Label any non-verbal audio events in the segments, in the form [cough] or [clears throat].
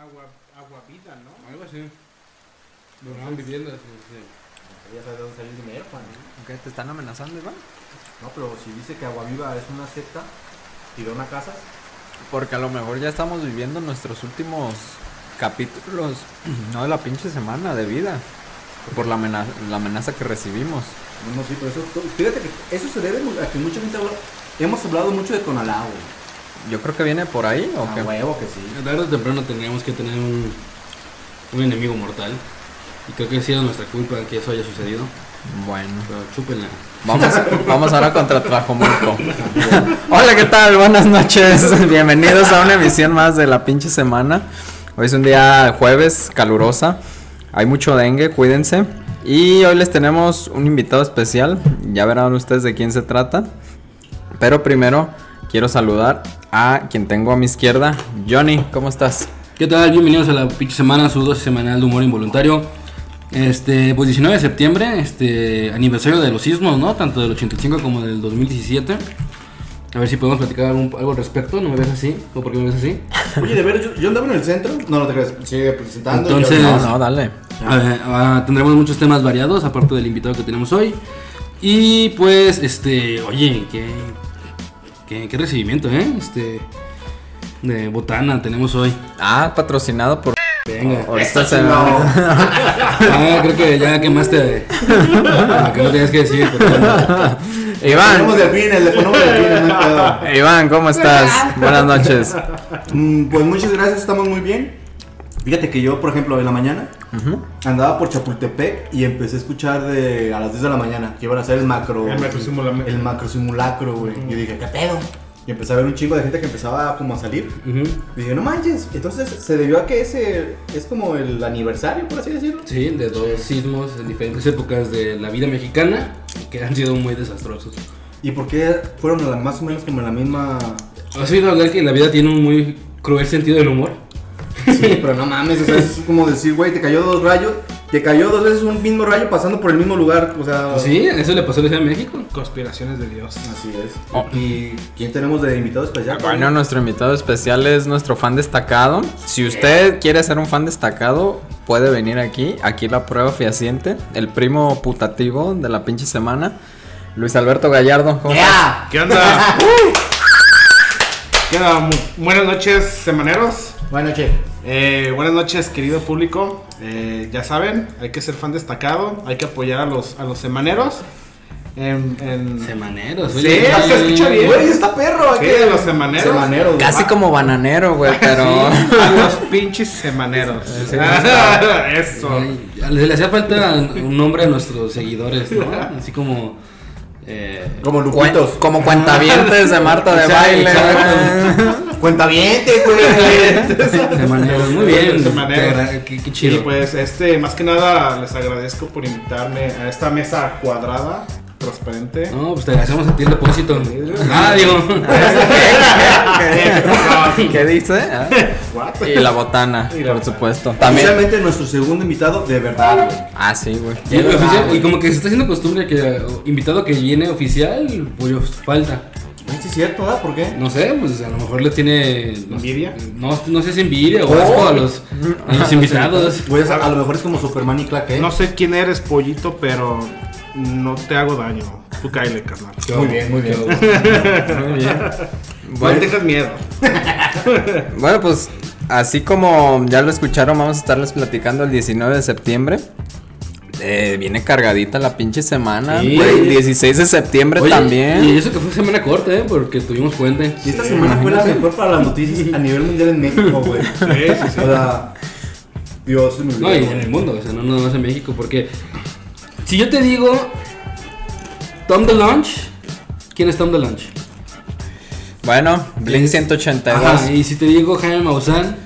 Agua, agua vida, ¿no? Algo así. Lograban viviendas. y decían, Ya sabes de dónde salió el dinero, Juan. Ok, ¿Te están amenazando, Iván? No, pero si dice que Aguaviva es una secta y dona casas, Porque a lo mejor ya estamos viviendo nuestros últimos capítulos, [clears throat] no de la pinche semana, de vida. Por la amenaza, la amenaza que recibimos. no, no, sí, pero eso, to- fíjate que eso se debe a que mucha gente habla, hemos hablado mucho de Tonalá, güey. Yo creo que viene por ahí, ¿o qué? A huevo que sí. Tarde o temprano tendríamos que tener un, un enemigo mortal. Y creo que ha sido nuestra culpa que eso haya sucedido. Bueno. Pero chúpenla. Vamos, vamos ahora contra Tlajomulco. Hola, ¿qué tal? Buenas [laughs] noches. Bienvenidos a una emisión más de la pinche semana. Hoy es un día jueves, calurosa. Hay mucho dengue, cuídense. Y hoy les tenemos un invitado especial. Ya verán ustedes de quién se trata. Pero primero quiero saludar a quien tengo a mi izquierda, Johnny. ¿Cómo estás? ¿Qué tal? Bienvenidos a la pinche semana, su dosis semanal de humor involuntario. Este, pues 19 de septiembre, este, aniversario de los sismos, ¿no? Tanto del 85 como del 2017. A ver si podemos platicar algún- algo al respecto. ¿No me ves así? ¿O por qué me ves así? Oye, de ver, yo, yo andaba en el centro. No, no te creas. Sigue presentando. Entonces- yo- No, no, dale. A ver, ah, tendremos muchos temas variados, aparte del invitado que tenemos hoy. Y pues, este, oye, qué, qué, qué recibimiento, ¿eh? Este, de botana tenemos hoy. Ah, patrocinado por. Venga. Ahorita se- [laughs] [laughs] Ah, creo que ya quemaste. lo que no tenías que decir. pero bueno. Iván, Ponemos delfines, le ponemos delfines, no hay [laughs] pedo. Iván, ¿cómo estás? Buenas [laughs] noches. Mm, Pues muchas gracias, estamos muy bien. Fíjate que yo, por ejemplo, en la mañana andaba por Chapultepec y empecé a escuchar de a las 10 de la mañana que iban a hacer el macro. El macrosimula- El macrosimulacro, güey. Yo dije, ¿qué pedo? Y empecé a ver un chingo de gente que empezaba como a salir. Ujú. Y dije, no manches. Entonces se debió a que ese es como el aniversario, por así decirlo. Sí, de dos sismos en diferentes épocas de la vida mexicana que han sido muy desastrosos. ¿Y por qué fueron a la- más o menos como en la misma ¿Has oído hablar que la vida tiene un muy cruel sentido del humor? Sí, pero no mames, o sea, es como decir, güey, te cayó dos rayos, te cayó dos veces un mismo rayo pasando por el mismo lugar, o sea... Sí, eso le pasó a la Ciudad de México. Conspiraciones de Dios. Así es. Oh. ¿Y quién tenemos de invitado especial? Ah, Bueno, nuestro invitado especial es nuestro fan destacado. Si usted quiere ser un fan destacado, puede venir aquí. Aquí la prueba fehaciente. El primo putativo de la pinche semana. Luis Alberto Gallardo. ¿cómo estás? [laughs] ¿Qué onda? ¿Qué onda? Mu- Buenas noches, semaneros. Buenas noches. Eh, buenas noches, querido público. Eh, ya saben, hay que ser fan destacado, hay que apoyar a los, a los semaneros. En, en... Semaneros. Sí, se escucha bien. Güey, está perro, hay Sí, que... los semaneros. Semaneros. Ah, Casi como bananero, [laughs] güey, pero. A los pinches semaneros. [laughs] Eso. Ay, Le, le hacía falta un nombre a nuestros seguidores, ¿no? Así como. Eh, Como Cuen- lupitos. como cuentavientes de Marta [laughs] de O sea, baile. exacto. güey. Cuentavientes, güey. semaneros, muy bien. Semaneros. Te agra- Qué, qué Y chido. pues, este, más que nada, les agradezco por invitarme a esta mesa cuadrada, transparente. No, pues te agradecemos a ti el depósito. Ah, [laughs] digo. ¿Qué [laughs] dice? Ah, What? Y [laughs] la botana, Y la por botana. supuesto. También. Oficialmente nuestro segundo invitado de verdad, güey. Ah, sí, güey. Y, oficial- pues, y como que se está haciendo costumbre que eh, invitado que viene oficial, pues falta. Ay, Sí, es cierto, ¿verdad? ¿Por qué? No sé, pues a lo mejor le tiene. no- ¿Envidia? Oh. No, no sé si envidia o asco a los, a [laughs] los invitados. Güey, a, a lo mejor es como Superman y Clark, ¿eh? No sé quién eres, pollito, pero no te hago daño. Tú cáele, carnal. Muy bien, muy bien. Muy bien. No Bueno, me tengas miedo. Bueno, pues así como ya lo escucharon, vamos a estarles platicando el 19 de septiembre. Eh, viene cargadita la pinche semana. Sí. güey. El 16 de septiembre Oye, también. Y eso que fue semana corta, ¿eh? Porque tuvimos puente. Y esta semana fue la mejor para las noticias a nivel mundial en México, güey. Sí, sí, sí. O sea, Dios me No, y olvidó, en el güey. mundo, o sea, no nada más en México, porque si yo te digo Tom DeLonge, ¿quién es Tom DeLonge? Bueno, Blink Es- 182. Ajá, y pues, eh, si te digo Jaime Maussan,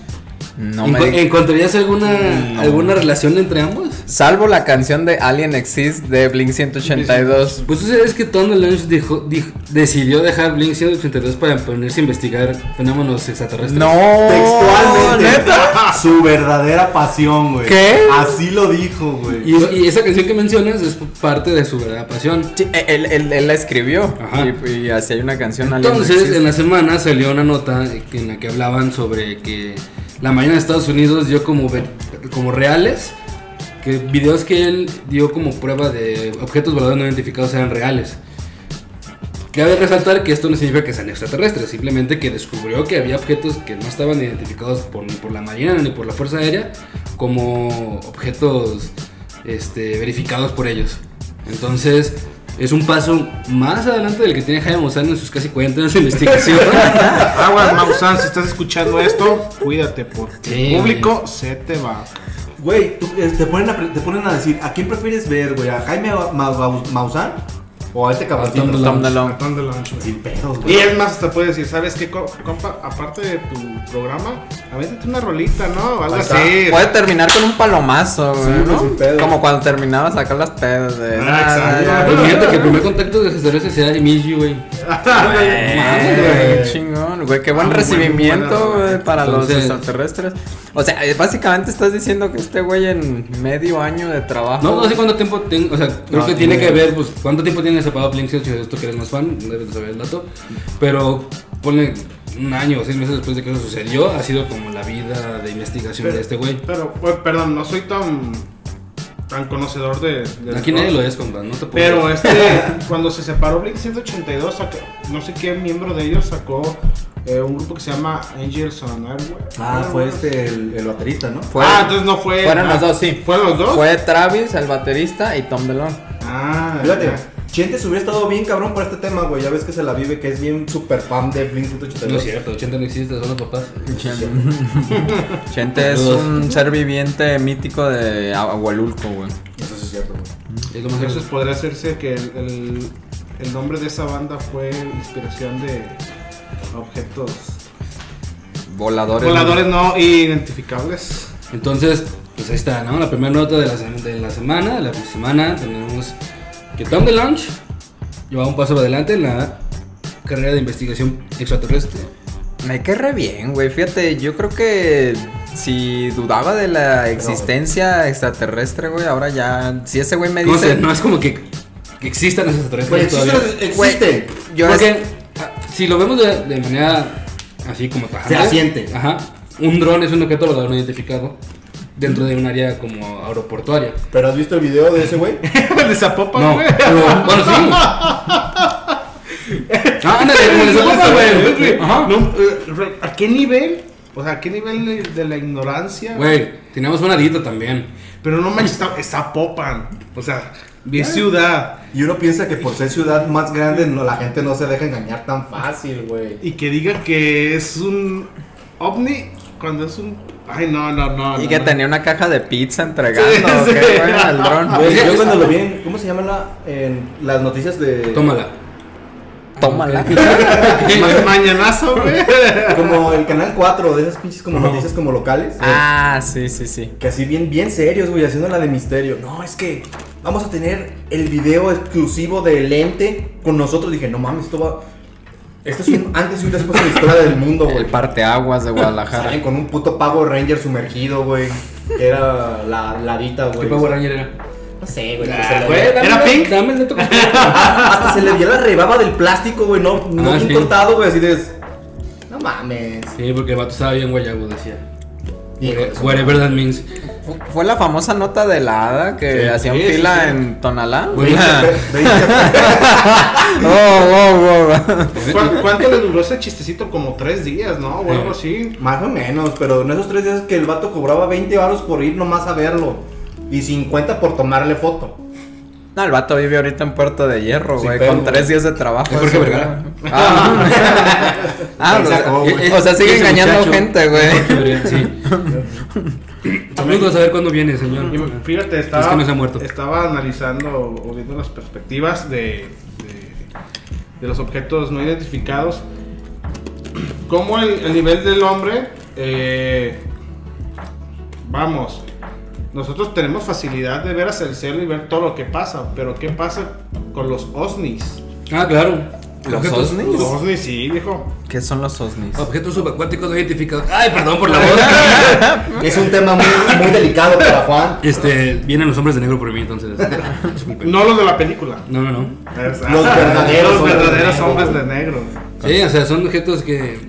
No ¿enco- me di- Mm, ¿encontrarías alguna, alguna relación entre ambos? Salvo la canción de Alien Exist de Blink 182. Pues tú sabes que Tom DeLonge dijo, dijo- decidió dejar Blink 182 para ponerse a investigar fenómenos extraterrestres. No, Textualmente. Oh, ¿neta? Su verdadera pasión, güey. ¿Qué? Así lo dijo, güey. Y, y esa canción que mencionas es parte de su verdadera pasión. Sí, e, él, él- él la escribió. Ajá. Y, y así hay una canción Alien Entonces, Exist. en la semana salió una nota en la que hablaban sobre que la mañana de Estados Unidos dio como, ver- como reales que videos que él dio como prueba de objetos voladores no identificados eran reales. Cabe resaltar que esto no significa que sean extraterrestres, simplemente que descubrió que había objetos que no estaban identificados por, ni por la Marina ni por la Fuerza Aérea como objetos este, verificados por ellos. Entonces, es un paso más adelante del que tiene Jaime Maussan en sus casi 40 años de investigación. Aguas, Mausan, si estás escuchando esto, cuídate porque Sí, el público se te va. Güey, tú, eh, te, ponen a, pre- te ponen a decir, ¿a quién prefieres ver, güey? ¿A Jaime Ma- Ma- Ma- Maussan? ¿O a este caballito? Tom Tom DeLonge. Ratón de la noche. Sin pedos, Y güey. es más, hasta puede decir, ¿sabes qué, co- compa? Aparte de tu programa, a veces una rolita, ¿no? O algo Ahí así. está. [laughs] Puede terminar con un palomazo, güey, Sí, ¿no? sin pedo. Como cuando terminabas acá las pedas de. pues, Ah, "Nah, exacto. ya, Pues fíjate que el primer contacto de extraterrestres era Michi, güey. Mames, Ah, güey, qué chingón, güey, qué buen Ah, muy buena, recibimiento, güey. güey, para Entonces- los extraterrestres. O sea, eh, básicamente estás diciendo que este güey en medio año de trabajo. No, no sé cuánto tiempo tengo, o sea, creo No, que tiene tiene- que ver, pues, cuánto tiempo tiene separado Blink 182, tú que eres más fan, debes de saber el dato, pero ponle un año o seis meses después de que eso sucedió, ha sido como la vida de investigación de este güey. Pero, bueno, perdón, no soy tan, tan conocedor de... de Aquí los- nadie lo es, compa, no te puedo Pero este, cuando se separó Blink 182, sacó- no sé qué miembro de ellos sacó eh, un grupo que se llama Angels on Airway. Ah, fue este, el, el baterista, ¿no? Fue- ah, entonces no fue. Fueron ah, los dos, sí. ¿Fueron los dos? Fue Travis, el baterista, y Tom DeLonge. [laughs] Ah, Fíjate, ya. Chentes hubiera estado bien cabrón para este tema, güey. Ya ves que se la vive, que es bien super fan de Blink No es 182. cierto, 80 no existe, son los papás. Chente es Saludos. un ser viviente mítico de Agualulco, güey. Eso sí es cierto, güey. Es lo más Entonces cierto. podría hacerse que el, el- el nombre de esa banda fue inspiración de objetos Voladores. voladores no identificables. [laughs] Entonces, pues ahí está, ¿no? La primera nota de la, sem- de la semana, de la semana tenemos que Tom DeLonge lleva un paso adelante en la carrera de investigación extraterrestre. Me cae re bien, güey. Fíjate, yo creo que si dudaba de la existencia extraterrestre, güey, ahora ya. Si ese güey me No sé, dice. no es como que, que existan esos tres Güey, todavía. existe. Güey, existe. Yo Porque es- ah, si lo vemos de, de manera así como tajante. asiente. Ajá. Un dron es un objeto volador no identificado dentro de un área como aeroportuaria. ¿Pero has visto el video de ese güey? el de Zapopan, No, güey. pero- bueno, sí. Ah, ándale, como les Zapopan, apuesta, güey, güey. güey. Ajá. No, eh, re- ¿A qué nivel? O sea, ¿a qué nivel de, de la ignorancia? Güey, teníamos una dieta también. Pero no manches, está- es Zapopan. O sea, mi ciudad. Y uno piensa que por ser ciudad más grande, no, la gente no se deja engañar tan fácil, güey. Y que diga que es un ovni cuando es un. Ay, no, no, no. Y no, que no. tenía una caja de pizza entregando. Sí, ¿qué, sí. Ah, güey, al dron. Güey, [laughs] yo cuando lo vi en, ¿cómo se llama la, en las noticias de... Tómala. Tómala. Ma- mañanazo, güey. Como el canal 4, de esas pinches como noticias como locales. [laughs] Ah, sí, sí, sí. Que así bien, bien serios, güey, haciendo la de misterio. No, es que vamos a tener el video exclusivo del ente con nosotros. Dije, no mames, esto va... Esto es un antes y un después de la historia del mundo, güey. El parteaguas de Guadalajara. Salen con un puto Power Ranger sumergido, güey. Que era la ladita, ¿Qué güey. Power Ranger era? No sé, güey. que Ah, se le- güey. Dame- ¿Era Pink? Dame el dato completo. Hasta se le vio la rebaba del plástico, güey. No, no Ah, bien sí. cortado, güey. Así de. No mames. Sí, porque el vato estaba bien guayabo, decía. Eh, Hijo de su- Whatever that means. Fu- Fue la famosa nota de la hada que Sí, hacían sí, fila sí, sí. en Tonalá. Güey, [laughs] Oh, oh, oh. ¿Cuán- ¿Cuánto le duró ese chistecito? Como tres días, ¿no? O algo así. Más o menos, pero en esos tres días que el vato cobraba 20 baros por ir nomás a verlo. Y 50 por tomarle foto. No, el vato vive ahorita en Puerto de Hierro, Sí, güey, pero, con güey. tres días de trabajo. Es Jorge eso, Vergara. güey. Ah, [laughs] Ah, Ahí o sacó, güey. sea, o sea, sigue Ese engañando muchacho. [laughs] gente, güey. [laughs] Sí. Saludos a ver cuándo viene, señor. Y fíjate, estaba, Es que no se ha muerto. estaba analizando o viendo las perspectivas de, de, de los objetos no identificados. Cómo el, el nivel del hombre, eh, vamos, nosotros tenemos facilidad de ver hacia el cielo y ver todo lo que pasa, pero ¿qué pasa con los OSNIs? Ah, claro. ¿Los objetos, OSNIs? Los OSNIs, sí, viejo. ¿Qué son los OSNIs? Objetos subacuáticos no identificados. Ay, perdón por la voz. [laughs] Es un tema muy, muy delicado para Juan. Este, vienen los hombres de negro por mí, entonces. Disculpen. No los de la película. No, no, no. Los verdaderos Los hombres de verdaderos negro. hombres de negro. Sí, o sea, son objetos que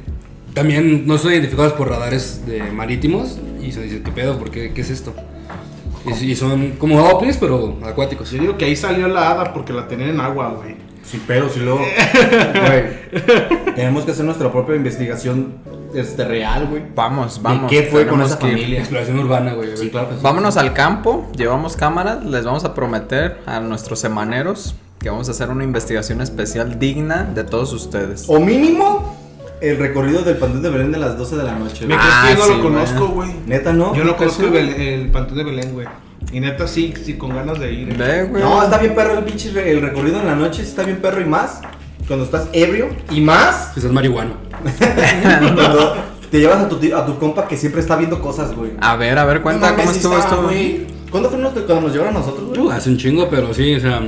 También no son identificados por radares de marítimos y se dice, ¿qué pedo? ¿Por qué? ¿Qué es esto? Y, sí, son como ovnis, pero acuáticos. Yo digo que ahí salió la hada porque la tenían en agua, güey. Sí, pero si luego. Güey, tenemos que hacer nuestra propia investigación este, real, güey. Vamos, vamos. ¿Y qué fue con tenemos esa que ir. familia? Exploración urbana, güey. Sí, claro que sí. Vámonos al campo, llevamos cámaras, les vamos a prometer a nuestros semaneros que vamos a hacer una investigación especial digna de todos ustedes. O mínimo, el recorrido del Panteón de Belén de las 12 de la noche, Me güey. Ah, crees que yo no sí, lo conozco, güey. Neta, ¿no? Yo no conozco sí, el, güey. Bel- el Panteón de Belén, güey. Y neta, sí, sí, con ganas de ir. eh. Ve, güey. No, está bien perro el pinche re- el recorrido en la noche, sí está bien perro y más. Cuando estás ebrio y más, Si estás marihuano. [laughs] cuando te llevas a tu, tío- a tu compa que siempre está viendo cosas, güey. A ver, a ver, Ah, cuenta No mames, cómo sí estuvo estaba, esto, güey. güey. ¿Cuándo fue nos- cuando nos llevaron a nosotros, güey? Uh, hace un chingo, pero sí, o sea.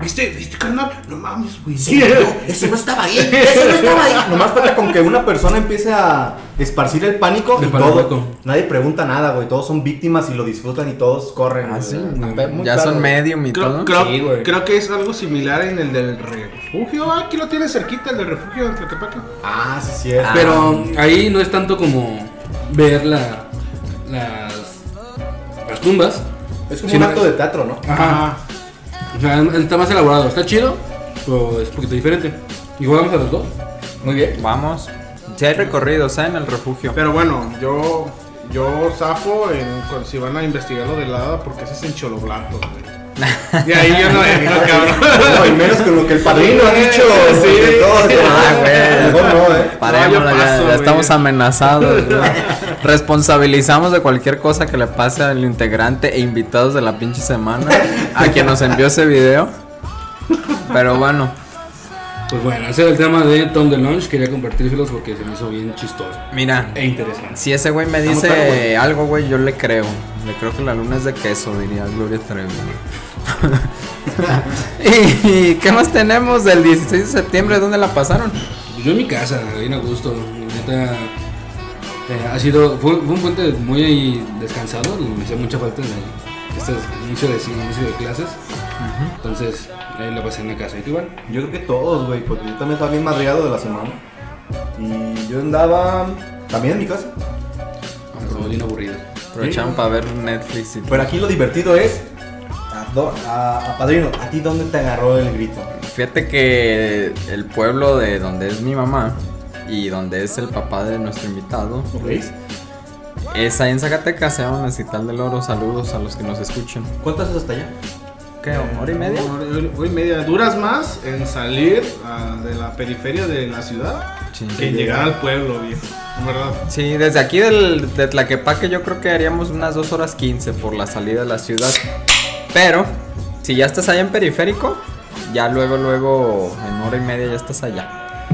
¿Viste, viste, carnal? No mames, güey. Sí, eso no estaba ahí, eso no estaba ahí. Nomás falta con que una persona empiece a esparcir el pánico De y pánico. todo. Nadie pregunta nada, güey. Todos son víctimas y lo disfrutan y todos corren. Ah, güey. sí, Muy Ya claro, son güey. medium y Creo, todo. creo- Sí, güey. creo que es algo similar en el del refugio. Ah, aquí lo tiene cerquita, el del refugio de Tlaquepaque. Ah, sí, sí. es. Pero ahí no es tanto como ver la, las, las tumbas. es como sí, un no, acto [laughs] de teatro, ¿no? Ajá. O sea, está más elaborado. Está chido, pero es un poquito diferente. Y jugamos a los dos. Muy bien. Vamos. Si hay recorridos, ¿eh? En el refugio. Pero bueno, yo yo zafo en, cuando- si van a investigar lo de la hada porque ese es en Choloblato, [laughs] güey. Y ahí yo no entro, cabrón. No, y menos con lo que el padrino ha dicho. Sí. de todo, de- Ah, güey. Mejor no, eh. Parémosla, No, yo ya- paso, ya, güey. estamos [laughs] amenazados. güey. Responsabilizamos de cualquier cosa que le pase al integrante e invitados de la pinche semana a quien nos envió ese video. Pero bueno, Pues bueno, ese era el tema de Tom DeLonge. Quería compartírselos porque se me hizo bien chistoso mira, e interesante. si ese güey me Estamos dice claro, güey. algo, güey, yo le creo. Le creo que la luna es de queso, diría Gloria Trevi. ¿Y [laughs] y qué más tenemos del 16 de septiembre? ¿Dónde la pasaron? Yo en mi casa, bien a gusto. Neta, eh, ha sido, fue, fue un puente muy descansado. Me hacía mucha falta en el- este inicio de, inicio de clases. Entonces, ahí la pasé en la casa. ¿Y tú igual? Yo creo que todos, güey, porque yo también estaba bien madreado de la semana. Y yo andaba también en mi casa. Estamos bien aburridos. Aprovecharon para ver Netflix y Pero aquí lo divertido es. A, do- a- a padrino, ¿a ti dónde te agarró el grito? Fíjate que el pueblo de donde es mi mamá y donde es el papá de nuestro invitado ¿Ok? es ahí en Zacatecas, se llama Cital del Oro. Saludos a los que nos escuchan. ¿Cuántas es hasta allá? ¿Qué? ¿Hora y media? Hora hora y media. Duras más en salir ah, de la periferia de la ciudad Sí. que en llegar al pueblo, viejo. En ¿Verdad? Sí, desde aquí del, de Tlaquepaque yo creo que haríamos unas 2 horas 15 por la salida de la ciudad. Pero, si ya estás allá en periférico, ya luego, luego, en hora y media ya estás allá.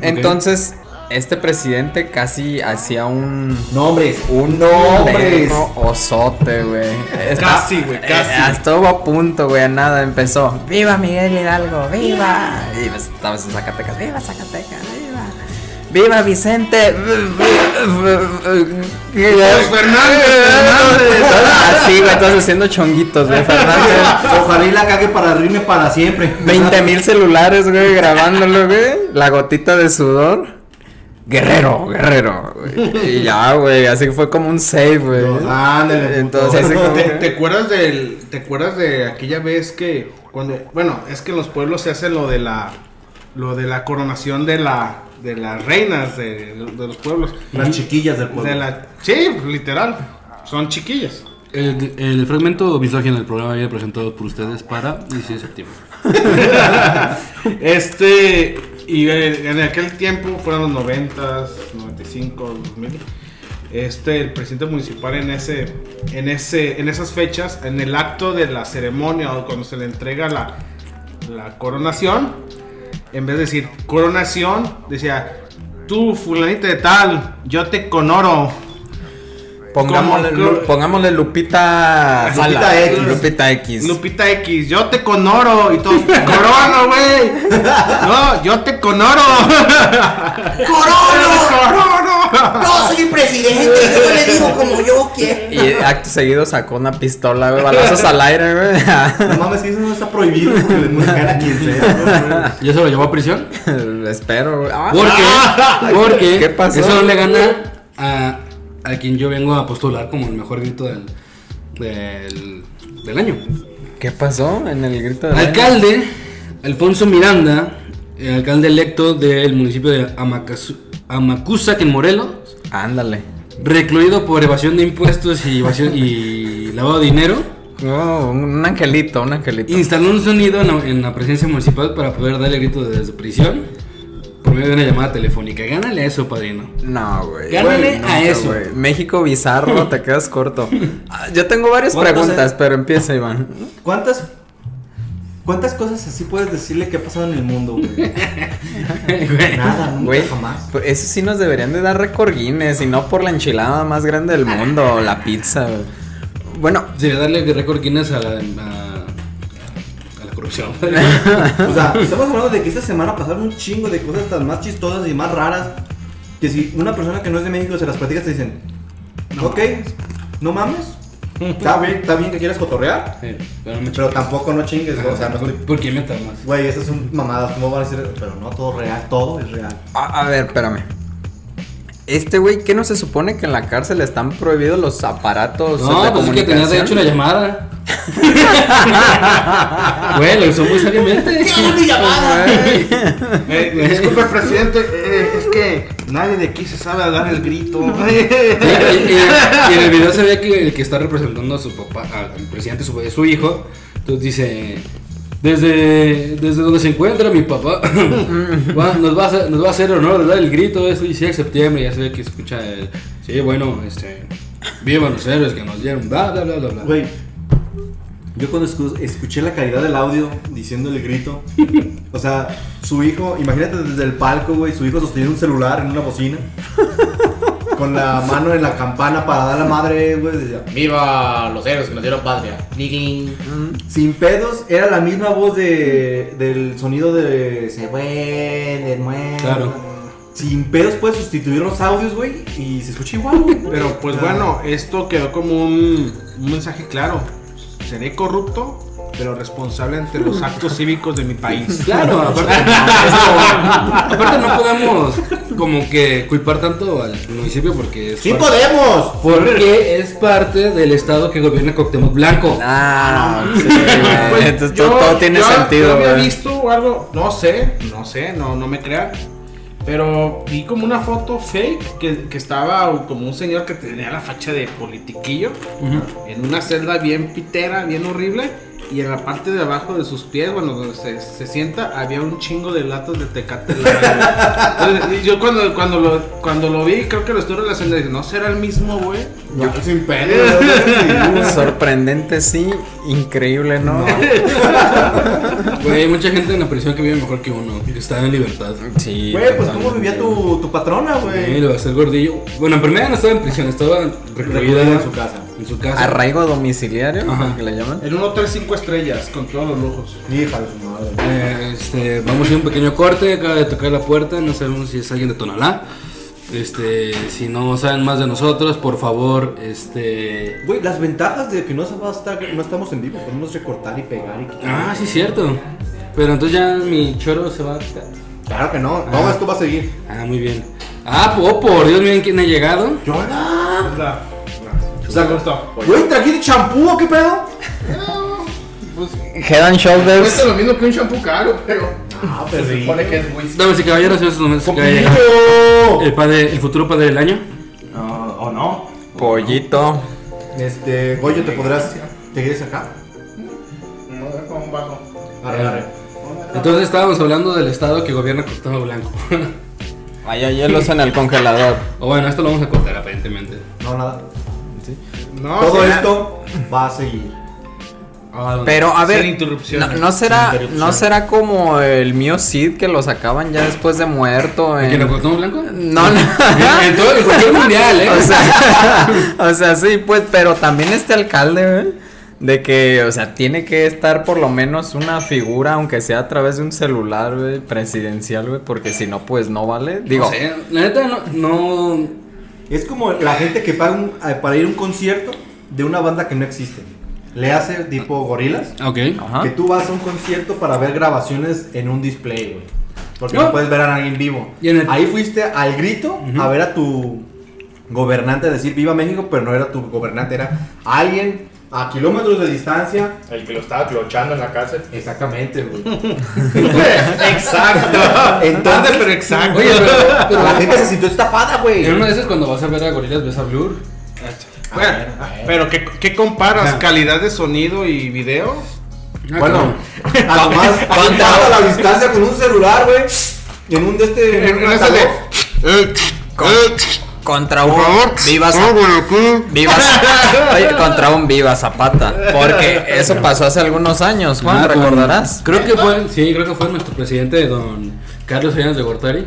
Entonces, este presidente casi hacía un Nombres. Un nombres. perro osote, güey. Está- Casi, güey, casi. eh, estuvo a punto, güey, a nada. Empezó. ¡Viva Miguel Hidalgo! ¡Viva! Y pues, estabas en Zacatecas. ¡Viva Zacatecas! ¡Viva! ¡Viva Vicente! Pues, [laughs] Así, güey, todos haciendo chonguitos, güey. Fernández. [laughs] Ojalá y la cague para rime para siempre. 20 mil celulares, güey, grabándolo, güey. La gotita de sudor. Guerrero, guerrero. güey. Y ya, güey, así fue como un save, güey. No, ándale, puto. Entonces, así como ¿Te, que- te acuerdas del, ¿Te acuerdas de aquella vez que cuando bueno, es que en los pueblos se hace lo de la lo de la coronación de la de las reinas de, de los pueblos? [laughs] Las chiquillas del pueblo. De la, sí, literal. Son chiquillas. El, el fragmento misógino del programa había presentado por ustedes para 16 de septiembre. Este, y eh, en aquel tiempo fueron los 90, 95, 2000. Este, el presidente municipal en ese, en ese, en esas fechas, en el acto de la ceremonia o cuando se le entrega la, la coronación, en vez de decir coronación, decía, tú fulanita de tal, yo te conoro. Pongámosle, Como- Lu- pongámosle Lupita. Lupita Sala. X. Lupita X. Lupita X, yo te conoro y todo. Corono, güey. No, yo te conoro. [laughs] Corono. ¡No soy presidente! Yo le digo como yo quiero. y acto seguido sacó una pistola, güey. Balazos al aire, güey. No [laughs] mames, que eso no está prohibido porque les muestra a quien sea. ¿Ya se lo llevó a prisión? Espero, güey. Ah, Porque, [laughs] porque ¿Qué pasó? eso no le gana a, a quien yo vengo a postular como el mejor grito del, del, del año. ¿Qué pasó en el grito de Alcalde Alfonso Miranda, el alcalde electo del municipio de Amacazu- Amacuzac en Morelos, Ándale. recluido por evasión de impuestos y, evasión- y [laughs] lavado de dinero, Oh, un angelito, un angelito. instaló un sonido en la, en la presidencia municipal para poder darle grito desde prisión por medio de una llamada telefónica. Gánale a eso, padrino. [laughs] No, güey. Gánale Güey, a eso. güey. México bizarro, te quedas corto. Ah, Yo tengo varias ¿Cuántos preguntas, es? pero empieza, Iván. ¿Cuántas, ¿Cuántas cosas así puedes decirle que ha pasado en el mundo, güey? Nada, nunca, Güey, jamás. pues, eso sí nos deberían de dar récord Guinness y no por la enchilada más grande del mundo, o la pizza. güey. Bueno, Sí, darle récord Guinness a la, a, a la [laughs] corrupción. O sea, estamos hablando de que esta semana pasaron un chingo de cosas tan más chistosas y más raras que si una persona que no es de México se las platicas te dicen, ok, no mames, está bien, está bien que quieras cotorrear, Sí, pero no me pero tampoco no chingues, o sea, no estoy... ¿Por, por qué me más? Güey, esas son mamadas, ¿cómo van a decir? Pero no, todo real, todo es real. a, a ver, espérame. Este güey, ¿qué no se supone que en la cárcel están prohibidos los aparatos de No, pues es que tenías de hecho comunicación? la [laughs] llamada. Güey, lo usó muy seriamente. [laughs] Eh, disculpe, presidente, eh, es que nadie de aquí se sabe dar el grito. Y, y- y- y en el video se ve que el que está representando a su papá, al al presidente, su, su hijo, entonces dice, desde, desde donde se encuentra mi [laughs] papá, va- nos, va a, hacer- nos va a hacer honor, ¿verdad? El grito es 16 de septiembre, ya se ve que escucha el, sí, bueno, este, vivan los héroes que nos dieron, bla, bla, bla, bla, bla. Güey, yo cuando escu- escuché la calidad del audio diciendo el grito, o sea, su hijo, imagínate desde el palco, güey, su hijo sosteniendo un celular en una bocina, con la mano en la campana para dar la madre, güey, decía, Viva los héroes que nos dieron patria. sin pedos, era la misma voz de, del sonido de se puede, muere. Claro. Sin pedos puedes sustituir los audios, güey, y se escucha igual, güey. Pero pues Ah. bueno, esto quedó como un, un mensaje claro. Seré corrupto, pero responsable ante los actos cívicos de mi país. Claro, [laughs] aparte, aparte no podemos como que culpar tanto al municipio porque es, ¡Sí parte- podemos! porque es parte del estado que gobierna Cuauhtémoc Blanco. Ah, sí, güey. Pues, Entonces, yo- todo, todo tiene yo- sentido, Yo había güey. visto algo, no sé, no sé, no, no me crean. Pero vi como una foto fake que, que estaba como un señor que tenía la facha de politiquillo en una celda bien pitera, bien horrible. Y en la parte de abajo de sus pies, bueno, donde se, se sienta, había un chingo de latas de tecate. Light, güey. Entonces, y yo cuando, cuando, lo, cuando lo vi, creo que lo estoy relacionando. Dije, no será el mismo, güey. Yo, sin pedos. güey. Sorprendente, sí. Increíble, ¿no? Güey, hay mucha gente en la prisión que vive mejor que uno, que está en libertad. [laughs] Sí. Güey, pues cómo totalmente. vivía tu, tu patrona, Eh, güey. lo va a hacer gordillo. Bueno, en primera no estaba en prisión, estaba recluida Recluida en su casa. En su casa. Arraigo domiciliario, Ajá. que le llaman. En un hotel cinco estrellas, con todos los lujos. Hija de su madre. Eh, este, vamos a hacer un pequeño corte, acaba de tocar la puerta, no sabemos si es alguien de Tonalá. Este, si no saben más de nosotros, por favor, este... Güey, las ventajas de que no, se va a estar, no estamos en vivo, podemos recortar y pegar y quitar. Ah, sí, cierto. Pero entonces ya mi choro se va a... Claro que no, no, Ah. esto va a seguir. Ah, muy bien. Ah, po- por Dios, miren quién ha llegado. ¡Yola! La, la, se acostó. "Ah, Güey, ¿trajiste champú o qué pedo? Head and Cuesta Shoulders. lo mismo que un shampoo caro, pero. Ah, pero se supone que es whisky. Damas y caballeros, en estos momentos acaba de llegar ¡Poquito! el, padre, el futuro padre del año. Ah, ¿O no? Pollito. Este, Goyo, ¿te podrás. ¿Te quieres acá? No, deja un bajo. Arre, arre. Entonces estábamos hablando del estado que gobierna Cuauhtémoc Blanco. [laughs] Hay hielos en el congelador. o bueno, esto lo vamos a cortar aparentemente. No, nada. No, Todo será- esto va a seguir. Ah, Pero a sin ver, no, interrupciones, no será, sin interrupciones. no será como el mío Cid que lo sacaban ya después de muerto. ¿Que en- lo cortó blanco? No, no. [laughs] En, en todo en cualquier mundial, ¿eh? [laughs] O sea, o sea, sí, pues, pero también este alcalde, ¿eh? De que, o sea, tiene que estar por lo menos una figura, aunque sea a través de un celular, güey, presidencial, güey, porque si no, pues no vale. Digo, No sé, la neta no, no. Es como la gente que paga un- a- para ir a un concierto de una banda que no existe. Le hace tipo gorilas. Ok. ajá. Que tú vas a un concierto para ver grabaciones en un display, güey. Porque No. no puedes ver a alguien vivo. Y en el- Ahí fuiste al grito a ver a tu gobernante decir viva México, pero no era tu gobernante, era alguien a kilómetros de distancia. El que lo estaba clochando en la cárcel. Exactamente, güey. [laughs] Exacto. Tarde, Entonces, pero exacto. Oye, pero, pero- la gente se sintió estafada, güey. en una de esas cuando vas a ver a gorilas ves a Blur. Bueno, pero ¿qué, qué comparas? ¿Calidad de sonido y video? Ah, Bueno, además, ¿Cuánto? a la distancia con un celular, güey. En un de este. En, en un ese de... altavoz. eh, eh, contra un Por favor, viva Zap- sábalo aquí. viva [laughs] Zap- oye, contra un viva Zapata, porque eso pasó hace algunos años, Juan, Ah, con- recordarás. Creo que fue, sí, creo que fue nuestro presidente, don Carlos Salinas de Gortari,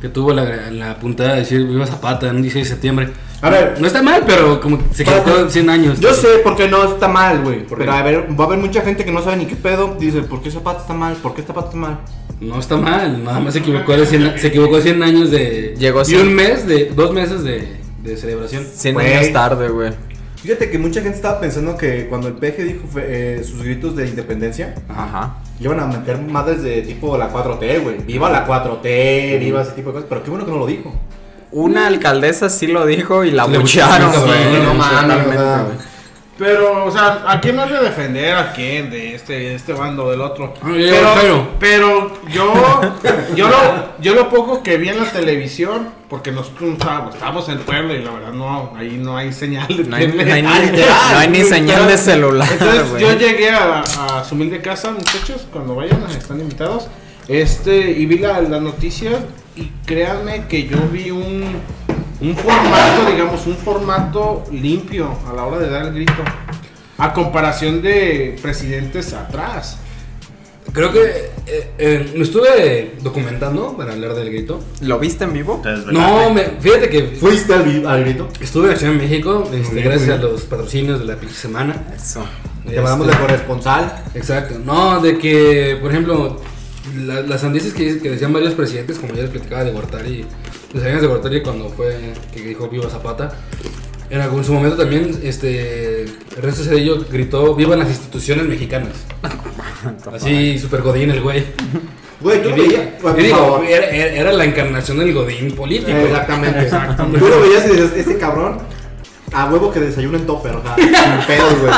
que tuvo la, la puntada de decir viva Zapata en un 16 de septiembre. A ver. No está mal, pero como que se Pero- quedó 100 años. Yo sé por qué no está mal, güey. Pero a ver, va a haber mucha gente que no sabe ni qué pedo. Dice, ¿por qué Zapata está mal? ¿Por qué Zapata está mal? No está mal, nada más se equivocó de 100, se equivocó de 100 años de. Llegó Y cien. un mes, de dos meses de, de celebración. 100 Güey. años tarde, güey. Fíjate que mucha gente estaba pensando que cuando el peje dijo eh, sus gritos de independencia, Ajá. le iban a meter madres de tipo la 4T, güey. Viva la 4T, viva ese tipo de cosas. Pero qué bueno que no lo dijo. Mm. Una alcaldesa sí lo dijo y la Le bucharon, bucharon, güey. sí, No sí, mames, o Ah, sea. güey. Pero, o sea, ¿a quién has de defender? ¿A quién? De este, de este bando o del otro. Ah, ya llegó Pero, Jairo. pero yo, [laughs] yo lo, yo lo poco que vi en la televisión, porque nosotros estábamos, estábamos en el pueblo y la verdad no, ahí no hay señal de No hay, [laughs] tele. no hay Ah, ni, literal. no hay ni señal de Entonces, celular, Entonces güey. yo llegué a, a su humilde casa, muchachos, cuando vayan, están invitados. Este, y vi la, la noticia y créanme que yo vi un, un formato, digamos, un formato limpio a la hora de dar el grito. A comparación de presidentes atrás. [laughs] Creo que eh, eh, me estuve documentando para hablar del grito. ¿Lo viste en vivo? No, me, fíjate que ¿Fuiste al, vi- al grito? estuve en la Ciudad de México, este, bien, gracias muy a bien. los patrocinios de la pinche semana. Eso. Te mandamos de Este, corresponsal. Exacto. No, de que, por ejemplo, la- las sandices que, que decían varios presidentes, como ya les platicaba de Gortari, los años de Gortari cuando fue que dijo Viva Zapata, en algún su momento también este, Ernesto Cedillo gritó Vivan las instituciones mexicanas. Así, super godín el güey. Güey, Y [laughs] yo di- veía. y Por digo, favor. era, era- era la encarnación del godín político. Exactamente, Tú lo veías y decías, este cabrón, a huevo que desayuna en topper, o sea, [laughs] sin pedos, güey.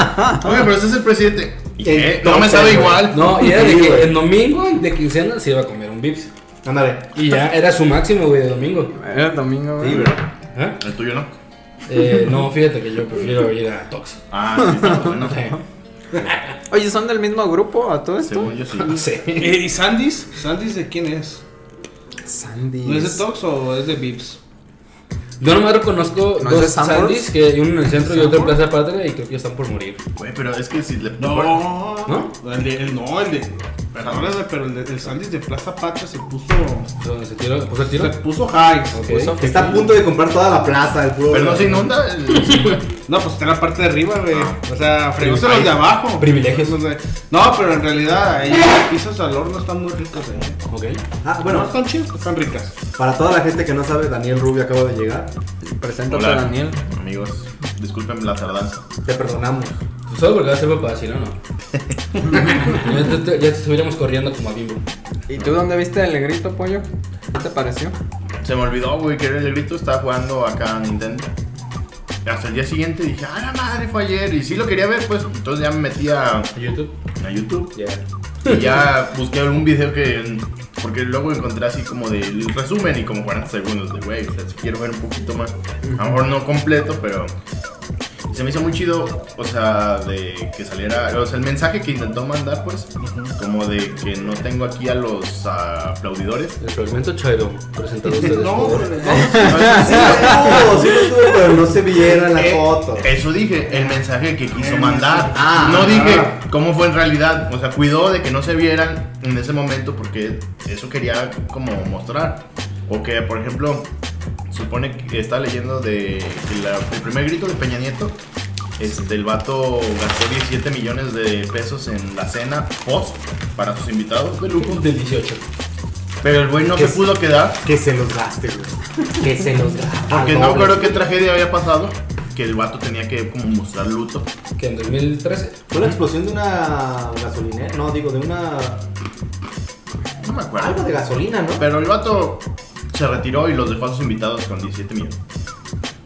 Oye, pero ese es el presidente. ¿Y Eh, qué? No me sabe Entonces, igual. No, y era Sí, de que güey. el domingo de quincena se iba a comer un Vips. Ándale. Y [laughs] ya era su máximo, güey, de domingo. Era el domingo, güey. ¿Eh? El tuyo no. Eh, no, fíjate que yo prefiero ir a Tox. Eh, Ah, sí, está bueno. No sé. Oye, ¿son del mismo grupo a todo esto? Según yo sí. No sé. Eh, ¿Y Sandys? ¿Sandys de quién es? Sandy. ¿No es de Tox o es de Vips? Yo nomás reconozco ¿No es de dos Sanborns? Sandys, que uno en el centro y otro en ¿Sanborns? Plaza Patria, y creo que están por morir. Güey, pero es que si le. ¿No? El de, el, no, el de. Perdóname, pero el, de- el Sandys de Plaza Pacha se puso. Donde se tiró, puso el tiro. Se puso high. Ok. Puso- Está a punto de comprar toda la plaza, el puro. Pero no se inunda. el- No, pues está en la parte de arriba, güey. O sea, fregóse los Ay, de abajo. privilegios. No, sé. No, pero en realidad, ahí los pisos al horno están muy ricos, eh. Ok. Ah, Bueno, bueno, están chidos, están ricas. para toda la gente que no sabe, Daniel Rubio acaba de llegar. Preséntate, Hola, Daniel. Amigos, disculpen la tardanza. Te perdonamos. Pues solo porque va a ser papá, si no, [laughs] no. ya, te, te- ya te estuviéramos corriendo como a Bimbo. ¿Y tú dónde viste el grito, pollo? ¿Qué te pareció? Se me olvidó, güey, que era el grito estaba jugando acá a Nintendo. Y hasta el día siguiente dije, ah, la madre, fue ayer. Y sí lo quería ver, pues. Entonces ya me metí a, ¿A YouTube? a YouTube. Ya. Y ya busqué algún video que. Porque luego encontré así como de el resumen y como 40 segundos de güey. O sea, si quiero ver un poquito más. A lo mejor no completo, pero. Se me hizo muy chido, o sea, de que saliera. O sea, el mensaje que intentó mandar, pues. Como de que no tengo aquí a los ah, [laughs] aplaudidores. [laughs] El fragmento Chairo, presentado a ustedes. No, Este por- no, Sí, lo tuvo, sí lo tuvo. Pero no se viera la Eh, foto. Eso dije, el mensaje que quiso mandar. Ah, no ah. dije cómo fue en realidad. O sea, cuidó de que no se vieran en ese momento porque eso quería como mostrar. O que, por ejemplo, supone que está leyendo de que la- el primer grito de Peña Nieto. Este, el vato gastó 17 millones de pesos en la cena post para sus invitados de lujo. Del 18. Pero el güey no ¿Qué se es? pudo quedar Que se los gaste, güey. Que se los da. porque no creo qué tragedia había pasado. Que el vato tenía que como mostrar luto. Que en 2013. Fue la explosión de una gasolinera. No, digo, de una. No me acuerdo. Algo de gasolina, ¿no? Pero el vato se retiró y los dejó a sus invitados con 17 millones.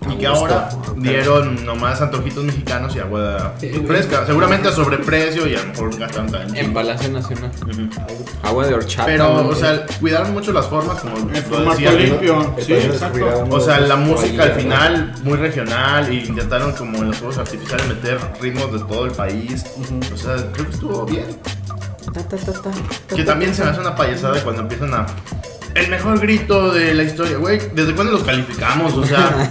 Y que ahora dieron nomás antojitos mexicanos y agua fresca. Seguramente a sobreprecio y a lo mejor gastaron también. En Palacio Nacional. Ujú. Agua de horchata. Pero, ¿no? o sea, cuidaron mucho las formas, como En lo formato decía Lin. limpio. El Sí, país exacto. descuidado. O sea, la música al final muy regional y intentaron como en los juegos artificiales meter ritmos de todo el país. O sea, creo que estuvo bien. Que también se me hace una payasada cuando empiezan a... El mejor grito de la historia, güey. ¿Desde cuándo los calificamos? O sea,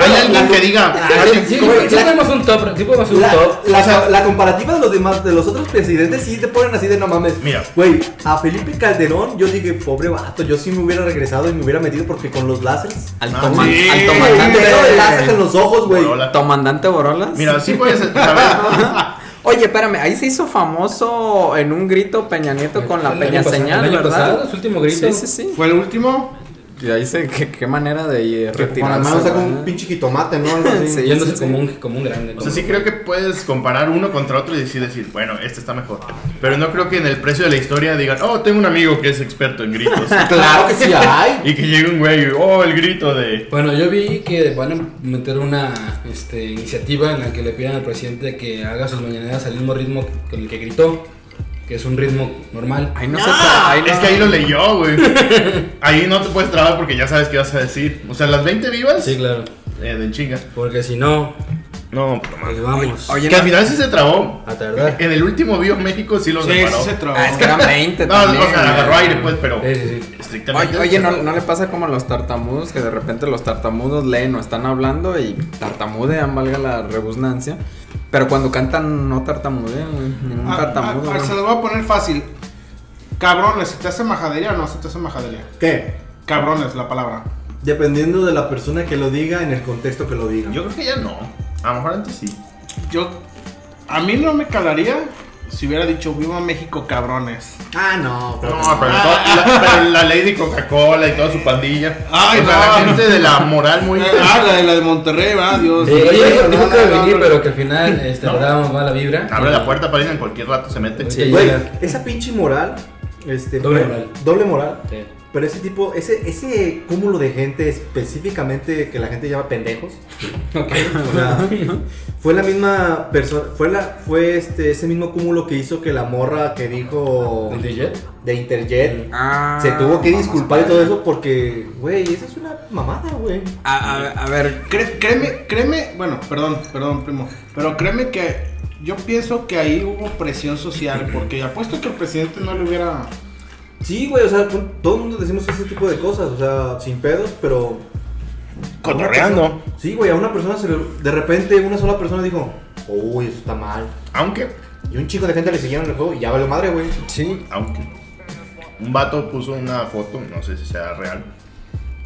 hay alguien que diga... "Ah, Ah, Sí, [laughs] sí ¿cómo es? La- podemos un top. Sí podemos un La, top. la- O sea- la comparativa de los demás, de los otros presidentes, sí te ponen así de no mames. Mira. güey, a Felipe Calderón, yo dije, pobre vato, yo sí me hubiera regresado y me hubiera metido porque con los láseres. Alto, No, man- sí. alto Un pedo de láseres en mandante. los ojos, güey. Hola. Alto mandante Borolas. Mira, sí puedes saber... Oye, espérame, ahí se hizo famoso en un grito Peña Nieto con la El Peña año pasado- Señal, el año ¿verdad? pasado, su último grito. Sí, sí, sí. ¿Fue el último? Y ahí se, qué, qué manera de Que eh, Con la retirarse. mano saca un ¿verdad? pinche jitomate, ¿no? Algo así. Sí. Yéndose como, un, como un grande. O sea, sí creo que puedes comparar uno contra otro y decir, decir, bueno, este está mejor. Pero no creo que en el precio de la historia digan, oh, tengo un amigo que es experto en gritos. Claro que [laughs] sí hay. y que llegue un güey, y, oh, el grito de... Bueno, yo vi que van a meter una este, iniciativa en la que le pidan al presidente que haga sus mañaneras al mismo ritmo con el que gritó, que es un ritmo normal. Ahí no se tra- ahí no- Es que ahí lo leyó, güey. ahí no te puedes trabar porque ya sabes qué vas a decir. O sea, las 20 vivas, Sí, claro. eh, de chinga. Porque si no, No, pues vamos Oye, que al no- final sí se trabó. a tardar. En el último Bio México sí lo Sí, separó. sí se trabó. Ah, es que eran 20 No, también, o sea, güey. agarró aire, pues, pero Sí, sí, sí. estrictamente. Oye, oye, se ¿no, trabó. no le pasa como a los tartamudos? Que de repente los tartamudos leen o están hablando y tartamudean, valga la rebusnancia. Pero cuando cantan no tartamudean, güey. Ningún A- tartamudo. a- a- güey. se los voy a poner fácil. Cabrones, ¿se te hace majadería o no se te hace majadería? ¿Qué? Cabrones, la palabra. Dependiendo de la persona que lo diga, en el contexto que lo diga. Yo creo que ya no. A lo mejor antes sí. Yo, a mí no me calaría si hubiera dicho viva México, cabrones. Ah, no, pero. No, pero, to- la, pero la lady Coca-Cola y toda su pandilla. Ay, o sea, la no. gente de la [laughs] moral muy. Ah, la de, la de Monterrey, ¿verdad? Dios. Sí, oye, dijo, no, dijo que iba no, a venir, no, no. pero que al final este, No. le dábamos mala vibra. Abre la puerta para ir en cualquier rato se mete. Sí. Güey, ya. esa pinche moral. Este, Doble pero- moral. Doble moral. Sí. Pero ese tipo, ese, ese cúmulo de gente específicamente que la gente llama pendejos. o sea, fue la misma persona, fue la, fue este, ese mismo cúmulo que hizo que la morra que dijo ¿El DJ? de Interjet Ah, se tuvo que vamos disculpar y para todo allá. eso porque, güey, esa es una mamada, güey. A, Ah, a- a ver, Cre- créeme, créeme, bueno, perdón, perdón, primo, pero créeme que yo pienso que ahí hubo presión social, porque apuesto que el presidente no le hubiera... Sí, güey, o sea, pues, todo el mundo decimos ese tipo de cosas, o sea, sin pedos, pero Cotorreando. Sí, güey, a una persona se le, de repente una sola persona dijo, uy, eso está mal. Aunque, Y un chico de gente le siguieron el juego y ya valió madre, güey. sí. aunque. Un vato puso una foto, no sé si sea real.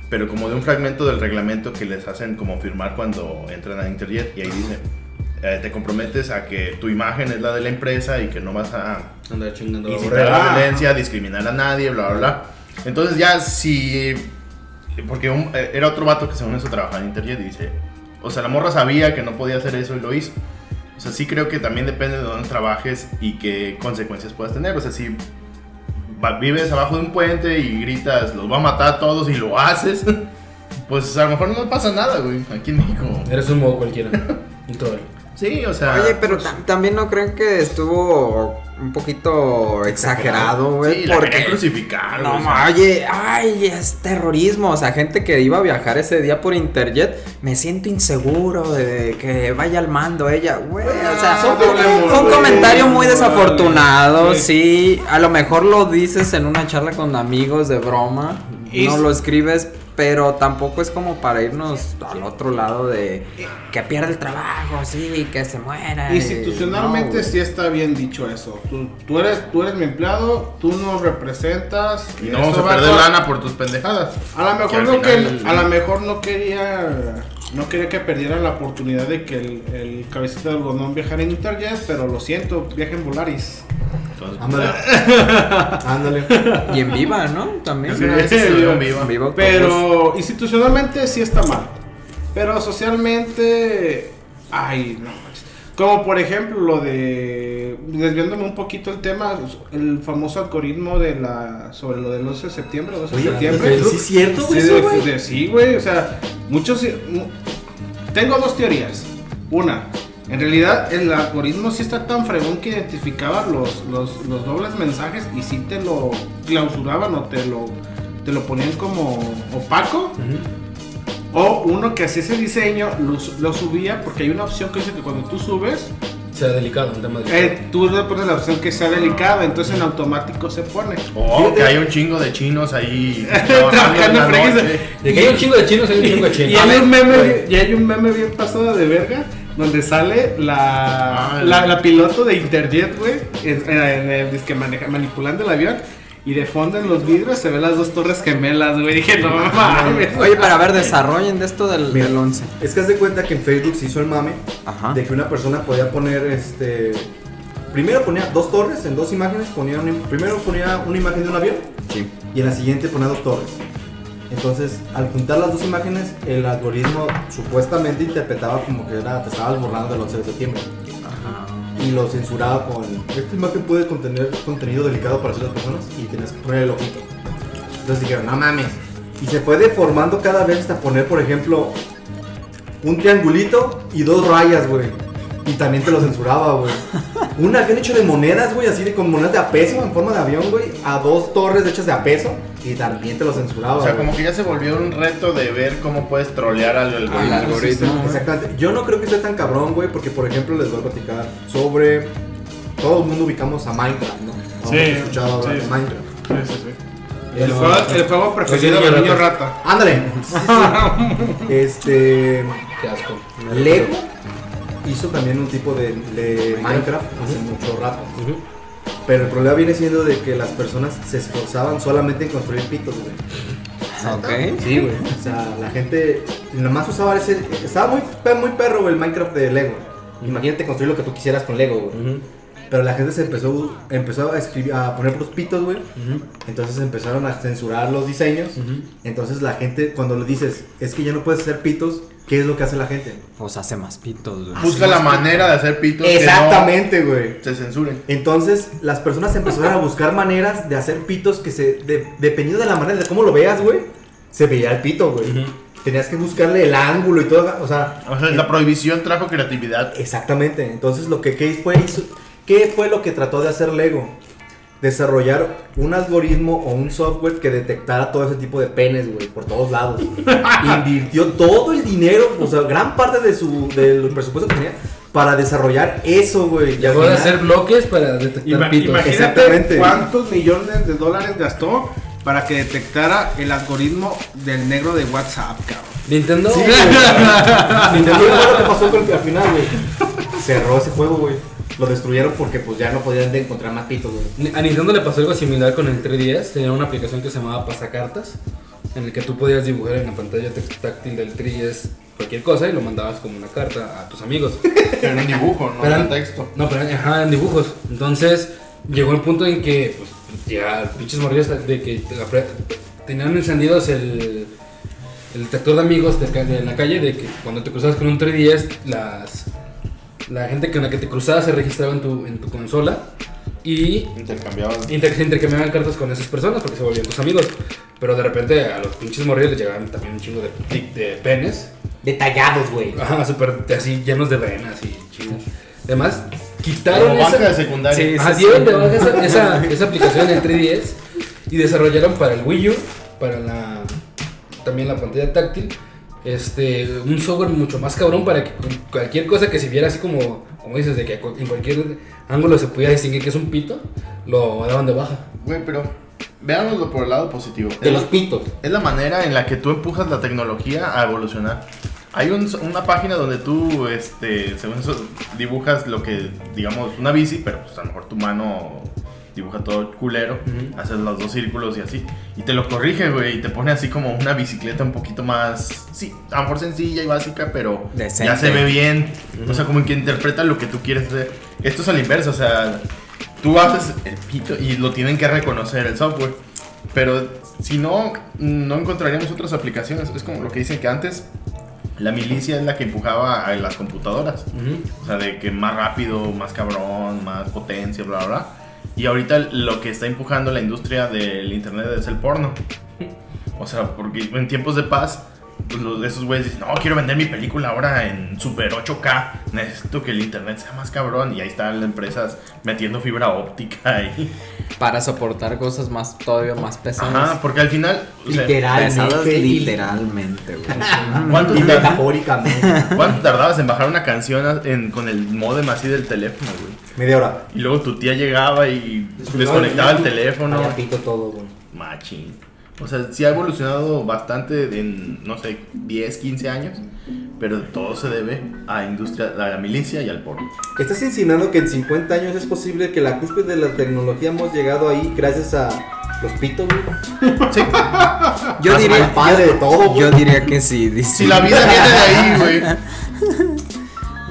Pero como de un fragmento del reglamento que les hacen como firmar cuando entran a Interjet. Y ahí dice: eh, Te comprometes a que tu imagen es la de la empresa y que no vas a Andar chingando. incitar a la violencia, discriminar a nadie, bla, bla, bla. Entonces ya si... Porque un- eh, era otro vato que según eso trabajaba en Internet y dice... O sea, la morra sabía que no podía hacer eso y lo hizo. O sea, sí creo que también depende de dónde trabajes y qué consecuencias puedas tener. O sea, si va- vives abajo de un puente y gritas, los va a matar a todos y lo haces, [laughs] pues a lo mejor no pasa nada, güey. Aquí en México. Eres un modo cualquiera. Un troll. Sí, o sea... Oye, pero tam- también no creen que estuvo un poquito exagerado, güey. Sí, la quería porque crucificar, no, güey, o sea. oye, ay, es terrorismo. O sea, gente que iba a viajar ese día por Interjet, me siento inseguro de que vaya al mando ella, güey. O sea, son fue un- fue un problemas, comentario muy güey. desafortunado, Sí. sí. A lo mejor lo dices en una charla con amigos de broma, Y- no lo escribes Pero tampoco es como para irnos al otro lado de que pierda el trabajo, sí, que se muera. Institucionalmente No, güey. sí está bien dicho eso. Tú, tú eres, tú eres mi empleado, tú nos representas. Y no vamos eso a va perder con- lana por tus pendejadas. A lo Que mejor al no final- que- a lo mejor no quería no quería que perdieran la oportunidad de que el, el cabecita de algodón viajara en Interjet, pero lo siento, viaja en Volaris. Entonces, Ándale. [laughs] Ándale. Y en viva, ¿no? También. creo que ese se lo dio en En vivo. viva. autobús. Pero institucionalmente sí está mal. Pero socialmente. Ay, no manches. Como por ejemplo lo de. Desviándome un poquito el tema, el famoso algoritmo de la. sobre lo del 11 de septiembre, 12 de Oye, septiembre. ¿sí es cierto, Sí, güey, eso, de- güey? de- sí, güey. O sea, muchos. mu- Tengo dos teorías. Una, en realidad el algoritmo sí está tan fregón que identificaba los, los, los dobles mensajes y sí te lo clausuraban o te lo, te lo ponían como opaco. O uno que hacía ese diseño lo, su- lo subía porque hay una opción que dice que cuando tú subes, Sea delicado, un tema delicado. eh, tú le pones la opción que sea delicada, entonces en automático se pone. Oh, que hay un chingo de chinos [laughs] ahí Trabajando en la fregues de- noche. De que hay un chingo de chinos, hay un chingo de Y chinos. hay, un Güey. meme, y hay un meme bien pasado de verga donde sale la, Ah, el- la, la piloto de Interjet, güey, en- en- en el disque maneja, manipulando el avión. Y de fondo en los vidrios se ven las dos torres gemelas, güey. [laughs] Dije, no Ah, mames. Oye, pero a ver, desarrollen de esto del, Mira. del 11. Es que haz de cuenta que en Facebook se hizo el mame Ajá. de que una persona podía poner este. Primero ponía dos torres en dos imágenes. Ponía un- primero ponía una imagen de un avión Sí. y en la siguiente ponía dos torres. Entonces, al juntar las dos imágenes, el algoritmo supuestamente interpretaba como que era, te estabas borrando del 11 de septiembre. Y lo censuraba con. Esta imagen puede contener contenido delicado para ciertas personas y tienes que poner el ojito. Entonces dijeron, no mames. Y se fue deformando cada vez hasta poner, por ejemplo, un triangulito y dos rayas, güey. Y también te lo censuraba, güey. Un avión hecho de monedas, güey, así de con monedas de a peso en forma de avión, güey. A dos torres hechas de a peso. Y también te lo censuraba. O sea, güey. como que ya se volvió un reto de ver cómo puedes trolear al Al algoritmo. algoritmo. Sí, sí, güey. Exactamente. Yo no creo que esté tan cabrón, güey, porque por ejemplo les voy a platicar sobre. Todo el mundo ubicamos a Minecraft, ¿no? Sí, Hemos escuchado hablar sí. de Minecraft. El juego, el juego preferido Los del niño niños rata. [laughs] Ándale. este. Qué asco. Lego hizo también un tipo de, de Minecraft hace mucho rato. Ujú. Pero el problema viene siendo de que las personas se esforzaban solamente en construir pitos, güey. Ah, Ok. Sí, güey. O sea, la gente nomás usaba ese. Estaba muy, pe- muy perro, güey, el Minecraft de Lego. Imagínate construir lo que tú quisieras con Lego, güey. Ujú. Pero la gente se empezó, empezó a, escribir, a poner puros pitos, güey. Entonces empezaron a censurar los diseños. Entonces la gente, cuando le dices, es que ya no puedes hacer pitos, ¿qué es lo que hace la gente? Pues hace más pitos, güey. Busca la manera de hacer pitos Exactamente, güey. que no se censuren. Entonces las personas empezaron a buscar maneras de hacer pitos que se, de- dependiendo de la manera de cómo lo veas, güey, se veía el pito, güey. Tenías que buscarle el ángulo y todo, o sea, O sea, la prohibición trajo creatividad. exactamente. Entonces lo que ¿qué fue, hizo- ¿qué fue lo que trató de hacer Lego? Desarrollar un algoritmo o un software que detectara todo ese tipo de penes, güey, por todos lados. [laughs] Invirtió todo el dinero, o sea, gran parte de su, del presupuesto que tenía para desarrollar eso, güey. Y al Dejó de final- hacer bloques para detectar Ima- pitos. imagínate Exactamente. cuántos millones de dólares gastó para que detectara el algoritmo del negro de WhatsApp, cabrón. Nintendo. Sí, güey. [laughs] Nintendo fue lo que pasó con el- al final, güey. Cerró ese juego, güey. Lo destruyeron porque pues ya no podían de encontrar más pitos, güey. Ni- A Nintendo le pasó algo similar con el 3DS. Tenía una aplicación que se llamaba Pasacartas, en el que tú podías dibujar en la pantalla tex- táctil del 3DS cualquier cosa y lo mandabas como una carta a tus amigos. Pero en un dibujo, no Pero- en un texto. No, pero ajá, en dibujos. Entonces llegó el punto en que pues, ya pinches morrillos de que te- apre- tenían encendidos el, el detector de amigos de, ca- de la calle de que cuando te cruzabas con un 3DS las la gente con la que te cruzabas se registraba en tu, en tu consola y Intercambiaban. Inter intercambiaban cartas con esas personas porque se volvían tus amigos. Pero de repente a los pinches morrillos les llegaban también un chingo de, tic- de penes. Detallados, güey. Ajá, súper así llenos de venas y chingos. Además, quitaron Como esa, banca de secundaria. Sí. Ajá, dieron de baja esa, esa, esa aplicación en 3DS y desarrollaron para el Wii U, para la también la pantalla táctil, este un software mucho más cabrón para que cu- cualquier cosa que se viera así como como dices de que cu- en cualquier ángulo se pudiera distinguir que es un pito, lo daban de baja. Güey, pero Veámoslo por el lado positivo. De Es- los pitos. Es la manera en la que tú empujas la tecnología a evolucionar. Hay un- una página donde tú, este, según eso, dibujas lo que, digamos, una bici, pero pues a lo mejor tu mano dibuja todo culero, haces los dos círculos y así. Y te lo corrige, güey, y te pone así como una bicicleta un poquito más, sí, a lo mejor sencilla y básica, pero ya Decente. se ve bien. O sea, como que interpreta lo que tú quieres hacer. Esto es al inverso, o sea, tú haces el pito y lo tienen que reconocer el software. Pero si no, no encontraríamos otras aplicaciones. Es como lo que dicen que antes la milicia es la que empujaba a las computadoras. O sea, de que más rápido, más cabrón, más potencia, bla, bla, bla. Y ahorita lo que está empujando la industria del internet es el porno. O sea, porque en tiempos de paz, pues, los- esos güeyes dicen, no, quiero vender mi película ahora en super 8K. Necesito que el internet sea más cabrón. Y ahí están las empresas metiendo fibra óptica. Y... Para soportar cosas más todavía más pesadas. Ajá, porque al final... o sea, Pesadas Literalmente. [laughs] literalmente, güey. ¿Cuánto Y tarda- metafóricamente. ¿Cuánto tardabas en bajar una canción en- con el modem así del teléfono, güey? Media hora. Y luego tu tía llegaba y desconectaba el teléfono. Vaya pito todo, güey. Machín. O sea, sí ha evolucionado bastante en, no sé, 10, 15 años. Pero todo se debe a industria, a la milicia y al porno. ¿Estás insinuando que en 50 años es posible que la cúspide de la tecnología hemos llegado ahí gracias a los pitos, güey? Yo Al diría, padre de todo, güey. yo diría que sí. dice. Si la vida viene de ahí, [laughs] güey.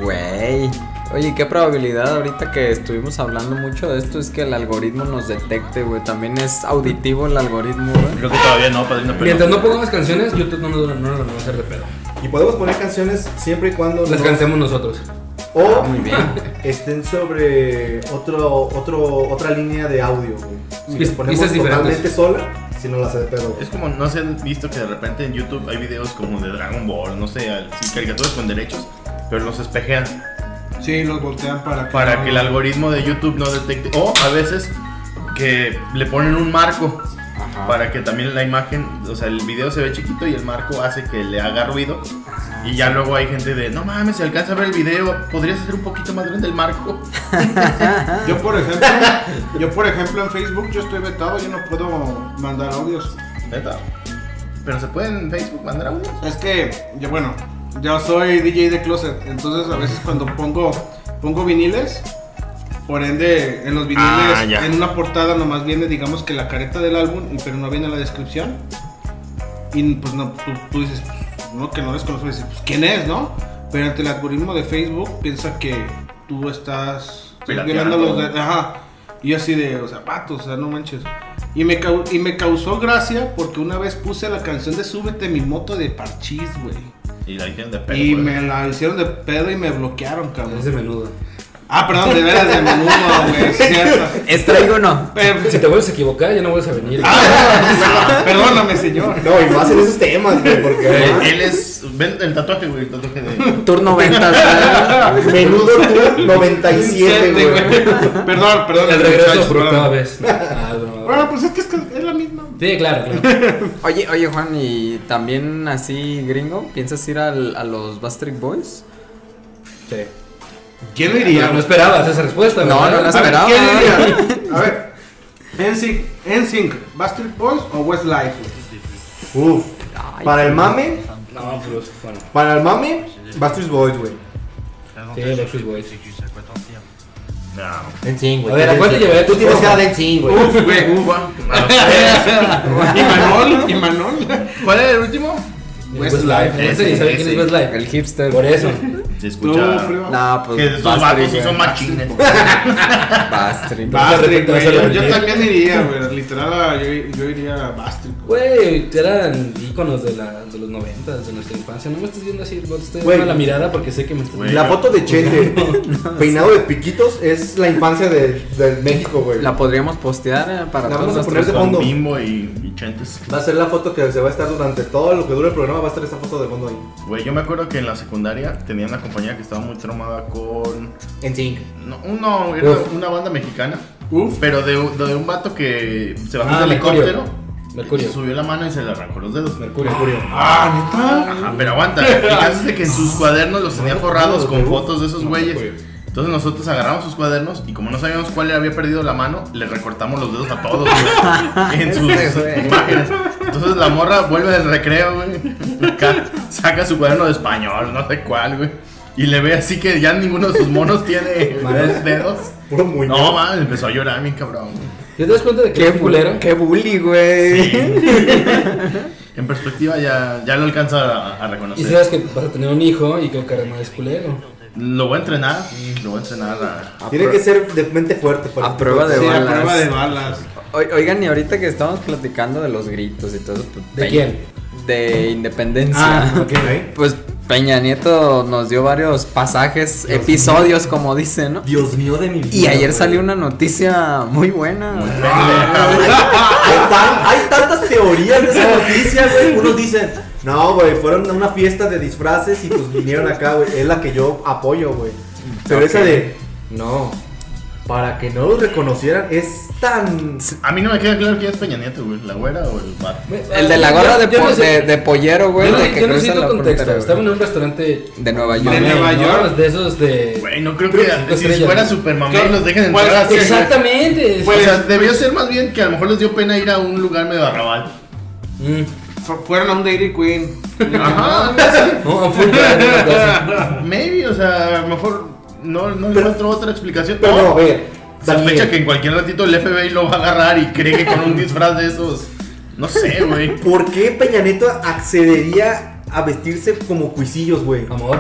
Güey. Oye, ¿qué probabilidad ahorita que estuvimos hablando mucho de esto es que el algoritmo nos detecte, güey? También es auditivo el algoritmo, güey. Creo que todavía no, padrino, pero... Mientras no pongamos canciones, YouTube no nos no nos lo va a hacer de pedo. Y podemos poner canciones siempre y cuando Las no- cansemos nosotros. o Muy bien. [laughs] estén sobre otro, otro, otra línea de audio, güey. Si Pis- las ponemos pistas diferentes. totalmente sola, si no la hace de pedo. güey. Es como, no se han visto que de repente en YouTube hay videos como de Dragon Ball, no sé, así, caricaturas con derechos, pero los espejean. Sí, los voltean para que. para no- que el algoritmo de YouTube no detecte. O a veces que le ponen un marco para que también la imagen, o sea, el video se ve chiquito y el marco hace que le haga ruido. Y ya luego hay gente de, no mames, se alcanza a ver el video, podrías hacer un poquito más grande el marco. Yo por ejemplo, yo por ejemplo en Facebook yo estoy vetado, yo no puedo mandar audios. Neta. Pero se puede en Facebook mandar audios. Es que, yo, bueno, yo soy DJ de closet, entonces a veces cuando pongo, pongo viniles, por ende en los viniles, Ah, ya. en una portada nomás viene, digamos que la careta del álbum, y- pero no viene la descripción. Y pues no, tú, tú dices, pues, no, que no desconozco, dices, pues quién es, ¿no? Pero ante el algoritmo de Facebook piensa que tú estás estás Pirateando. violando los de- Ajá. Y yo así de, o sea, pato, o sea, no manches. Y me, cau- y me causó gracia porque una vez puse la canción de Súbete mi moto de Parchís, güey. Y la hicieron de pedo. y pues. güey. [laughs] me la hicieron de pedo y me bloquearon, cabrón. Es de menudo. Ah, perdón, de veras, de menudo, güey. es cierto. Es uno. Per- Eh, Si te vuelves a equivocar, ya no vuelves a venir. Ah, perdóname, señor. No, y más en esos temas, güey, [laughs] porque Eh, Él, él es. Ven el tatuaje, güey. El tatuaje de. Turno venta. [laughs] menudo tú 97, Siete, güey. güey. Perdón, perdón. El regreso muchachos, por perdón. octava vez. Ah, Bueno, no. pues es que es, que es la misma. Sí, claro, claro. Oye, oye, Juan, ¿y también así gringo? ¿Piensas ir al- a los Bastric Boys? Sí. ¿Quién lo No, no esperabas esa respuesta, No, no, no A ver, esperaba. ¿quién diría? A ver, NSYNC, NSYNC, Bastard Boys o Westlife. Uf. Para el mame, No, pues, bueno. para el mame, Bastos Boys, güey. Sí, Backstreet Boys. No. En sí, A ver, ¿a cuánto llevaré Tú tu tienes promo? cara de en sí, güey. Uf, güey, uf. A ver, Y Manol, y Manol. ¿Cuál era el último? Westlife. Ese, Ese ni sabe quién es ese. Westlife. El hipster. Por eso. Se No, escucha. primo. No, que pues esos vatos sí son Ah, machines. Bastric. Bastard, Vas a güey. Yo, yo repetir. también iría, güey. Literal, ah, yo, yo iría a Bastard. Güey, eran íconos de, la, de los 90, de nuestra infancia. No me estés viendo así, no te estoy Güey. dando la mirada porque sé que me estás Güey. La foto de [laughs] Chete, peinado de piquitos, es la infancia de, de México, güey. La podríamos postear eh, para La todos vamos a nuestros. poner de Con fondo. Bimbo y, y Chentes. Va a ser la foto que se va a estar durante todo lo que dure el programa, va a estar esa foto de fondo ahí. Güey, yo me acuerdo que en la secundaria tenía una compañera que estaba muy traumada con. En sí. No, un- no, era Uf. una banda mexicana. Uf. Pero de, de un vato que se bajó Ah, del Mercurio. helicóptero. Mercurio. y Subió la mano y se le arrancó los dedos. Mercurio. Ah, [laughs] Ajá, pero aguanta. El caso es de que en sus cuadernos los tenía forrados con fotos de esos güeyes. Entonces nosotros agarramos sus cuadernos y como no sabíamos cuál le había perdido la mano, le recortamos los dedos a todos [laughs] güey, en sus imágenes. Entonces la morra vuelve del recreo, güey. ca- Saca su cuaderno de español, no sé cuál, güey. Y le ve así que ya ninguno de sus monos tiene los dedos. Puro muy No, mames, empezó a llorar, mi cabrón. güey. ¿Ya te das cuenta de que Qué es culero? bu- Qué bully, güey. En perspectiva ya, ya lo alcanza a, a Y reconocer. sabes que vas a tener un hijo y que el caramba es culero. Lo voy a entrenar, lo voy a entrenar a... Tiene que ser de mente fuerte pues. para A prueba de Sí, a balas. prueba de balas. Oi- Oigan, y ahorita que estamos platicando de los gritos y todo eso. pues, ¿De Pe- quién? De independencia. Ah, Ok. [laughs] Pues Peña Nieto nos dio varios pasajes, episodios, como dicen, ¿no? Dios mío de mi vida. Y ayer güey. salió una noticia muy buena. Hay tan- hay tantas teorías de esa noticia, güey. Unos dicen, no, güey, fueron a una fiesta de disfraces y pues vinieron acá, güey. Es la que yo apoyo, güey. Pero esa de, no, para que no los reconocieran es tan. [laughs] A mí no me queda claro quién es Peña Nieto, güey. ¿La güera o el vato? El de la gorra de, Yo no po- sé- de, de pollero, güey. Yo no, de que yo no cruza necesito la contexto. frontera, Estaba en güey. un restaurante De Nueva York. mamey, Nueva ¿no? York. De esos de. Güey, no creo que Cinco si estrellas, fuera ¿no? Superman ¿Qué? los dejen Pues, entrar. así, güey. Exactamente. O sea, debió ser más bien que a lo mejor les dio pena ir a un lugar medio arrabal. Mm. Fu- Fueron a un Dairy Queen. Ajá. No, un food truck, una cosa. Maybe, o sea, a lo mejor no, no le encuentro otra explicación. Pero no, a No, ver. sospecha Daniel, que en cualquier ratito el FBI lo va a agarrar y cree que con un disfraz de esos. No sé, güey. ¿Por qué Peña Nieto accedería a vestirse como cuisillos, güey? Amor.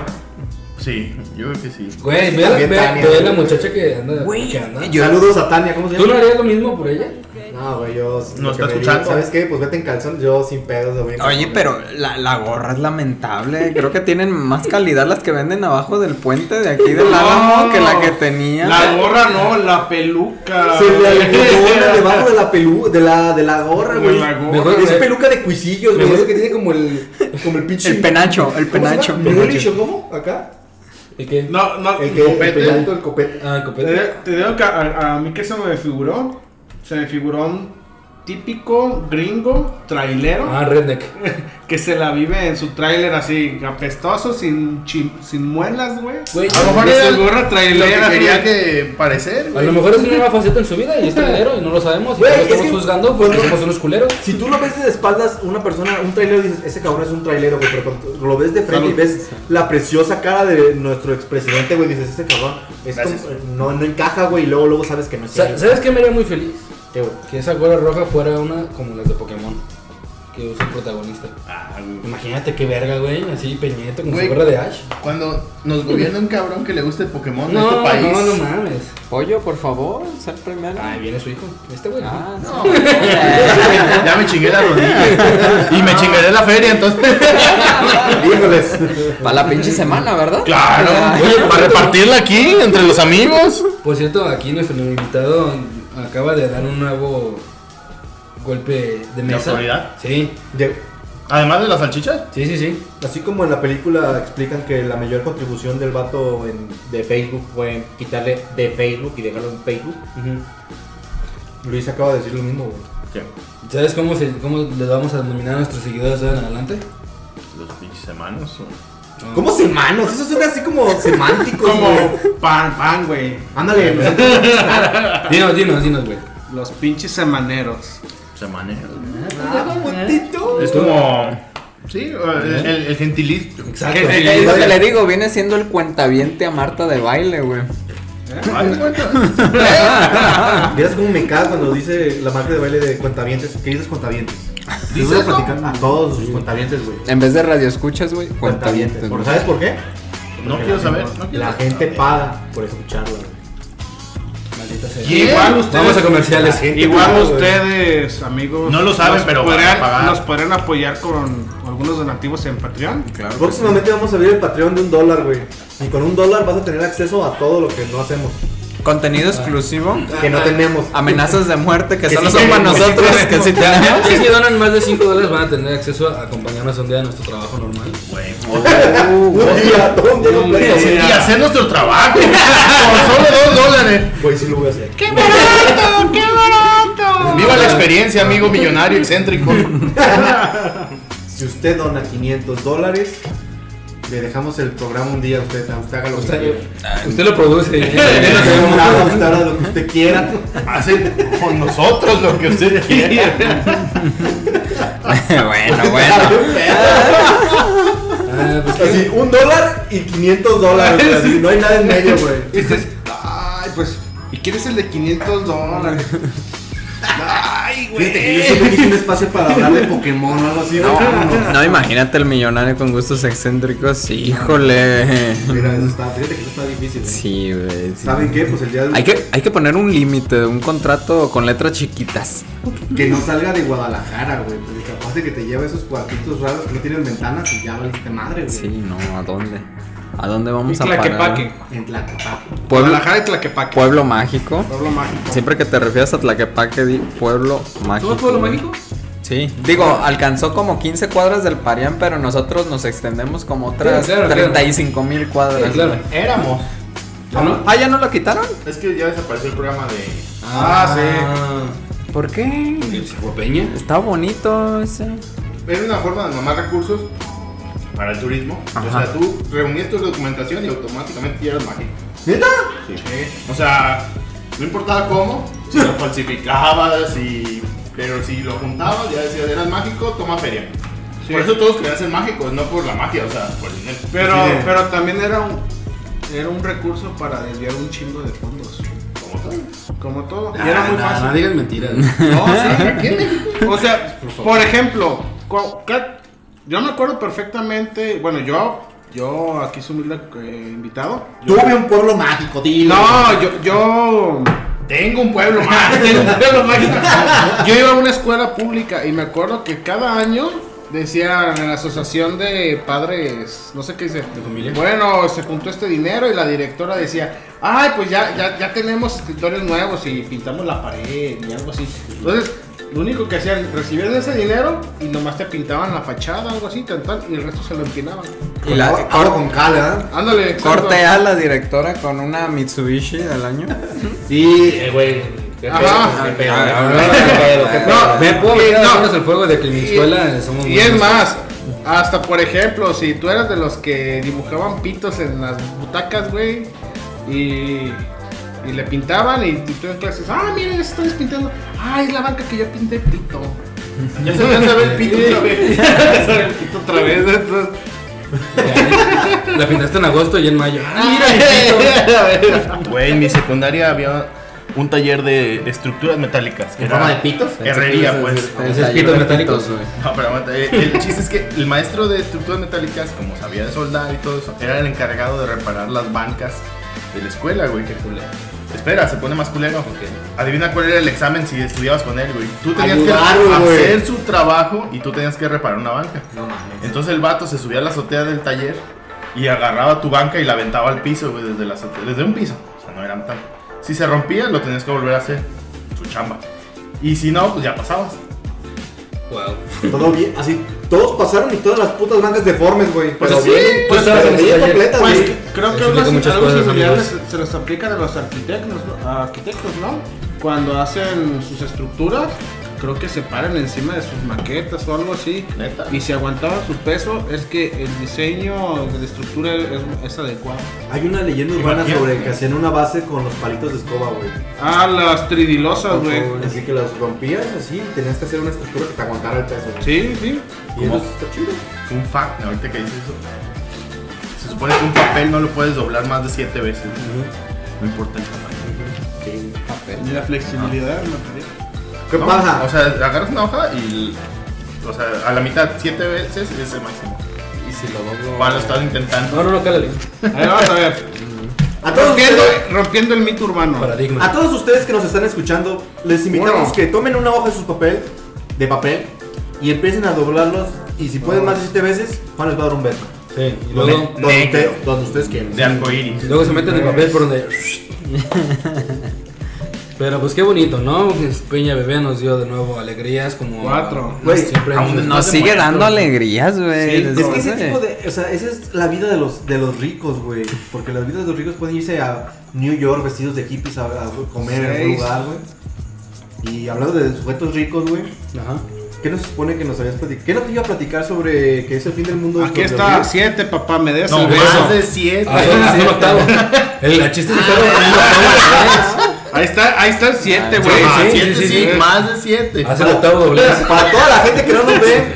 Sí, yo creo que sí. Güey, ve, También ve- Tania. ve la muchacha que anda. que anda. Saludos a Tania, ¿cómo se ¿Tú no llama? harías lo mismo por ella? No, güey, yo. No lo está que me escuchando. digan, ¿Sabes qué? Pues vete en calzón, yo sin pedos. lo voy en Oye, calzones. pero la, la gorra es lamentable. Creo que tienen más calidad las que venden abajo del puente de aquí del Álamo que la que tenía. La gorra no, la peluca. Se [laughs] le algodona debajo de la pelu, de la, de la gorra, Ah, De güey. la gorra. Mejor- Es peluca de cuisillos, güey. Eso que tiene como el, como el pinche. El penacho, el ¿Cómo se penacho. llama? ¿Mulish o cómo? ¿Acá? ¿Y qué? No, Eh. no, El que el copete. pelito, el copete. Ah, Te, copete. te digo que a, a mí que se me figuró, se me figuró un típico gringo trailero Ah, redneck. que se la vive en su trailer así apestoso, sin, chi- sin muelas, güey. Güey, A lo mejor De era su gorra lo trailera, que quería güey. que parecer, A güey. lo mejor es una nueva faceta en su vida y es trailero y no lo sabemos. Y Güey, no lo es estamos que- juzgando porque somos unos culeros. Si tú lo ves de espaldas, una persona, un trailero, dices, ese cabrón es un trailero, güey. Pero cuando lo ves de frente y ves la preciosa cara de nuestro expresidente, güey, dices, ese cabrón es como- Gracias. no, no encaja, güey. Y luego, luego sabes que no es Sa- él. ¿Sabes qué me haría muy feliz? ¿Qué, güey? Que esa gorra roja fuera una como las de Pokémon. Que usa el protagonista. Ah, güey. Imagínate qué verga, güey. Así peñeto con Güey. su gorra de Ash. Cuando nos gobierna un cabrón que le guste el Pokémon en No, este país. no, no mames. Pollo, por favor, ser primero. Ay, viene su hijo. Este güey. Ah, sí. [laughs] Ya me chingué la rodilla. Y me chingaré la feria, entonces. [laughs] Híjoles. Este Para la pinche semana, ¿verdad? Claro. Oye, Para repartirla aquí entre los amigos. Por cierto, aquí nuestro invitado acaba de dar un nuevo golpe de mesa. autoridad? Sí, Ya- Además de las salchichas. sí, sí, sí. Así como en la película explican que la mayor contribución del vato en- de Facebook fue quitarle de Facebook y dejarlo en Facebook, Luis acaba de decir lo mismo, güey. ¿Sabes cómo, se, cómo les vamos a denominar a nuestros seguidores de ahora en adelante? Los pinches hermanos. ¿Cómo semanos? Eso suena así como semántico, Como pan, pan, güey. Ándale, no sé. Dinos, dinos, dinos, güey. Los pinches semaneros. Semaneros. puntito. Es como. Sí, el, el, el gentilicio. Exacto. Eh, eh, Es lo que le digo, viene siendo el cuentaviente a Marta de baile, güey. Ay, cuenta. Vieras cómo me caga cuando dice la marca de baile de cuentavientes. ¿Qué dices cuentavientes? Dice a platicar a todos sus cuentavientes, güey. En vez de radio escuchas, güey, Cuentavientes. cuentavientes. ¿Por- güey. ¿Sabes por qué? No Porque quiero la- saber. No quiero La saber. gente paga por escucharla, güey. Maldita sea. ¿Quién? Igual ustedes. Vamos a comerciales. La gente Igual paga, güey. ustedes, amigos. No lo saben, nos pero van a podrían- pagar. nos podrían apoyar con algunos donativos en Patreon. Próximamente vamos a abrir el Patreon de un dólar, güey. Y con un dólar vas a tener acceso a todo lo que no hacemos. Contenido exclusivo. Que no tenemos. Amenazas de muerte que, Que solo sí son para tenemos, que sí nosotros, que sí [laughs] tenemos. Si donan más de 5 dólares van a tener acceso a acompañarnos un día a nuestro trabajo normal. Güey, Uh, Un día, todo un día completo. Y hacer nuestro trabajo. Por solo dos dólares. Güey, sí lo voy a hacer. Viva la experiencia, amigo millonario excéntrico. Si usted dona 500 dólares, Le dejamos el programa un día a usted, a usted haga lo que Usted, quiera. usted lo [laughs] produce. Usted haga usted haga lo que usted quiera. Hace con nosotros lo que usted quiera. [laughs] bueno, bueno. Ah, pues, Así, un dólar y 500 dólares. güey, así, no hay nada en medio, güey. Y dices, ay, pues, ¿y quién es el de 500 dólares? ay, Fíjate que yo güey. siempre quise un espacio para hablar de Pokémon o algo así. No, No, no, imagínate el millonario con gustos excéntricos. Híjole. Mira, eso está, fíjate que eso está difícil. güey. Sí, güey. sí. ¿Saben qué? Pues el día de Hay que, hay que poner un límite, un contrato con letras chiquitas. que no salga de Guadalajara, güey. Porque capaz de que te lleve esos cuartitos raros que no tienen ventanas y ya valiste madre, güey. Sí, no, ¿a dónde? ¿A dónde vamos Y a Tlaquepaque. parar? En Tlacopaque. Pueblo, Guadalajara y Tlaquepaque. pueblo mágico. Pueblo mágico. Siempre que te refieres a Tlaquepaque, di pueblo mágico. ¿Todo pueblo güey. mágico? Sí. Digo, alcanzó como 15 cuadras del Parián, pero nosotros nos extendemos como otras claro, claro. 35 mil cuadras. Sí, claro. Éramos. ¿O no? Ah, ¿ya no lo quitaron? Es que ya desapareció el programa de. Ah, ¿Por qué? El Cerro Peña. Está bonito ese. Era una forma de mamar recursos para el turismo. O Ajá. sea, tú reunías tu documentación y automáticamente ya eras mágico. ¿Neta? Sí. O sea, no importaba cómo, si lo falsificabas y. Pero si lo juntabas, ya decías, eras mágico, toma feria. Sí. Por eso todos querían ser mágicos, no por la magia, o sea, por el dinero. Pero, Sí, de- pero también era un, era un recurso para desviar un chingo de fondos. como todo. Como todo. Y Ah, era muy Nah, fácil. Ah, No digas mentiras. No, sí. O sea, por ejemplo, cu- ca- yo me acuerdo perfectamente. Bueno, yo, yo aquí soy humilde eh, invitado. Tuve un pueblo mágico, dilo. No, yo, yo [laughs] Tengo un pueblo Ah, mágico. tiene un pelo [laughs] mágico. Yo iba a una escuela pública y me acuerdo que cada año decían en la asociación de padres, no sé qué dice, familia. bueno, se juntó este dinero y la directora decía, ay, pues ya, ya, ya tenemos escritores nuevos y pintamos la pared y algo así. Entonces, lo único que hacían, recibían ese dinero y nomás te pintaban la fachada, algo así, tan, tan, y el resto se lo empinaban. Y la- ahora, ahora con cala. Ándale, exacto. Corte a la directora con una Mitsubishi del año. Ah, Sí, Eh, güey. qué Ajá. pedo, qué Ah, [laughs] pedo. No, Me puedo y- venir no. a el fuego de que en mi ah, Y- escuela somos Y muy es buenos. más, hasta por ejemplo, si tú eras de los que dibujaban pitos en las butacas, güey, y, y le pintaban y, tú en clases, ah, miren, estás pintando, ah, es la banca que yo pinté pito. Ya se alcanza a ver el pito otra [laughs] vez. Pito otra [laughs] vez, entonces, [laughs] Ya, La pintaste en agosto y en mayo. Ah, mira, Güey, en mi secundaria había un taller de, de estructuras metálicas. que ¿En era forma de pitos? Herrería, pues. Esos pitos metálicos. No, pero aguanta, eh, El chiste es que el maestro de estructuras metálicas, como sabía de soldar y todo eso, era el encargado de reparar las bancas de la escuela, güey. Qué culero. Espera, se pone más culero porque adivina cuál era el examen si estudiabas con él, güey. Tú tenías que Ayudarlo, güey. hacer su trabajo y tú tenías que reparar una banca. No mames. Entonces el vato se subía a la azotea del taller y agarraba tu banca y la aventaba al piso, güey, desde la azotea, desde un piso. O sea, no era tan. Si se rompía, lo tenías que volver a hacer. Su chamba. Y si no, pues ya pasabas. Wow. Todo bien, así. Todos pasaron y todas las putas bancas deformes, güey. Pues pero sí, bien, tú estabas pero en ese bien taller. completas, pues, güey. creo que Explica algo muchas cosas, similares amigos. se los aplican a los arquitectos, ¿no? A arquitectos, ¿no? Cuando hacen sus estructuras, creo que se paran encima de sus maquetas o algo así. Neta. Y si aguantaban su peso, es que el diseño de la estructura es, es adecuado. Hay una leyenda urbana Imagínate. sobre que hacían una base con los palitos de escoba, güey. Ah, las Ah, tridilosas, güey. Así que las rompías así y tenías que hacer una estructura que te aguantara el peso. güey. Sí, sí. Y eso ¿Cómo? está chido. Un fact, ahorita que dices eso. Se supone que un papel no lo puedes doblar más de 7 veces. No importa el tamaño. Y la flexibilidad, me parece. ¿Qué ¿No? pasa? O sea, agarras una hoja y. O sea, a la mitad, 7 veces es el máximo. Y si lo doblo. Cuando lo estás intentando. No, no, no, cálale. Ah. Ahí vamos a [laughs] ver. a, todos rompiendo, ustedes, rompiendo el mito urbano. Paradigma. a todos ustedes que nos están escuchando, les invitamos Bueno. que tomen una hoja de sus papel, de papel, y empiecen a doblarlos. Y si pueden más de siete veces, Juan les va a dar un beso. Sí, y luego, Ne- Donde, negro. usted- donde ustedes quieran. De arcoíris. luego se meten el papel por donde. Pero pues qué bonito, ¿no? Pues, Peña Bebé nos dio de nuevo alegrías como. Cuatro. Güey, Güey, siempre aún nos- Nos Después de sigue muerto. dando alegrías, güey. Es Sí, que después ese de- tipo de. O sea, esa es la vida de los, de los ricos, güey. Porque las vidas de los ricos pueden irse a New York vestidos de hippies a, a comer en algún Seis. lugar, güey. Y hablando de sujetos ricos, güey. Ajá. ¿Qué nos supone que nos habías platicado? ¿Qué no te iba a platicar sobre que es el fin del mundo? Aquí sobre está, el- siete, papá, me des No, el beso. más de 7. Ah, Hasta un octavo. El chiste es que estaba poniendo Ahí está, ahí está el siete, güey. Ah, sí, sí, sí, más de 7. Hace el octavo doblez. Para toda la gente que no nos ve,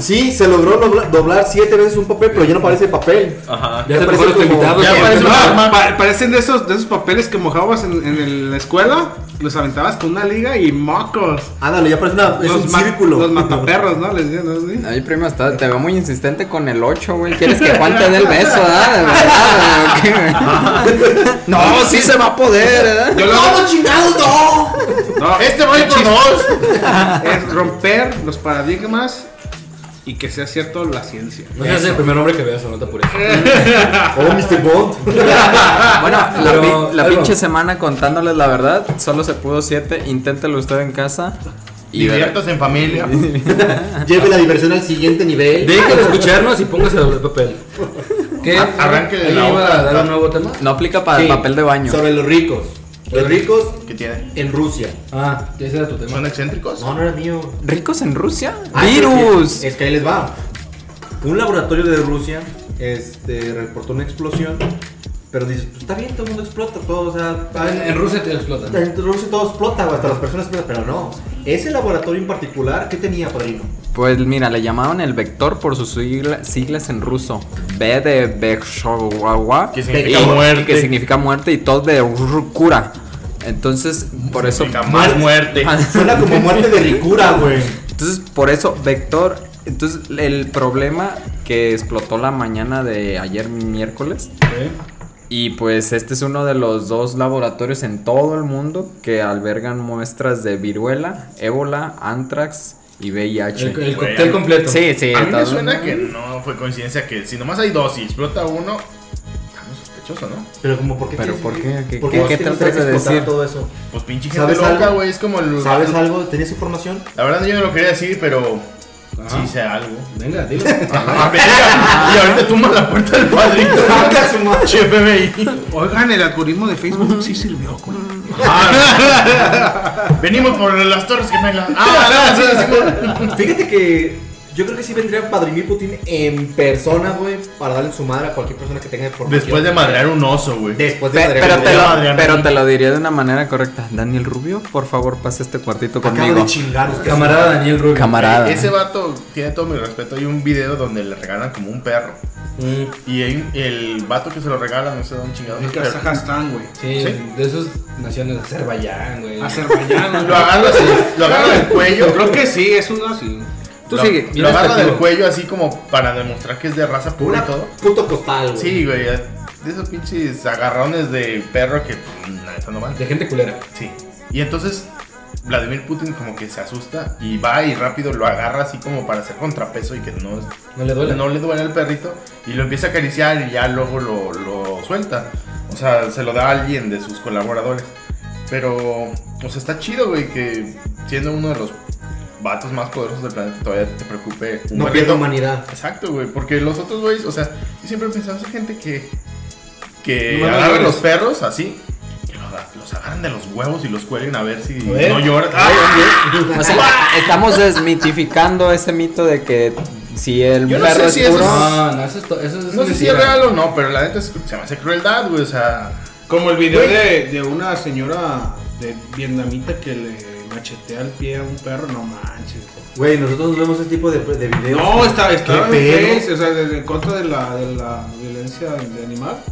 sí, se logró dobla- doblar siete veces un papel, pero ya no parece papel. Ah. Ajá. Ya Ya te este parece pongo los como- invitados. ya güey. parece- No, pa- parecen de esos, de esos papeles que mojabas en, en el- la escuela, los aventabas con una liga y mocos. Ándale, ya parece una, es los un ma- círculo. Los mataperros, ¿no? Les dicen [laughs] así. Ay, primo, está- te veo muy insistente con el 8, güey. ¿Quieres [laughs] que Juan te dé el beso, ah? ¿De verdad? ¿o qué, güey? No, sí se va a poder, ¿eh? Yo lo ¡No, chingados, no! no, es, Este va a ir por dos. es romper los paradigmas y que sea cierto la ciencia. No seas el primer hombre que veas, no te apures. Oh, Mr. [laughs] Bond. Bueno, la, Pero, pi- la algo. pinche semana contándoles la verdad, solo se pudo 7. Inténtelo usted en casa. Y verá. Diviertos en familia. Lleve la diversión al siguiente nivel. Dejen de escucharnos y póngase a doblar papel. ¿Qué? Ah, arranque de la ¿Alguien iba otra. a dar un nuevo tema? No aplica para Sí, el papel de baño. Sobre los ricos. Los ricos ¿Qué tiene? en Rusia. Ah, ese era tu tema. ¿Son excéntricos? No, no era mío. ¿Ricos en Rusia? Ah, ¡Virus! Es que ahí les va. Un laboratorio de Rusia este, reportó una explosión. Pero dices, pues está bien, todo el mundo explota, todo, o sea, Ah, En, en Rusia te explotan. En Rusia todo explota, güey, hasta las personas explotan, pero no. Ese laboratorio en particular, ¿qué tenía, padrino? Pues mira, le llamaban el vector por sus sigla- siglas en ruso. B de Bekshowawa. Que significa y- muerte. Que significa muerte y todo de cura. Entonces, por eso. Significa más muerte. Ah, Suena como muerte de [laughs] ricura, güey. Entonces, por eso, vector. Entonces, el problema que explotó la mañana de ayer miércoles. Y pues este es uno de los dos laboratorios en todo el mundo que albergan muestras de viruela, ébola, antrax y VIH. El, el cóctel completo. Sí, sí. A mí me todo- suena que no fue coincidencia que si nomás hay dos y explota uno, estamos sospechoso, ¿no? Pero como, ¿por qué? Pero, te- ¿por qué? ¿Qué- ¿Por qué- qué te gustaría tratas explotar de decir? Pues, todo eso? Pues pinche gente ¿Sabes loca, algo? güey, es como el... ¿Sabes algo? ¿Tenías información? La verdad yo no lo quería decir, pero Ajá. sí sé algo. Venga, dilo. Ah, verga. [laughs] Y ahorita tumba la puerta del [laughs] padrino. Saca su madre. Che, FBI. Oigan, el algoritmo de Facebook sí sirvió. güey. Ah, no. Venimos por las torres gemelas. Ah, no, sí, sí, sí. Fíjate que yo creo que sí vendría Vladimir Putin en persona, güey, para darle su madre a cualquier persona que tenga información. Después de madrear un oso, güey. Después de Pe- madrear pero, un- te Adrián, lo, pero te lo diría de una manera correcta. Daniel Rubio, por favor, pasa este cuartito Acabo conmigo. de chingar. usted. Camarada Daniel Rubio. Camarada. Ese vato tiene todo mi respeto. Hay un video donde le regalan como un perro. Mm, Y hay- el vato que se lo regala, no sé dónde chingado. En Kazajstán, güey. sí, Sí. de esas naciones, Azerbaiyán, güey. Azerbaiyán. [laughs] Lo agarra, así, lo agarra del cuello. Creo que sí, es una. sí. Tú lo, sigue. Lo agarra del activo. cuello así como para demostrar que es de raza pura Una y todo. puto costal, güey. Sí, güey. De esos pinches agarrones de perro que nada, eso no van. De gente culera. Sí. Y entonces Vladimir Putin como que se asusta y va y rápido lo agarra así como para hacer contrapeso y que no, No le duele. no le duele al perrito y lo empieza a acariciar y ya luego lo, lo suelta. O sea, se lo da a alguien de sus colaboradores. Pero, o sea, está chido, güey, que siendo uno de los vatos más poderosos del planeta todavía te preocupe. un No perrito. pierdo humanidad. Exacto, güey, porque los otros güeyes, o sea, yo siempre he pensado, esa gente que, que No van a agarra llorar. los perros así, que los, los agarran de los huevos y los cuelguen a ver si ver. no lloran. ¡Ah! O [laughs] sea, estamos desmitificando ese mito de que si el Yo no perro sé es si eso puro. No, no, eso es, to- eso es No sé si es mentira. real o no, pero la neta es, se me hace crueldad, güey, o sea, Como el video de, de una señora de vietnamita que le machetea el pie a un perro, no manches. Güey, nosotros vemos ese tipo de, de videos. No, está, está ¿Qué pedo? en face, o sea, de- en contra de la, de la violencia de animal.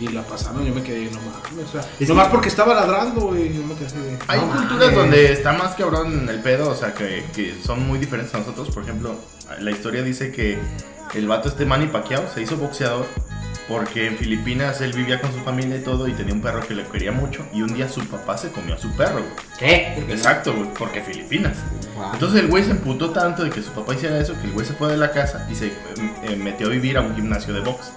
Y la pasaron, yo me quedé, no mames, o sea, Es nomás que- porque estaba ladrando, güey, yo me quedé así de- hay no culturas mames. donde está más cabrón en el pedo, o sea, que, que son muy diferentes a nosotros. Por ejemplo, la historia dice que el vato este Manny Pacquiao se hizo boxeador porque en Filipinas él vivía con su familia y todo y tenía un perro que le quería mucho y un día su papá se comió a su perro, güey. ¿Qué? Exacto, güey, porque Filipinas. Wow. Entonces el güey se emputó tanto de que su papá hiciera eso que el güey se fue de la casa y se eh, metió a vivir a un gimnasio de box.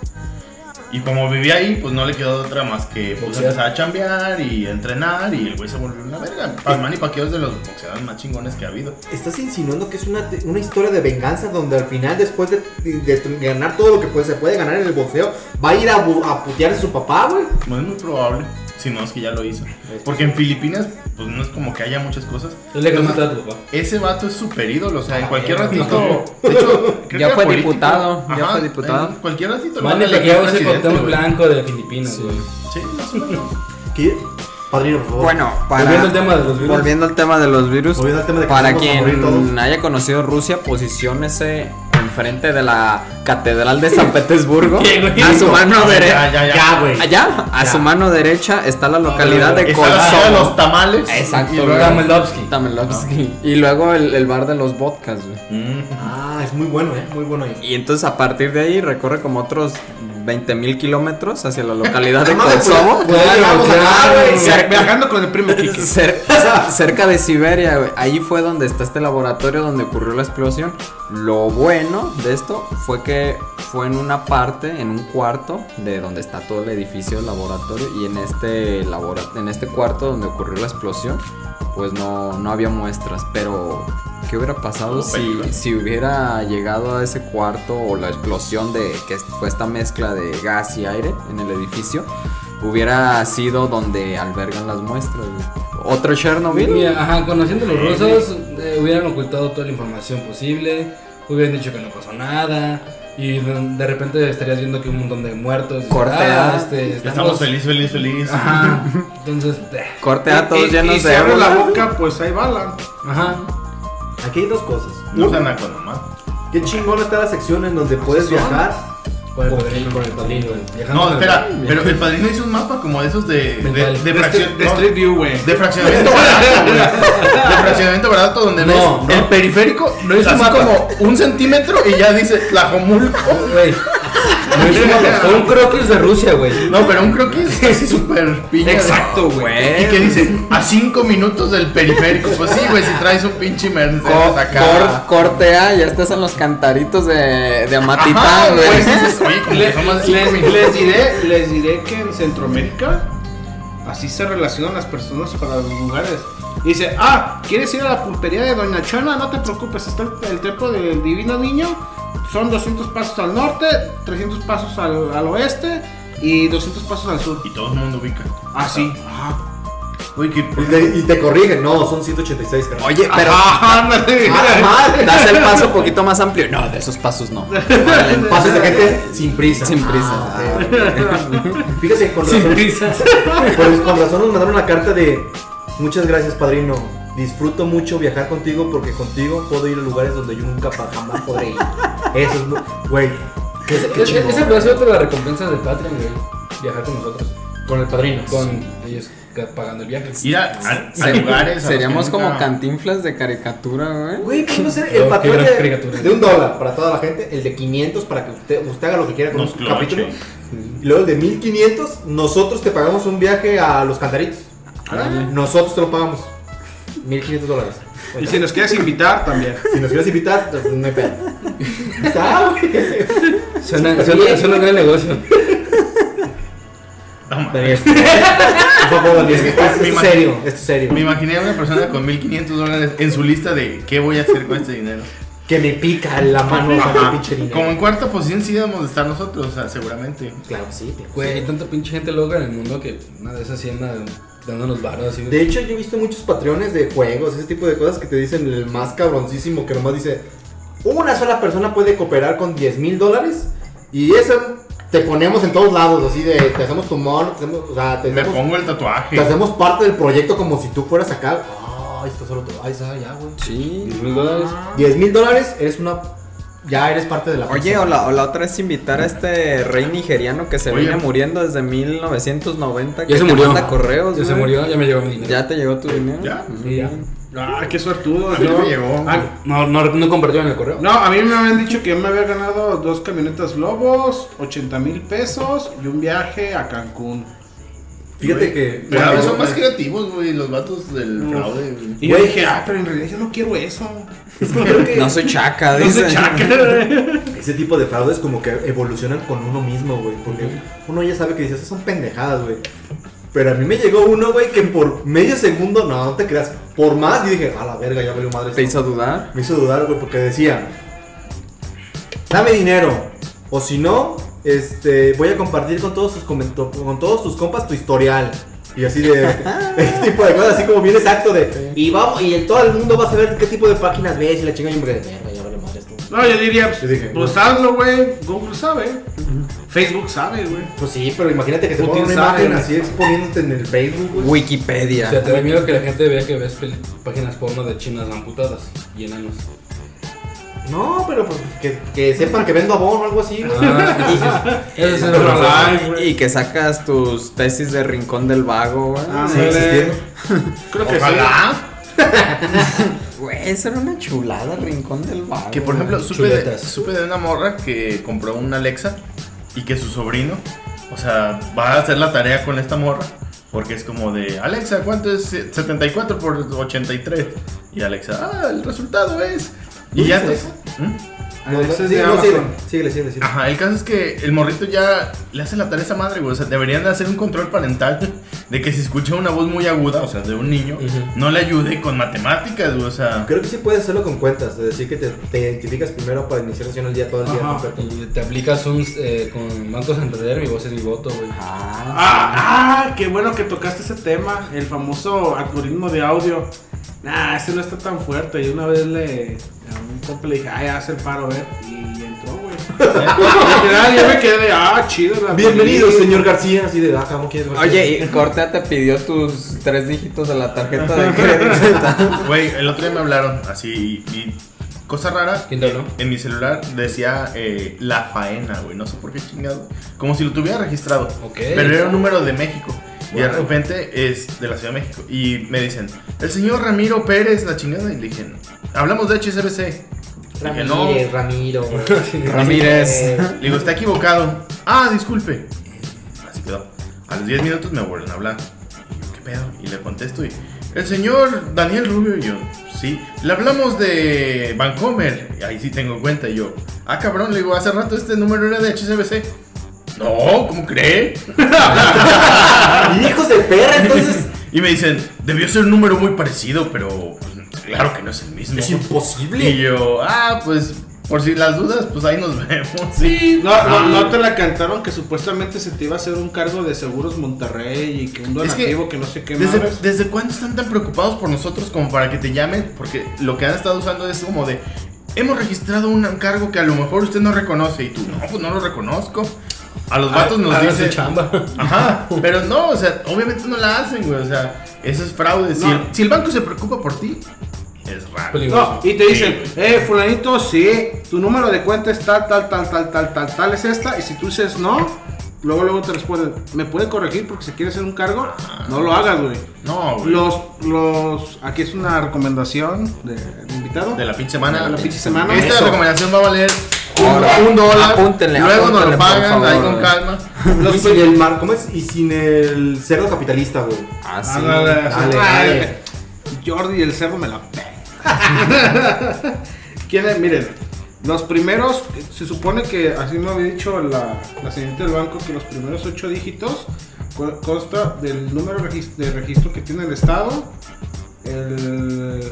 Y como vivía ahí, pues no le quedó otra más que pues, Boxear. empezar a chambear y entrenar y el güey se volvió una verga. Pacman y Pacquiao es de los boxeadores más chingones que ha habido. Estás insinuando que es una, una historia de venganza donde al final, después de, de- de ganar todo lo que puede- se puede ganar en el boxeo, va a ir a, bu- a putear a su papá, güey. No es muy probable. Si si no es que ya lo hizo. Porque en Filipinas, pues no es como que haya muchas cosas. Es le que Entonces, mata a tu papá. Ese vato es super ídolo, o sea, en cualquier mira, ratito. De hecho, creo Ya que fue político. diputado, ya fue diputado. En cualquier ratito Manny van a elegir Pacquiao es el presidente, Cuauhtémoc güey. Blanco de Filipinas, güey. Sí, más o menos. ¿Qué? Padrino, por favor. Bueno, para- Volviendo al tema de los virus. volviendo al tema de los virus, Volviendo al tema de que para nos vamos a morir quien todos. haya conocido Rusia, posiciónese enfrente de la Catedral de San [laughs] Petersburgo. ¿Qué, güey? A su mano Ya, derecha. ya, ya. Ya, güey. Allá, a su mano derecha está la localidad de Está la ciudad de los Kolsov. tamales. Exacto, Y luego- güey. Gamelovsky. Tamilovsky. Y luego el, el bar de los vodkas, güey. Mm. Ah, es muy bueno, eh. Muy bueno ahí. Y entonces a partir de ahí recorre como otros 20 mil kilómetros hacia la localidad [laughs] de No mames, Kolsovo. pues, pues, vamos acá, güey. Cerca- Viajando con el primo [laughs] Kiki. Cer- cerca de Siberia, güey. Ahí fue donde está este laboratorio donde ocurrió la explosión. Lo bueno de esto fue que fue en una parte, en un cuarto, de donde está todo el edificio del laboratorio. Y en este, labora- en este cuarto donde ocurrió la explosión, pues no, no había muestras. Pero, ¿qué hubiera pasado Todo si, peligro. si hubiera llegado a ese cuarto o la explosión de que fue esta mezcla de gas y aire en el edificio? Hubiera sido donde albergan las muestras. güey. Otro Chernobyl. Mira, ajá, conociendo a los rusos, eh, hubieran ocultado toda la información posible, hubieran dicho que no pasó nada, y de de repente estarías viendo que un montón de muertos. dices, Corte "Ah, A. este, Estamos feliz, feliz, feliz. Ajá, entonces, eh, Corte a todos Y- y llenos si de abre ébola. la boca, pues ahí bala. ajá. Aquí hay dos cosas. No sean economás. Qué chingón está la sección en donde puedes son? viajar. [laughs] Con el padrino, con el padrino. viajando No, con el- espera, pero el padrino hizo un mapa como de esos de, de, Mental. de De, fracción- Street- de no, Street View, güey. de [laughs] fraccionamiento barato, güey. De fraccionamiento barato donde ves No, no. el periférico, No es hizo así mapa. como un centímetro y ya dice Tlajomulco. Güey, no hizo nada, fue un croquis de Rusia, güey. No, pero un croquis así súper piña. Exacto, güey. güey. Y que dice, a cinco minutos del periférico. Pues sí, güey, si traes un pinche Mercedes Co- cor- acá. corte A, ya estás en los cantaritos de, de Ajá, Amatitán, güey. güey. [laughs] dices, Oye, como que Les, son más de cinco les- minutos. les diré, les diré que en Centroamérica así se relacionan las personas para los lugares. Dice, ah, ¿quieres ir a la pulpería de Doña Chona? No te preocupes, está el, el templo del Divino Niño. Son 200 pasos al norte, 300 pasos al, al oeste y 200 pasos al sur. Y todo el mundo ubica. Así. Ah, Uy, que Y te, y te corrigen, no, son 186, carnal. Oye, pero Ajá, ándale. [laughs] ¡Ah, madre! das el paso un poquito más amplio. No, de esos pasos no. Pases de gente sin prisa. Sin prisa. Ah, ok. Fíjate, con razón, [laughs] prisas. pues, con razón nos mandaron una carta de muchas gracias, padrino. Disfruto mucho viajar contigo porque contigo puedo ir a lugares donde yo nunca pa- jamás podré ir. Eso es, muy- güey. qué- qué chingón. Esa puede ser otra de las recompensas del Patreon, güey. Viajar con nosotros. Con el padrino. Con ellos ca- pagando el viaje. ir a, a- a Se- lugares. a los que [laughs] seríamos como nunca- cantinflas de caricatura, güey. Güey, ¿qué va a ser Qué el patrón gran de, caricatura. de un dólar para toda la gente? El de 500 para que usted, usted haga lo que quiera con Nos un capítulo. cloche. Y luego el de 1500, nosotros te pagamos un viaje a los cantaritos. Nosotros te lo pagamos. 1500 dólares. Y si nos quieres invitar también. Si nos quieres invitar, pues, no hay pedo. Está, güey. Suena, suena, suena un gran negocio. No, ma- Daniel, Por favor, Daniel, esto es, Me esto es imagino- serio. Esto es serio. Me imaginé a una persona con 1500 dólares en su lista de qué voy a hacer con este dinero. Que me pica la mano con el Ajá. pinche dinero. Como en cuarta posición sí debemos de estar nosotros, o sea, seguramente. Claro que sí. claro que Güey, hay tanta pinche gente loca en el mundo que una de esas sí anda dándonos varos así. sí. De hecho, yo he visto muchos patreones de juegos, ese tipo de cosas que te dicen el más cabroncísimo que nomás dice: Una sola persona puede cooperar con 10 mil dólares y eso te ponemos en todos lados, así de te hacemos tumor, te hacemos, o sea, te Me hacemos pongo el Te tatuaje. hacemos parte del proyecto como si tú fueras acá. Ay, está solo tú. Ay, está ya, güey. Sí. Ah, 10 mil dólares, eres una. Ya eres parte de la. Oye, o la, o la otra es invitar a este rey nigeriano que se Oye. viene muriendo desde 1990. Que se te murió. manda correos, Ya se güey. murió, ya me llegó mi dinero. ¿Ya te llegó tu dinero? Ya. Sí, ya. Ah, qué suertudo. A mí yo- me llegó. Ah, No, no, no compartieron el correo. No, a mí me habían dicho que yo me había ganado dos camionetas Lobos, 80 mil pesos y un viaje a Cancún. Fíjate que. Pero ahora cuando- son más creativos, güey, los vatos del Uf. fraude. güey. Y yo dije, ah, pero en realidad yo no quiero eso. No soy chaca, No dice. se chaca. Ese tipo de fraudes como que evolucionan con uno mismo, güey. Porque uno ya sabe que dice, esas son pendejadas, güey. Pero a mí me llegó uno, güey, que por medio segundo, no, no te creas, por más, yo dije, a la verga, ya valió madre. [laughs] Te esto". hizo dudar. Me hizo dudar, güey, porque decía, dame dinero, o si no, este, voy a compartir con todos tus comen- to- con todos tus compas tu historial. Y así de. [laughs] Ese tipo de cosas, así como bien exacto de. Y vamos, y todo el mundo va a saber qué tipo de páginas ves y la chinga y hombre, verga, ya vale madre esto. No, yo diría, Yo pues, dije, pues hazlo, güey. Google sabe. Facebook sabe, güey. Pues sí, pero imagínate que te Putin pongan una sabe, imagen güey. así exponiéndote en el Facebook, güey. O sea, Wikipedia. te da miedo que la gente vea que ves pel- páginas porno de chinas amputadas y enanos. No, pero pues que, que sepan que vendo abono o algo así, güey. Ah, eso [laughs] es Pero verdad. ay, güey. Y que sacas tus tesis de Rincón del Vago, güey. Ah, Sigue ándale. existiendo. Creo que sí. Ojalá. Güey, eso era una chulada, el Rincón del Vago. Que por ejemplo, supe de, Chuletas. supe de una morra que compró una Alexa y que su sobrino, o sea, va a hacer la tarea con esta morra. Porque es como de, Alexa, ¿cuánto es 74 por 83? Y Alexa, ah, el resultado es. Y ya te. ¿Mm? No, no, Alexa Ah, es sí, de no, Amazon. síguele, síguele, síguele, síguele. Ajá, el caso es que el morrito ya le hace la tarea a esa madre, güey. O sea, deberían de hacer un control parental [laughs] de que si escucha una voz muy aguda, o sea, de un niño, Ujú. no le ayude con matemáticas, güey. O sea, Creo que sí puedes hacerlo con cuentas, de decir que te, te identificas primero para iniciar sesión el día todo el día. Ajá. completo. Y te aplicas un eh, con Banco Santander, mi voz es mi voto, güey. Ah, ah, qué bueno que tocaste ese tema. El famoso algoritmo de audio. Nah, ese no está tan fuerte. Yo una vez le. A un compa le dije, ay, haz el paro, a ver. Y entró, güey. Literal, yo me quedé de, ah, chido. el algoritmo. Bienvenido, señor García. Así de, ah, ¿cómo quieres? García? Oye, y Cortea te pidió tus tres dígitos de la tarjeta de crédito. güey, el otro día me hablaron así y, y cosa rara. ¿Quién te habló? En mi celular decía eh, la faena, güey. No sé por qué chingado. Como si lo tuviera registrado. Ok. Pero era un número de México. Y de Wow. repente es de la Ciudad de México. Y me dicen, el señor Ramiro Pérez, la chingada. Y le dije, hablamos de HSBC. Le dije, no. Ramírez, Ramiro. güey. Ramírez. Le digo, está equivocado. Ah, disculpe. Así quedó. A los 10 minutos me vuelven a hablar. Y yo, ¿qué pedo? Y le contesto y. El señor Daniel Rubio y yo, sí. Le hablamos de Vancomer. Ahí sí tengo cuenta. Y yo, ah, cabrón, le digo, hace rato este número era de HCBC. No, ¿cómo cree? [laughs] Hijos de perra, entonces. [laughs] Y me dicen, debió ser un número muy parecido, pero pues, claro que no es el mismo. Es imposible. Y yo, ah, pues por si las dudas, pues ahí nos vemos. Sí, no, no, Ah. no te la cantaron que supuestamente se te iba a hacer un cargo de seguros Monterrey y que un Es que donativo que, no sé qué ¿Desde, madres. ¿Desde cuándo están tan preocupados por nosotros como para que te llamen? Porque lo que han estado usando es como de. Hemos registrado un cargo que a lo mejor usted no reconoce y tú, no, pues no lo reconozco. A Ah, los vatos nos Hagan su dicen. chamba. [laughs] Ajá, pero no, o sea, obviamente no la hacen, güey, o sea, eso es fraude. Si, No. Pues, el, si el banco se preocupa por ti, es raro. Peligroso. No, y te dicen, eh, fulanito, sí, tu número de cuenta es tal, tal, tal, tal, tal, tal, tal, es esta. Y si tú dices no, luego, luego te responden, ¿me puede corregir porque se quiere hacer un cargo? No lo hagas, güey. No, güey. Los, los, aquí es una recomendación de- del invitado. De la pinche semana. De la pinche semana. Esta Eso. recomendación va a valer Ahora, un, un dólar. apúntenle, luego nos apúntenle, por lo pagan, ahí favor, con güey. [laughs] calma. y sin el mar, ¿cómo es? Y sin el cerdo capitalista, güey. Ah, sí. Ah, dale, dale, dale. dale. Jordi el cerdo me la [laughs] pega. ¿Quieren? Miren, los primeros, se supone que así me había dicho la, la señorita del banco que los primeros ocho dígitos co- consta del número regis- de registro que tiene el estado, el,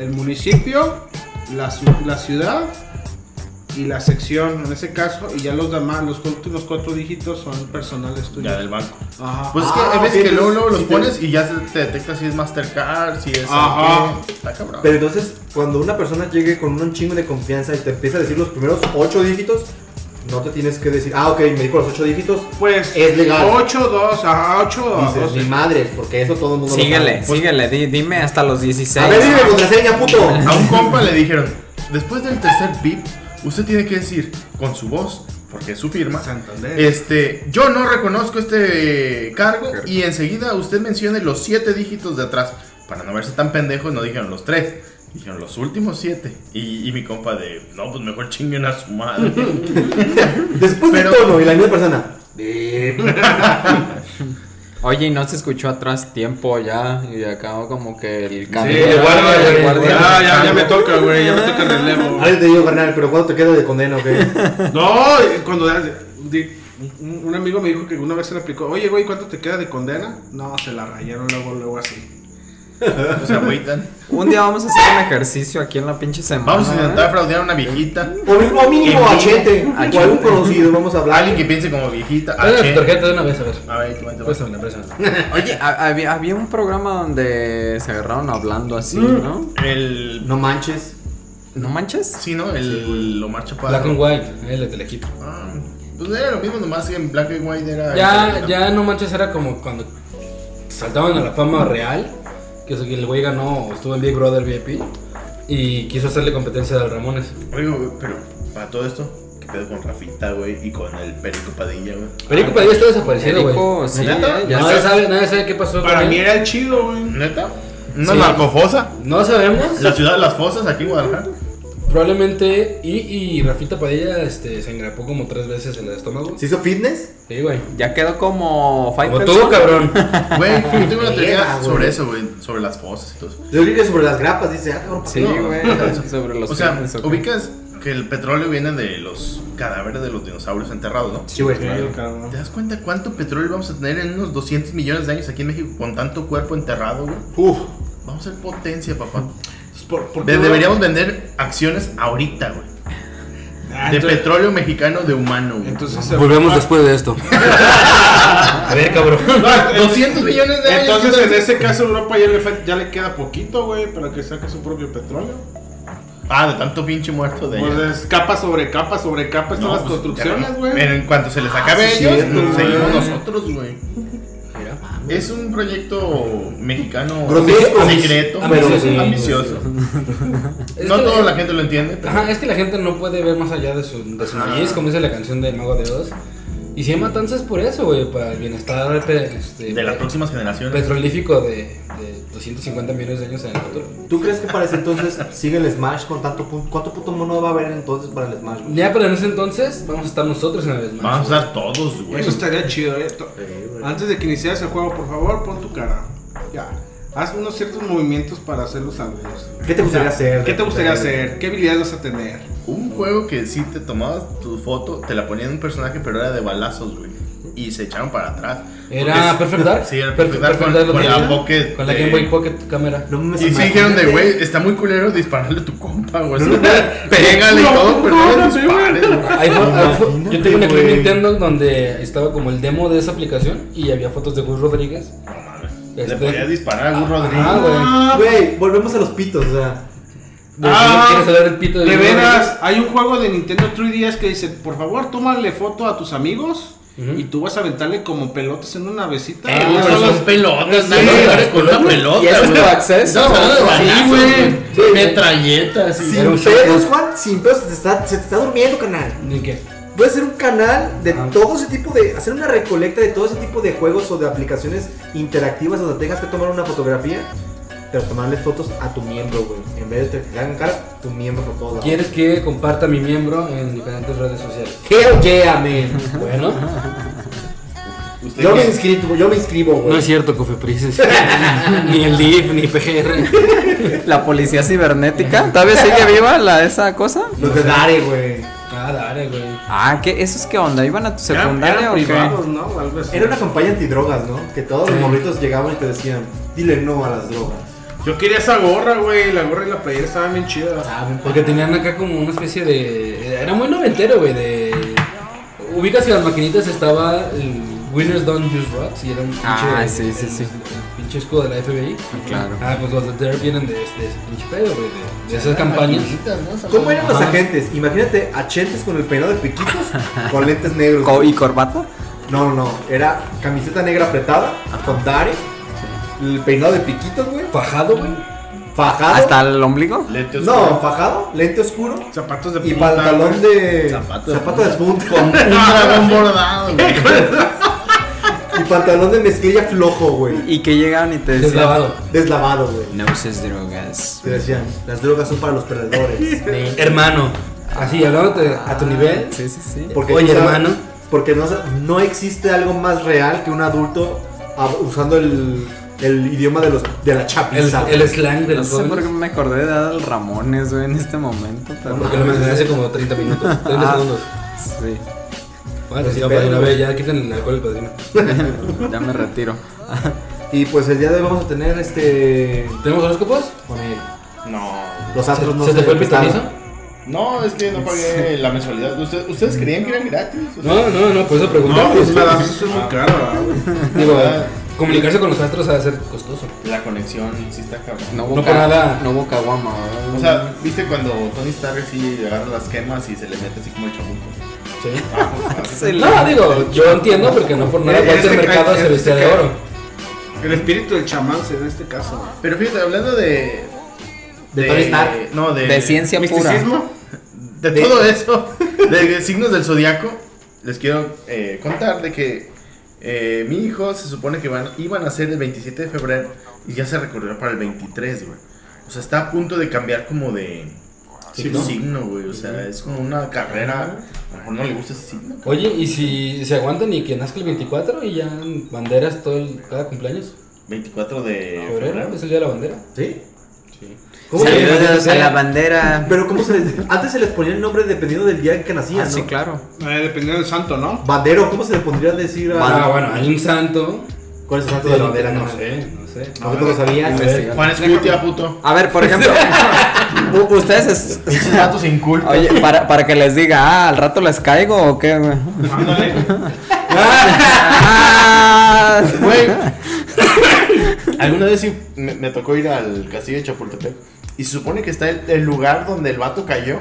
el municipio, la, ciu- la ciudad y la sección en ese caso y ya los demás los últimos cuatro dígitos son personales tuyos. Ya del banco. Ajá. Pues es que Ah, hay veces ok, que luego, entonces, luego los sí te- pones y ya se te detecta si es Mastercard, si es. Ajá. algo. Está cabrón. Pero entonces, cuando una persona llegue con un chingo de confianza y te empieza a decir los primeros ocho dígitos, no te tienes que decir, ah, ok, me dijo los ocho dígitos. Pues Es legal. 8, 2, ajá, 8, a Dices, 12. ni madres, porque eso todo el mundo Síguele, lo sabe. Pues, síguele, di- dime hasta los 16. A ver, dime contraseña, puto. A un compa le dijeron: Después del tercer beep, usted tiene que decir con su voz, porque es su firma. Santander. Este, yo no reconozco este cargo y enseguida usted mencione los siete dígitos de atrás. Para no verse tan pendejos, no dijeron los tres, dijeron los últimos siete. Y, y mi compa de, no, pues mejor chinguen a [laughs] su madre. Después del Pero- tono y la misma persona. "Eh, Oye, y no se escuchó atrás tiempo ya. Y acabó como que el cambio. Sí, de guardia, el de guardia. guardia. Ah, Ya, ya, ya me toca, güey. Ya me toca el relevo. [laughs] Ahora te digo, carnal, pero ¿cuándo te queda de condena, ok? No, eh, cuando era- di- un un amigo me dijo que una vez se le aplicó, oye, güey, ¿cuánto te queda de condena? No, se la rayaron luego, luego así. Se agüitan. Un día vamos a hacer un ejercicio aquí en la pinche semana. Vamos a intentar ¿eh? fraudear a una viejita. O, o mínimo En Achete. O algún conocido, vamos a hablar. Alguien que piense como viejita. Ah, Dale che. tu tarjeta de una vez, a ver. A ver, tú, ahí te va. Préstamela, préstamela. Oye, ha- había, había un programa donde se agarraron hablando así, ¿no? El. No manches. ¿No manches? Sí, ¿no? El Omar Chaparro. Black and White, eh, el de Telehit. Ah, pues era lo mismo, nomás que en Black and White era. Ya, ya no manches, era como cuando saltaban a la fama real, que es que el güey ganó, estuvo en Big Brother VIP y quiso hacerle competencia al Ramones. Oigo, güey, pero para todo esto, ¿qué pedo con Rafita, güey? Y con el Perico Padilla, güey. Perico Padilla está desaparecido, güey. Perico, sí, ¿Neta? eh, ya Nadie sé. sabe, nadie sabe qué pasó Para con mí él. era el chido, güey. ¿Neta? ¿Una Sí. narcofosa? No sabemos. La ciudad de las fosas aquí en Guadalajara. Probablemente y, y Rafita Padilla este, se engrapó como tres veces en el estómago. ¿Se hizo fitness? Sí, güey. Ya quedó Como como Fighter. tú, [laughs] cabrón. Güey, yo tengo una Mierda, teoría güey. sobre eso, güey. Sobre las fosas y todo eso. Yo creo que sobre las grapas, dice. Ah, cabrón, Sí, no. güey. sobre los O sea, fitness, ok. ubicas que el petróleo viene de los cadáveres de los dinosaurios enterrados, ¿no? Sí, güey. ¿Te das cuenta cuánto petróleo vamos a tener en unos 200 millones de años aquí en México con tanto cuerpo enterrado, güey? Uf. Vamos a ser potencia, papá. ¿Por, por qué De- no? deberíamos vender acciones ahorita, güey. Ah, De entonces- petróleo mexicano de humano, güey. [laughs] Entonces se- Volvemos después de esto. A ver, cabrón. Ah, 200 millones de años. Entonces, en ese caso, Europa ya le, fa- ya le queda poquito, güey, para que saque su propio petróleo. Ah, de tanto pinche muerto de allá. Pues es capa sobre capa sobre capa están No, las pues, construcciones, pero- güey. Ah, Pero en cuanto se les acabe sí, ellos, cierto, nos güey. seguimos nosotros, güey. Es un proyecto mexicano Grotesco. secreto, Ambicioso. pero ambicioso. Es No que- toda la gente lo entiende, pero Ajá, es que la gente no puede ver más allá de su, de su nariz, como dice la canción de Mago de Oz. Y si hay matanzas por eso, güey, para el bienestar pe- este, de las pe- próximas generaciones. petrolífico de, de 250 millones de años en el futuro. ¿Tú crees que para ese entonces sigue el Smash con tanto punto? ¿Cuánto puto mono va a haber entonces para el Smash? güey? Ya, pero en ese entonces vamos a estar nosotros en el Smash. Vamos a estar todos, güey. Eso estaría chido, eh. To- Antes de que inicias el juego, por favor, pon tu cara. Ya. Haz unos ciertos movimientos para hacer los ángulos. ¿Qué te gustaría hacer? ¿Qué te gustaría hacer? ¿Qué habilidades vas a tener? Un juego que si te tomabas tu foto, te la ponían un personaje, pero era de balazos, güey. Y se echaron para atrás. Era Porque es- Perfect Dark. Sí, era Perfect Dark con, lo con la tenía, Pocket. Con la eh, Game Boy Pocket cámara. No me Y sí dijeron de, güey, está muy culero dispararle a tu compa, güey. O sea, Pégale y No, todo, pero no le no, sí, güey. dispares, güey. Ahí fue- ahí fue- Imagínate, yo tengo una clip güey. Nintendo donde estaba como el demo de esa aplicación y había fotos de Gus Rodríguez. No mames. Este- Le podía disparar a Gus Rodríguez. Eh, Ah, güey. Güey, volvemos a los pitos, o sea. De- Ah, ¿Quieres hablar del pito de De Gus veras, hay un juego de Nintendo 3DS que dice, por favor, tómale foto a tus amigos y tú vas a aventarle como pelotas en una besita. Eh, güey, pero son pelotas, Sí. nadie disparas con una pelota, ¿Y ese es güey. tu acceso? Estamos hablando de Sí, balazos, güey. güey. Metralletas. y- Sin pedos, Juan, sin pedos, se te está, se te está durmiendo, canal. Rodríguez? ¿Ni qué? Puedes hacer un canal de Ah. todo ese tipo de. Hacer una recolecta de todo ese tipo de juegos o de aplicaciones interactivas donde tengas que tomar una fotografía, pero tomarle fotos a tu miembro, güey. En vez de que te hagan cara, tu miembro por todos lados. ¿Quieres que comparta mi miembro en diferentes redes sociales? Hell yeah, man. Bueno, Usted Yo me qué- inscribo, yo me inscribo, No pues. güey. es cierto, Cofeprises. [laughs] ni el DIF, ni PGR. La policía cibernética. ¿Todavía sigue viva la, esa cosa? Los de Dare, güey. ah, dale, güey. Ah, ¿qué? ¿Eso es qué onda? ¿Iban a tu secundaria Eran o qué? privados, ¿no? Algo así. Era una campaña antidrogas, ¿no? Que todos los morritos llegaban y te decían, dile no a las drogas. Yo quería esa gorra, güey. La gorra y la playera estaban bien chidas. Ah, Porque tenían acá como una especie de. Era muy noventero, güey. De... Ubicas que en las maquinitas estaba el Winners Don't Use Rocks y era un pinche. Ah, sí, sí, el- sí. el pinche escudo de la FBI. claro. Ah, pues los de Dare vienen de, de ese pinche pedo, güey. De, de esas campañas. ¿Cómo eran los Ajá. agentes? Imagínate agentes con el peinado de piquitos, con lentes negros. Co- ¿Y corbata? No, no, no. Era camiseta negra apretada, con Dare, el peinado de piquitos, güey. Fajado, güey. Fajado. ¿Hasta el ombligo? Lente No, oscuro. fajado, lente oscuro Zapatos de y punta, pantalón güey. de. Zapato de zapato de punta. Con un [laughs] dragón bordado, güey. [laughs] Y pantalón de mezclilla flojo, güey. Y que llegaban y te decían. Deslavado. Deslavado, güey. No uses drogas. Te decían, las drogas son para los perdedores. Hermano. Así, hablándote a tu nivel. Sí, sí, sí. Porque Oye, no sabe- hermano. Porque no, sa- no existe algo más real que un adulto ah, usando el, el idioma de, los, de la El, chapiza. el slang de No los sé por qué jóvenes. me acordé de Adal Ramones, güey, en este momento. Pero... Porque lo mencioné hace como 30 [laughs] minutos, 30 Ah. segundos. Sí. Bueno, pues, Pues sí, ya, pero- padrino, ve, ya quiten el alcohol al padrino. ya me retiro. Y pues el día de hoy vamos a tener este. ¿Tenemos horóscopos? con él. No. Los astros no ¿Se te fue el prestaron. pitonizo? No, es que no pagué la mensualidad. ¿Ustedes, ustedes creían que eran gratis? O sea, No, no, no, por eso No, preguntamos. pues la verdad, eso es muy caro, ¿verdad, güey? Digo, Ah. comunicarse con los astros ha de ser costoso. La conexión sí está cabrón. No No hubo por ca- nada. No hubo caguama. ¿verdad? O sea, ¿viste cuando Tony Stark así agarra las quemas y se le mete así como el chamuco? Sí. Ah, Se le- No, digo, yo entiendo porque no por nada Eh, parte este del mercado ca- se este vestía de ca- oro. El espíritu del chamán en este caso. Pero fíjate, hablando de. De Tony Stark. No, de. De ciencia pura. misticismo, De, todo eso. [laughs] De, de signos del zodiaco. Les quiero eh, contar de que. eh, mi hijo se supone que van, iban a ser el 27 de febrero. Y ya se recorrió para el 23, güey. O sea, está a punto de cambiar como de. Sí, de ¿no? signo, güey. O sea, es como una carrera. A lo mejor no le gusta ese signo. Oye, ¿y si se aguantan y que nazca el 24 y ya banderas todo el, cada cumpleaños? 24 de Febrero Pues, febrero. es el día de la bandera. ¿Sí? ¿Cómo que- Saludos a la bandera. Pero cómo se les... Antes se les ponía el nombre dependiendo del día en que Ah, nacían, ¿no? sí, claro. Eh, dependiendo del santo, ¿no? Bandero, ¿cómo se le pondría decir a... Ah, bueno, hay un santo. ¿Cuál es el santo de Pero la bandera? No sé, no sé. ¿A poco lo sabías? Investigar. Juan Escutia, puto. A ver, por ejemplo, u- ustedes. es- Pinches datos incultos. Oye, para, para que les diga, ah, al rato les caigo o qué, güey. Ándale. [laughs] Ah, [laughs] Güey. Alguna vez sí me, me tocó ir al castillo de Chapultepec. Y se supone que está el, el lugar donde el vato cayó.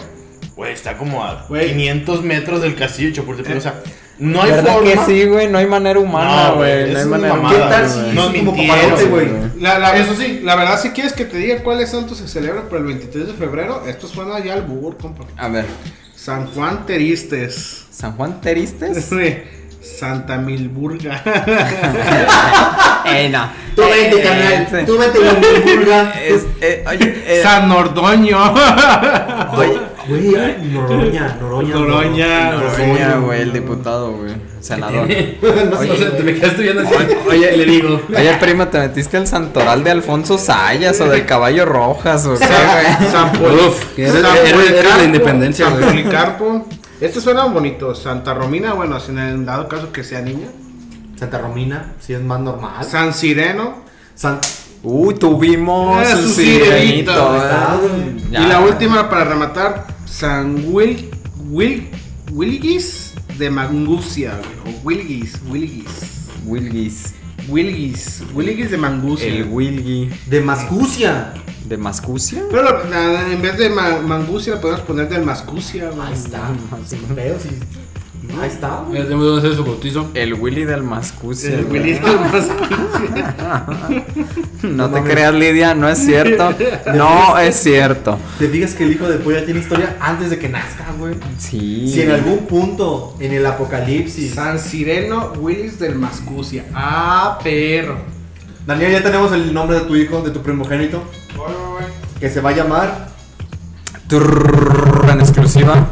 Güey, está como a Güey. 500 metros del castillo de Chapultepec. O sea, no hay ¿Verdad forma. que sí, güey? No hay manera humana, No, güey, güey. eso No hay es manera mamada, humana. ¿Qué tal si- güey. Nos Es como mintieron, papalote, güey. La- la- Eso sí. La verdad, si quieres que te diga cuáles santos se celebran para el 23 de febrero, esto suena ya al burro, compa. A ver, San Juan Teristes. ¿San Juan Teristes? [laughs] Sí. Santa Milburga. [laughs] eh, no. Tú vente, Eh, carnal. sí. Tú vente, Vulga. Es- eh, oye, eh, San Ordoño. oye, Güey, ay, Noroña, Noroña. Noroña. Noroña, güey, el diputado, güey. [laughs] No Senador. sé, o sea, te me quedaste viendo así. Oye, le digo. Oye, prima, ¿te metiste al santoral de Alfonso Sayas o del Caballo Rojas o qué, güey? [laughs] San Uf, que eres- San eres- eres la Policarpo, independencia, San güey. Policarpo. Este suena bonito. Santa Romina, bueno, si en el dado caso que sea niña. Santa Romina, si es más normal. San Sireno. San... Uh, tuvimos Ah, un su sirenito, sirenito. Ah. güey. ¿verdad? Ya. Y la última para rematar, San Will, Will, Wilgis de Mangucia, güey, o Wilgis, Wilgis, Wilgis. Wilgis, Wilgis de Mangucia. El Wilgi De Mascucia. de Mascucia. Pero la- la- en vez de ma- Mangucia la podemos poner de Mascucia, güey. Ahí está. Sin pedos y... Ahí está, güey. Ya tenemos dónde hacer su bautizo. El Willy del Mascucia. El güey. Wilgis de Mascucia. No te creas, Lidia, no es cierto. No es cierto. Te digas que el hijo de polla tiene historia antes de que nazca, güey. Sí. Si en algún punto, en el apocalipsis... San Sireno Willis del Mascucia. Ah, perro. Daniel, ya tenemos el nombre de tu hijo, de tu primogénito, que se va a llamar. Turr, en exclusiva.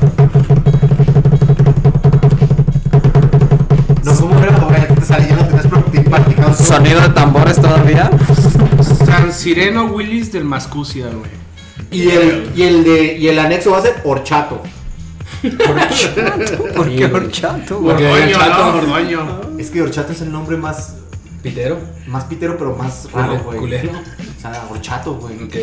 No, ¿cómo era? Porque ya te salía, ya lo tenías practi- practicado. Sonido de tambores todavía. San Sireno Willis del Mascucia, güey. Y el, y, el de, y el anexo va a ser horchato. ¿Por qué horchato, güey? Porque el Ordoño, chato- ¿no? Ordoño. Es que horchato es el nombre más, Pitero. más pitero, pero más Culero. raro, güey. culero. O sea, horchato, güey. Ok.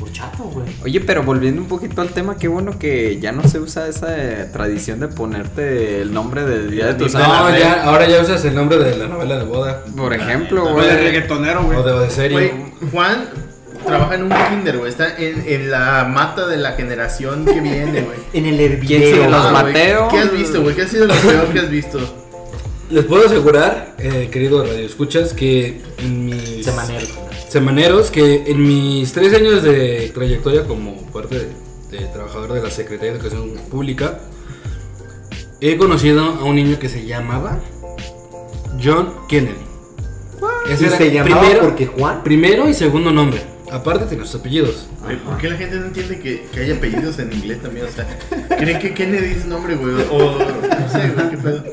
Horchato, güey. Oye, pero volviendo un poquito al tema, qué bueno que ya no se usa esa eh, tradición de ponerte el nombre del día de tus No, santos. ya, ahora ya usas el nombre de la novela de boda. Por ejemplo, O el güey. reggaetonero, O de, güey. o de serie. Güey, Juan trabaja en un kinder, güey. Está en, en la mata de la generación que viene, güey. En el hervidero. ¿Quién sigue [laughs] los Ah, güey, Mateo? ¿Qué has visto, güey? ¿Qué ha sido lo peor que has visto? Les puedo asegurar, eh, querido Radio Escuchas, que en mis Semanero. semaneros, que en mis tres años de trayectoria como parte de, de trabajador de la Secretaría de Educación Pública, he conocido a un niño que se llamaba John Kennedy. Ese Y era se llamaba primero- porque Juan. Primero y segundo nombre. Aparte de los apellidos. Güey, ¿Por qué la gente no entiende que, que hay apellidos en inglés también? O sea, ¿creen que Kennedy es nombre, güey? O no sé, güey, qué pedo.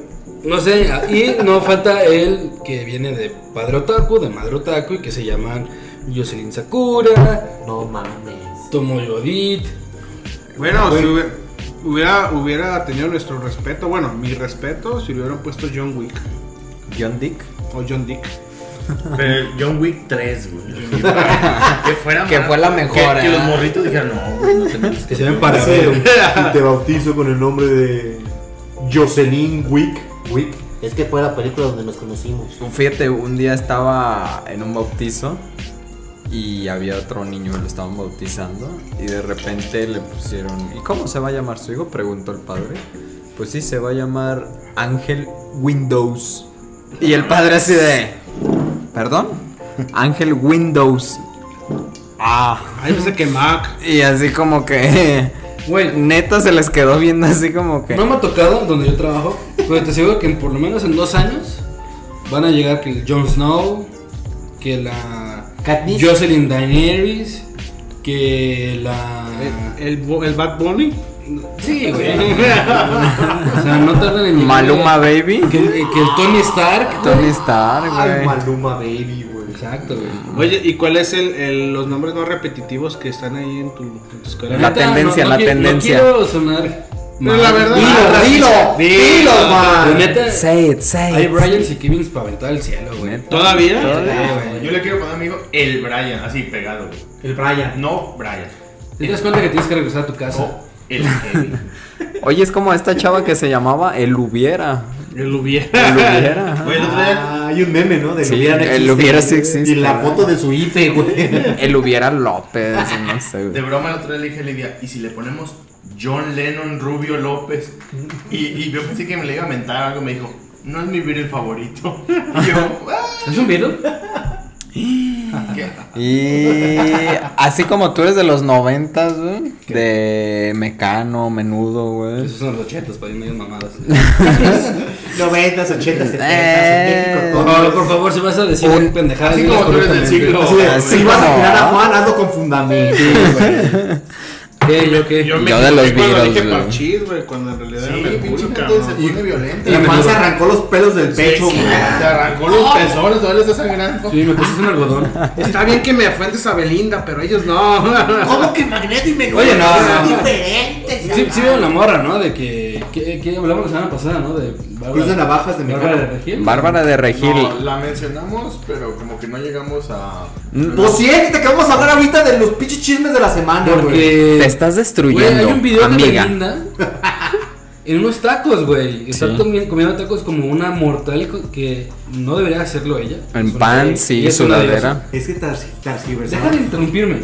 No sé, y no falta el que viene de padre otaku, de madre otaku, y que se llaman Jocelyn Sakura, No mames. Tomoyo Dit. Bueno, si hubiera, hubiera, hubiera tenido nuestro respeto, bueno, mi respeto si le hubieran puesto John Wick John Dick. o John Dick. Pero John Wick 3, güey. [laughs] que fuera Que más- fue la mejor, Que, que ¿eh? los morritos dijeron, no, güey, no tenemos Que se ven para ver. Y te bautizo con el nombre de Jocelyn Wick. Wick. Es que fue la película donde nos conocimos. Fíjate, un día estaba en un bautizo y había otro niño que lo estaban bautizando y de repente le pusieron, ¿y cómo se va a llamar su hijo? Preguntó el padre. Pues sí, se va a llamar Ángel Windows. Y el padre así de, ¿perdón? Ángel Windows. Ah. Ay, pensé que Mac. Y así como que, [laughs] Güey, neta se les quedó viendo así como que... No me ha tocado donde yo trabajo, pero te aseguro que en- por lo menos en dos años van a llegar que el Jon Snow, que la Katniss. Jocelyn Daenerys, que Eh, la... El, bu- el Bad Bunny. Sí, güey. o sea, no tardan en llegar. Maluma Baby. Que, que el Tony Stark. Tony Stark, Ay, güey. Maluma Baby, güey. Exacto, güey. [laughs] Oye, ¿y cuáles son los nombres más repetitivos que están ahí en tu, en tu escuela? Pues La neta, tendencia, la qui- tendencia. No quiero sonar... mal. la verdad- Dilo, dilo, dilo, La man. neta, Say it, say hay it. Bryans y Kevins para aventar el cielo, güey. ¿Todavía? que- Yo le quiero poner a mi hijo el Brian, así pegado, güey. El Brian. No Brian. ¿Te das cuenta que tienes que regresar a tu casa? No el Kevin. Oye, es como esta chava que se llamaba El Hubiera. El hubiera. El Hubiera. ajá. Güey, el otro día. Ah, hay un meme, ¿no? De Sí, Lubiera no el existe, Lubiera sí güey. existe, Y la güey. foto de su IFE, [laughs] güey. El Hubiera López, no sé, De güey. broma, el otro día le dije a Lidia, ¿y si le ponemos John Lennon Rubio López? Y, y yo pensé que me le iba a mentar algo, me dijo, no es mi Beatle favorito. [laughs] Y yo, "Ah, ¿Es un miedo? ¿qué?". Y así como tú eres de los noventas, güey. De Mecano, Menudo, güey. Esos son los chetos, para ir medio [laughs] mamadas. 90s, 80s, 70s, Eh. en México. Por favor, por favor, si vas a decir Un- pendejadas, Así dilas como tú eres del correctamente. siglo. Así de, Así si vas a como- tirar a Juan, hazlo con fundamento, güey. ¿Qué? ¿Yo qué? Yo de los equivoqué cuando Beatles, dije güey. parchís, güey, cuando en realidad era Sí, pinche mercurio, gente se cabrón. pone violenta. Y Juan se arrancó los pelos del pecho, Se güey. arrancó los pezones, todavía le está sangrando. Sí, me pusiste un algodón. Está bien que me ofendes a Belinda, pero ellos no. ¿Cómo que Magneto y Menudo Oye, no, son no, no. diferentes? Sí, sí veo la morra, ¿no? De que, que, que hablamos la semana pasada, ¿no? De Bárbara- Cruz de navajas de mi Bárbara cara. de Regil. Bárbara de Regil. No, la mencionamos, pero como que no llegamos a. Mm, pues Lo siento, ¿eh? que vamos a hablar ahorita de los pinches chismes de la semana, güey. Te Porque... estás Güey, hay destruyendo, un video amiga. de [laughs] Belinda en unos tacos, güey. Está comi- comiendo tacos como una mortal co- que no debería hacerlo ella. Es En una pan, diosa. sí, Ella es una diosa. sudadera. Es que tars- Deja de targiversar. interrumpirme.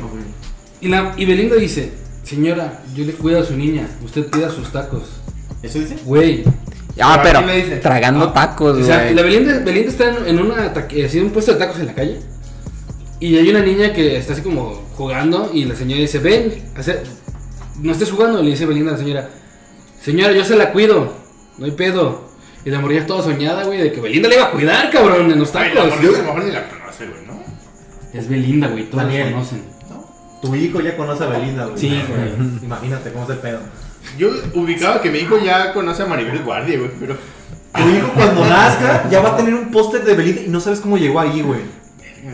Y, la, y Belinda dice, señora, yo le cuido a su niña, usted pida sus tacos. ¿Eso dice? Güey. Ah, pero Pero aquí le dice. tragando Ah. tacos, O sea, güey. la Belinda, Belinda está en, en una ta- eh, así, un puesto de tacos en la calle. Y hay una niña que está así como jugando y la señora dice, ven, hace- no estés jugando, le dice Belinda a la señora, señora, yo se la cuido, no hay pedo. Y la morrilla toda soñada, güey, de que Belinda le iba a cuidar, cabrón, en los Ay, la tacos. morrita a lo mejor ni la conoce, güey, ¿no? Es Belinda, güey, todos la Daniel. conocen. Tu hijo ya conoce a Belinda, güey. Sí, güey. Imagínate cómo es el pedo. Yo ubicaba que mi hijo ya conoce a Maribel Guardia, güey, pero. Tu hijo cuando nazca ya va a tener un póster de Belinda y no sabes cómo llegó ahí, güey.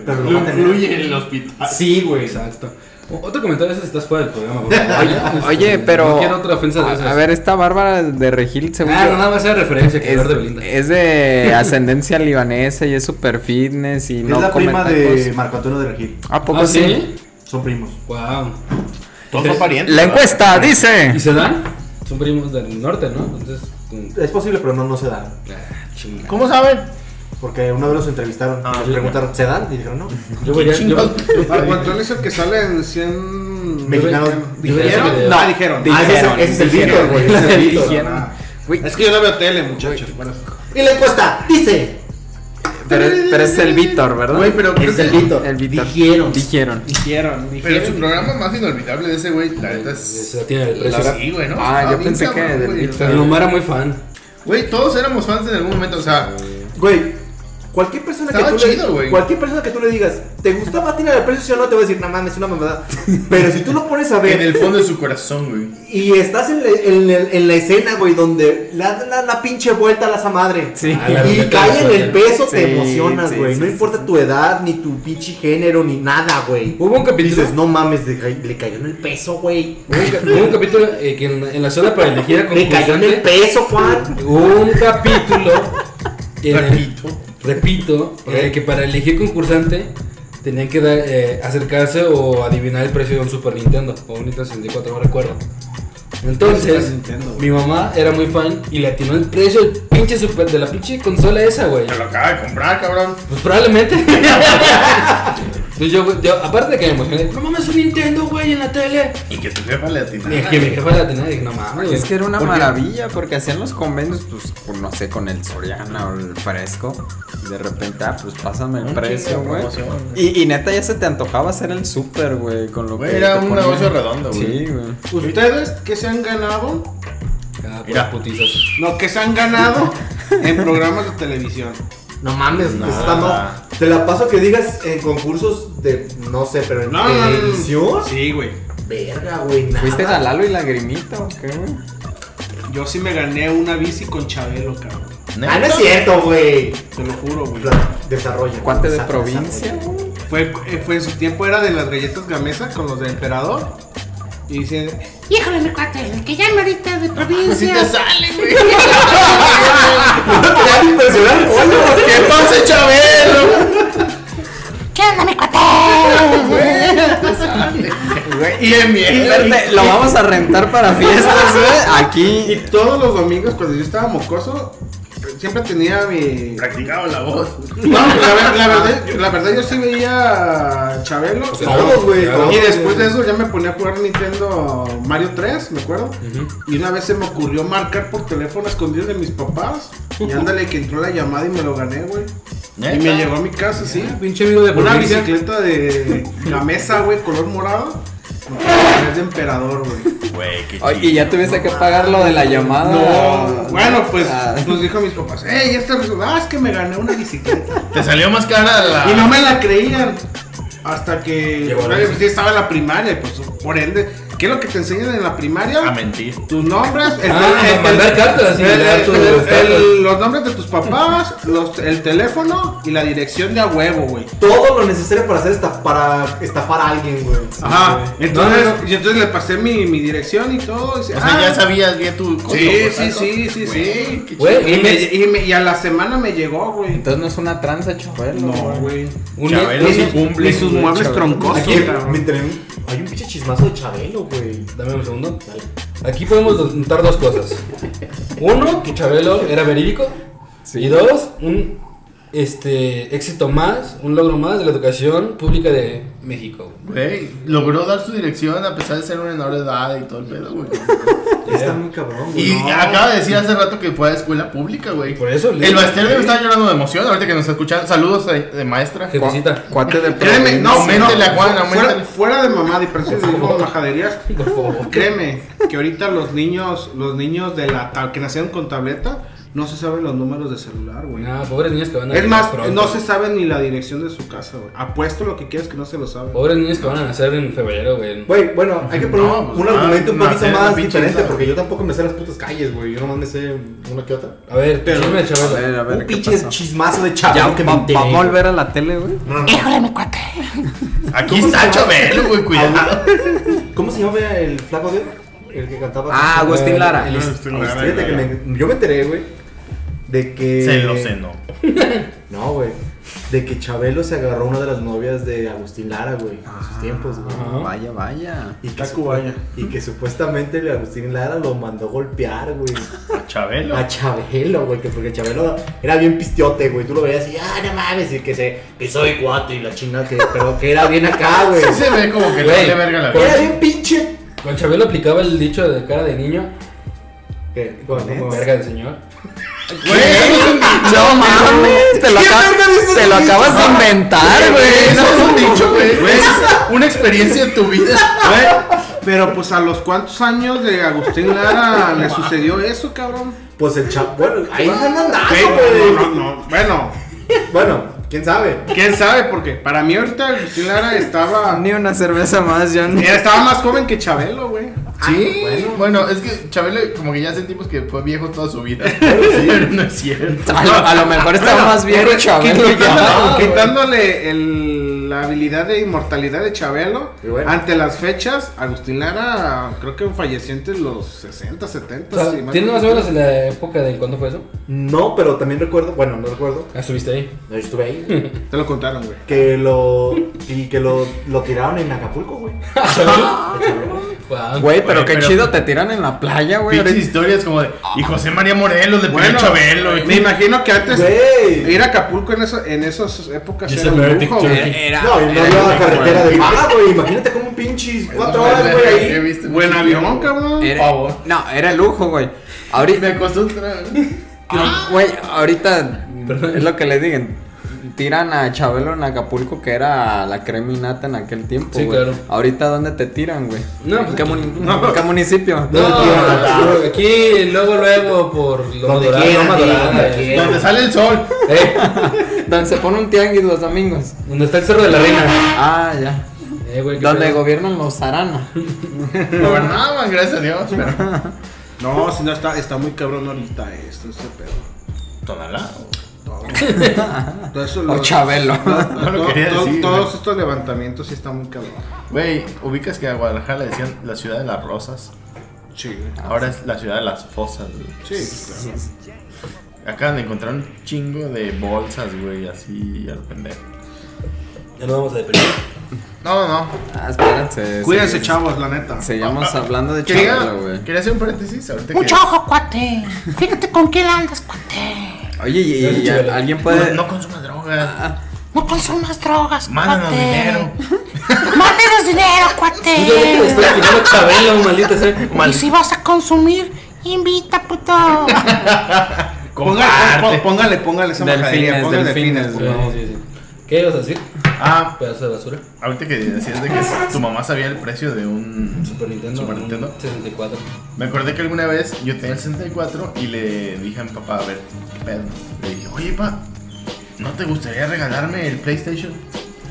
Pero lo lo va a tener. incluye en el hospital. Sí, güey. Exacto. O- otro comentario de si estás fuera del programa. por favor. Oye, Este, [laughs] oye, pero. No quiero otra ofensa de esas. a, a ver, esta Bárbara de Regil, según Ah, yo, no, nada más era referencia que es, eh, hablar de Belinda. es de ascendencia libanesa y es super fitness y Es no la come prima tacos. de Marco Antonio de Regil. ¿A poco ¿Ah, sí? sí? Son primos. Wow. Todos son parientes. La Ah, ¿verdad? encuesta ¿Y dice. se dan? Son primos del norte, ¿no? Entonces, con- Es posible, pero no, no se dan. ah, chinga. ¿Cómo saben? Porque una vez los entrevistaron. Ah, les sí. preguntaron, ¿se dan? Y dijeron, no. Yo voy a yo, Marco Antonio es el que sale en 100... Mexicanos. ¿Dijeron? No. No, dijeron. Ah, ese es el- ese es el Víctor, güey. Ese [laughs] es el Víctor. ah. Dijeron. Güey, Es que yo no veo tele, muchachos. por eso. Y la encuesta dice: pero, pero [laughs] es el Víctor, ¿verdad? Güey, pero creo Es el que- Víctor. el Víctor. Dijeron. Dijeron. Dijeron, Pero su dijeron. programa más inolvidable de ese güey, la neta es. Se tiene el precio. La- sí, güey, ¿no? Ah, yo bien pensé que cabrón, del güey, Víctor. o sea, El Omar era muy fan. Güey, todos éramos fans en algún momento, o sea. Güey, cualquier persona, que Estaba tú chido, le, güey. cualquier persona que tú le digas, ¿te gusta más tirar el precio? Si o no, te va a decir, no mames, es una mamada. Pero si tú lo pones a [laughs] En ver el fondo de su corazón, güey. y estás en, la- en la- en la escena, güey, donde le dan la, la pinche vuelta a la esa madre. Sí. A la Y ruleta cae en de el suerte. peso, Sí, te emocionas, sí, güey. sí, no sí, importa tu edad, ni tu pinche género, ni nada, güey. Hubo un capítulo, Dices, no mames, le, ca- le cayó en el peso, güey. hubo un, ca- hubo un capítulo eh, que en, en la zona para [laughs] elegir a Le cayó en el concursante, peso, Juan. Hubo un capítulo en el, Ratito. repito, eh, que para elegir concursante tenían que dar, eh, acercarse o adivinar el precio de un Super Nintendo o un Nintendo 64, no recuerdo. Entonces, Nintendo, güey. mi mamá era muy fan y le atinó el precio del pinche super, de la pinche consola esa, güey. Te lo acaba de comprar, cabrón. Pues probablemente. [laughs] Entonces yo, yo, aparte de que me emocioné, no mames, un Nintendo, güey, en la tele. Y que tu jefa le atinara. Y es que mi jefa la tenía, dije, no mames. Y güey. Es que era una Porque- maravilla porque hacían los convenios, pues, con- no sé, con el Soriana o el Fresco. Y de repente, ah, pues pásame el Un precio, chingo de güey. promoción. Y, y neta ya se te antojaba hacer el súper, güey, con lo Güey, que. era te un ponían. negocio redondo, güey. Sí, güey. ¿Ustedes qué se han ganado? Ah, pues, Mira. putizas. No, que se han ganado en programas de televisión. No mames, Nada. pues, está mal. Te la paso que digas en concursos de, no sé, pero en No, no, no, no. televisión. Sí, güey. Verga, güey, nada. ¿Fuiste a Lalo y Lagrimita o qué, güey? Yo sí me gané una bici con Chabelo, cabrón. ¿eh? Ah, no es cierto, güey. Te lo juro, güey. Desarrolla. Cuate de desa- [laughs] provincia, desarrolla. güey. Fue, eh, fue en su tiempo, era de las galletas Gamesa con los de Emperador. Y dicen, Híjole, mi cuate, el que llama ahorita de [laughs] Si provincia. Pues te sale, güey. ¿Qué pasa, Chabelo? ¿Qué onda, mi cuate? Y de mierda. Lo vamos a rentar para fiestas, güey. Y Aquí. todos los domingos, cuando yo estaba mocoso, siempre tenía mi. Practicaba la voz. No, la, ver- la verdad, la verdad, yo sí veía a Chabelo. Pues Todos, güey. todos, Y después de güey. eso ya me ponía a jugar Nintendo Mario 3, me acuerdo. Y una vez se me ocurrió marcar por teléfono escondido de mis papás. Y ándale, que entró la llamada y me lo gané, güey. Y me llegó a mi casa, sí. Pinche amigo de Una provincia. bicicleta de la mesa, güey, color morado. Es de emperador, güey. Güey, qué Ay, y ya tuviste que pagar lo de la llamada. No, bueno, pues Ah. nos dijo a mis papás, ¡Ey, ya está resuelto! Ah, es que me gané una bicicleta. Te salió más cara Ah. la. y no me la creían. Hasta que Llegó la pues, ya estaba en la primaria, y, pues por ende, ¿qué es lo que te enseñan en la primaria? A mentir. Tus nombres, el- Ah, el- mandar cartas y el- dar el- tus el- cartas. el- los nombres de tus papás, los- el teléfono y la dirección de a huevo, güey. Todo lo necesario para hacer esta, para estafar a alguien, güey. Ajá, güey. entonces, No, no, y entonces le pasé mi, mi dirección y todo. y dice, O sea, "Ah, ya sabías bien tu. código, Sí, sí, ¿verdad? sí, sí, sí. qué Güey, Y, un me- mes- y me- y a la semana me llegó, güey. Entonces no es una tranza, Chabelo. No, güey. güey. un- Chabelo un- sí cumple. Y sus muebles troncosos. Oye, cabrón. me enteré un- Hay un pinche chismazo de Chabelo, güey. Dame un segundo. Aquí podemos notar dos cosas. Uno, que Chabelo era verídico. Y dos, un este éxito más, un logro más de la educación pública de México. Güey, logró dar su dirección a pesar de ser una menor de edad y todo el pedo, güey. Está muy cabrón, güey. Y acaba de decir hace rato que fue a escuela pública, güey. Por eso le- El Bastel me estaba llorando de emoción ahorita que nos escuchan. Saludos eh, de maestra. Jefecita, Cuate de Créeme, provincia. no, Auméntale a Juan, fuera- auméntale. Fuera, de mamá, depresión digo [laughs] majaderías. por favor. Créeme que ahorita los niños, los niños de la tab- que nacieron con tableta, no se saben los números de celular, güey. Nah, Ah, pobres niños que van a Es nacer más, pronto. no se sabe ni la dirección de su casa, güey. Apuesto lo que quieras que no se lo saben. Pobres niños que van a nacer en febrero, güey. Güey, bueno, hay que poner No, un- pues, un ah, argumento un nacer poquito en la más pinche diferente, isla. porque yo tampoco me sé las putas calles, güey. Yo nomás me sé una que otra. A ver, Pero- chisme, A Chabelo. ver, a ver. un ¿qué pinche pasó? chismazo de Ya Chabelo que me va, enteré. va a volver a la tele, güey. No, no, no. Híjole, mi cuate. Aquí está Chabelo, güey, cuidado. ¿Cómo se llamaba el flaco de oro? El que cantaba. Ah, Agustín Lara. El- Pues, fíjate que me- yo me enteré, güey, de que. Se lo cenó. No, güey. De que Chabelo se agarró una de las novias de Agustín Lara, güey, en Ah. sus tiempos, güey. Ajá. Vaya, vaya. Y que, Está supu- cubana. y que supuestamente el Agustín Lara lo mandó golpear, güey. A Chabelo. A Chabelo, güey, que porque Chabelo era bien pistiote, güey. Tú lo veías y, ah, no mames, y que se, que soy cuatro y la chingada, que, pero que era bien acá, güey. Sí se ve como que le Güey, vale verga la Era vida. bien pinche. Con Chabelo aplicaba el dicho de cara de niño, ¿Qué? Pues, como verga de señor. No mames, te lo, acabas- te lo acabas de inventar, güey. Eso es un dicho, güey. Eso es una experiencia en tu vida. Güey, pero pues a los cuantos años de Agustín Lara [laughs] le sucedió eso, cabrón. Pues el chap, bueno, ahí no andaba, güey. Güey, no, no, no. Bueno, Bueno, quién sabe. quién sabe, porque para mí ahorita Agustín Lara [laughs] estaba. Ni una cerveza más, [laughs] John. Estaba más joven que Chabelo, güey. Sí, bueno. es que Chabelo, como que ya sentimos que fue viejo toda su vida. [laughs] Pero no es cierto. A lo, a lo mejor estaba más viejo, Quitando- Chabelo. quitando- quitándole el la habilidad de inmortalidad de Chabelo. Y bueno. Ante las fechas, Agustín Lara creo que falleció entre los 60, 70. O sea, si mal no ¿Tienes pues más o recuerdo. menos en la época de cuándo fue eso? No, pero también recuerdo, bueno, no recuerdo, Ah, estuviste [laughs] ahí. no estuve ahí, [laughs] Te lo contaron, güey. que lo y que lo, lo tiraron en Acapulco, güey. [laughs] Wow. Güey, pero Güey, qué pero- chido, te tiran en la playa, güey. Pinches ahorita. historias como de. Y José María Morelos le pegó Bueno, a Chabelo. y- Me imagino que antes Güey. ir a Acapulco en, eso, en esas épocas Y era ese un Verdict lujo, güey. Turkey. Era- No, y no era- había carretera de mar, güey. Imagínate como un pinches cuatro horas, güey, He ahí. visto Buen mucho avión, tiempo. cabrón. era- favor. No, era lujo, güey. Ahorita, Me costó un tra- Ah, Güey, ahorita es lo que le digan. Tiran a Chabelo en Acapulco, que era la creminata en aquel tiempo. Sí, güey. claro. Ahorita, ¿dónde te tiran, güey? No, ¿En qué, pues, muni- en qué municipio? [laughs] No, no, aquí luego, luego por Loma Donde Dorada. quiera, Loma tío, Dorada, donde eh. quiera. Donde sale el sol. Eh, Donde se pone un tianguis los domingos. donde está el Cerro de la Reina. Ah, ya. Eh, güey, qué Donde pedo. gobiernan los Arana. Gobernaban, gracias a Dios. Pero... No, si no está, está muy cabrón ahorita esto, este pedo. Tonalá. [laughs] Todo eso O lo- Chabelo. No lo todo- quería todo- decir, todos güey. estos levantamientos sí están muy cabrón. Güey, ubicas que a Guadalajara le decían la ciudad de las rosas. Sí, güey. Ahora es la ciudad de las fosas, güey. Sí, claro. Acaban de encontrar un chingo de bolsas, güey, así al pendejo. Ya nos vamos a deprimir. No, no. [laughs] Ah, espérense. Cuídense, seguimos- chavos, la neta. Seguimos hablando de Quería, Chabelo, güey. quería hacer un paréntesis ahorita Mucho que. ojo, cuate. Fíjate con quién andas, cuate. Oye, y, y- y- alguien No, puede. no consumas drogas. Ah, No consumas drogas, Mándanos cuate. dinero. Mándanos dinero, Tú ya viste que cuate. estoy tirando Chabelo, maldita sea. Y si vas a consumir, invita, puto. Póngale, pó- póngale, póngale esa Delfines, majadería, póngale delfines, delfines, por güey. favor. Sí, sí, sí. ¿Qué ibas a decir? Ah, Pedazo de basura. ahorita que decías de que tu mamá sabía el precio de un Super Nintendo. Super un Nintendo. 64. Me acordé que alguna vez yo tenía el 64 y le dije a mi papá, a ver, qué pedo. Le dije, oye, pa, ¿no te gustaría regalarme el PlayStation?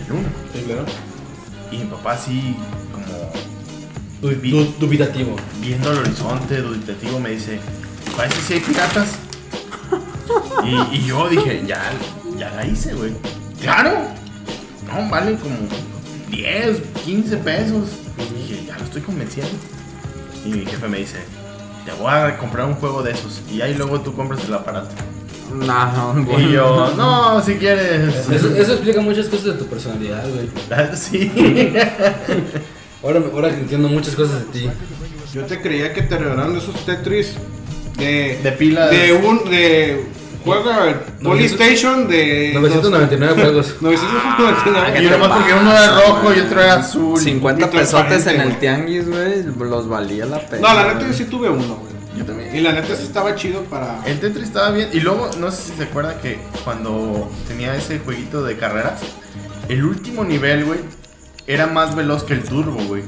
El 1. Sí, claro. Y mi papá así, como Du- du- Dubitativo. viendo el horizonte, dubitativo, me dice, parece si hay piratas. Y, y yo dije, ya, ya la hice, güey. Claro. No, valen como 10, 15 pesos. Y dije, ya lo estoy convenciendo. Y mi jefe me dice, te voy a comprar un juego de esos. Y ahí luego tú compras el aparato. No, güey. Y yo, no, si quieres. Eso, eso explica muchas cosas de tu personalidad, güey. [laughs] Sí. Ahora, ahora que entiendo muchas cosas de ti. Yo te creía que te regalaron esos Tetris de, De pilas. De un. de. Juega el PlayStation de. 999 juegos. 999. Ah, Y yo nomás porque uno era rojo y otro era azul. 50 Muy transparente, pesotes en el güey. tianguis, güey. Los valía la pena. No, la neta güey. yo sí tuve uno, güey. Yo también. Y la neta sí estaba chido para. El Tetris estaba bien. Y luego, no sé si se acuerda que cuando tenía ese jueguito de carreras, el último nivel, güey, era más veloz que el turbo, güey.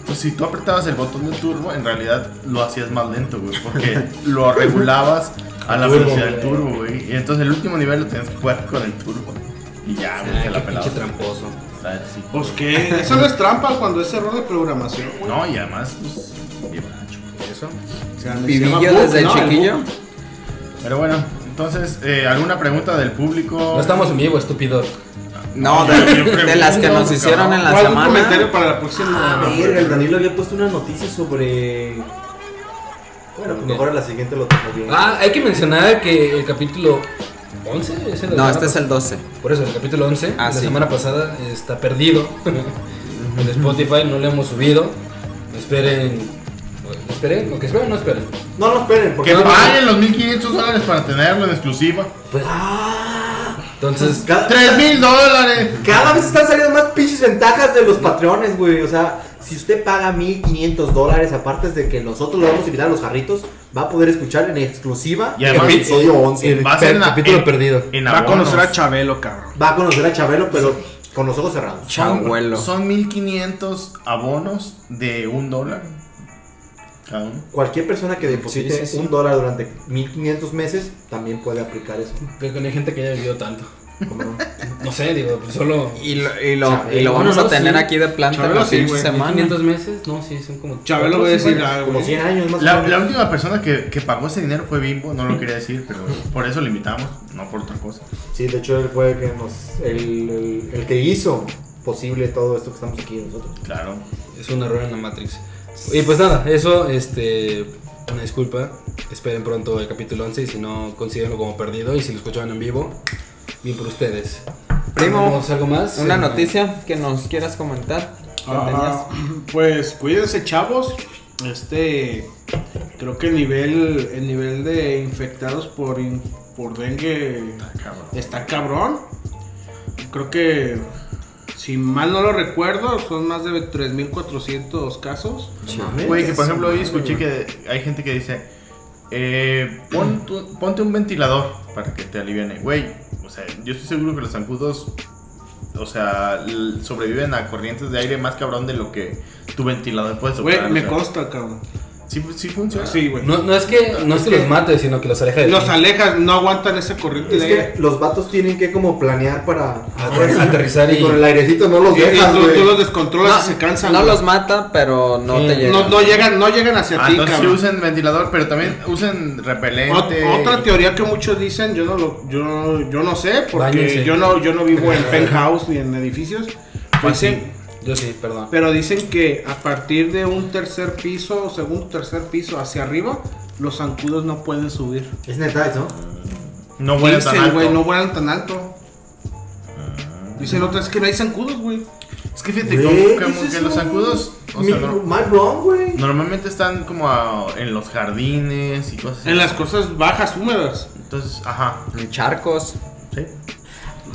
Entonces, si tú apretabas el botón de turbo, en realidad lo hacías más lento, güey. [laughs] Porque lo regulabas a la Turbo, velocidad del güey. turbo, güey. Y entonces el último nivel lo tenías que jugar con el turbo. Y ya, güey, Ah, se qué la pelaba. pinche tramposo. ¿Sabes? Sí. Pues qué. Eso no es trampa cuando es error de programación, güey. No, y además, pues, bien macho. Eso. O sea, se llama Vivillo bug, desde ¿no? El chiquillo. bug. Pero bueno, entonces, eh, ¿alguna pregunta del público? No estamos en vivo, estúpido. No, de, de las que nos hicieron en ¿O la algún comentario semana. para la próxima? Ah, verga, el Danilo había puesto una noticia sobre. Bueno, pues mejor a la siguiente lo tengo bien. Ah, hay que mencionar que el capítulo 11 es el No, este es el 12. Por eso, el capítulo 11, Ah, la sí. semana pasada, está perdido. en Spotify no lo hemos subido. Esperen. ¿Esperen? ¿O que esperen? No esperen. No, no esperen, Que porque. paguen los 1500 dólares para tenerlo en exclusiva. Entonces, Ah. Cada- 3000 dólares. Cada vez están saliendo más pinches ventajas de los patrones, güey. O sea, si usted paga 1500 dólares, aparte de que nosotros lo vamos a invitar a los jarritos, va a poder escuchar en exclusiva Y además- el episodio 11. Va a ser per- en la- capítulo en- perdido. En Va a conocer a abonos. Chabelo, cabrón. Va a conocer a Chabelo, pero con los ojos cerrados. Son- Chabuelo. Son 1500 abonos de un dólar. Cada uno. Cualquier persona que deposite Sí, sí, sí. un dólar durante 1500 meses también puede aplicar eso. pero con hay gente que haya vivido tanto. No sé, digo, pues solo. Y lo, y lo, y Chabelo, lo vamos no, a tener sí. aquí de planta Chabelo la sí, pinche güey. semana. 500 meses, no, sí, son como. Chabelo voy a decir algo. ¿eh? Como güey. 100 años más. o La, menos. la última persona que, que pagó ese dinero fue Bimbo, no lo quería decir, pero por eso lo invitamos, no por otra cosa. Sí, de hecho él fue el que nos. El, el- el que hizo posible todo esto que estamos aquí nosotros. Claro. Es un error en la Matrix. Y pues nada, eso, este. Una disculpa. Esperen pronto el capítulo 11 y si no, considérenlo como perdido. Y si lo escuchaban en vivo, bien por ustedes. Primo, ¿Tenemos algo más? Una Eh, noticia que nos quieras comentar. que Ah, tenías. pues cuídense chavos. Este creo que el nivel el nivel de infectados por in- por dengue Cabrón. está cabrón. Creo que si mal no lo recuerdo, son más de 3400 casos. Güey, que por ejemplo hoy escuché que hay gente que dice, eh, pon tu- ponte un ventilador para que te aliviane. Güey, o sea, yo estoy seguro que los zancudos, o sea, l- sobreviven a corrientes de aire más cabrón de lo que tu ventilador puede Güey, soportar. me o sea, consta, cabrón. Sí, sí funciona. Sí, güey. No, no es que, no es que los mate, sino que los aleje de Los ti. alejas, no aguantan esa corriente Es de aire. que los vatos tienen que como planear para Ater- aterrizar y y. con el airecito no los Y- y dejas, tú, tú los güey. descontrolas No, y se cansan. no güey. los mata, pero no Sí. te llega. no, no llegan, no llegan hacia Ah, ti, entonces sí cabrón. usen ventilador, pero también usen repelente. Ot- Otra teoría que muchos dicen, yo no lo, yo, yo no sé, porque Báñense. yo no, yo no vivo [laughs] en penthouse ni en edificios. Pues Dicen- Yo sí, perdón. pero dicen que a partir de un tercer piso o segundo tercer piso hacia arriba, los zancudos no pueden subir. Es neta, ¿no? No vuelan tan dicen, alto. güey, no vuelan tan alto. Dicen otra es que no hay zancudos, güey. Es que fíjate, Güey, como, ¿qué como es que eso? los zancudos, o Mi- sea, no- my wrong, güey. normalmente están como a- en los jardines y cosas así. En las cosas bajas, húmedas. Entonces, ajá, Charcos, sí.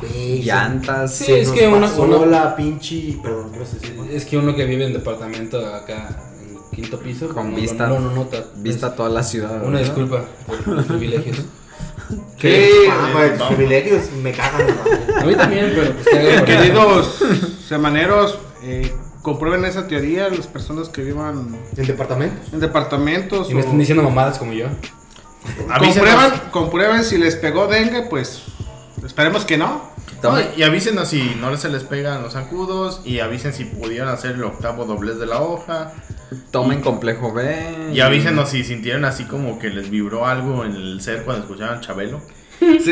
Güey, llantas. Sí, se es nos que uno- pasó uno- la pinche. Perdón, ¿qué vas a decir? güey? Es que uno que vive en departamento acá, en quinto piso, Con pues, no- vista. No, no nota. Vista a toda la ciudad. Una ¿verdad? disculpa por los privilegios. ¿Qué? Ah, güey, tus privilegios me cagan. güey. A mí también, pero pues [laughs] que Eh, queridos semaneros, eh, comprueben esa teoría las personas que vivan En departamentos. en Y departamentos. me o- este están diciendo mamadas como yo. Avísenos, Comprueban, comprueben si les pegó dengue, pues esperemos que [laughs] no. Toma. No, y avísenos si no se les pegan los zancudos y avisen si pudieron hacer el octavo doblez de la hoja Tomen complejo B. y avísenos si sintieron así como que les vibró algo en el ser cuando escuchaban Chabelo. Sí,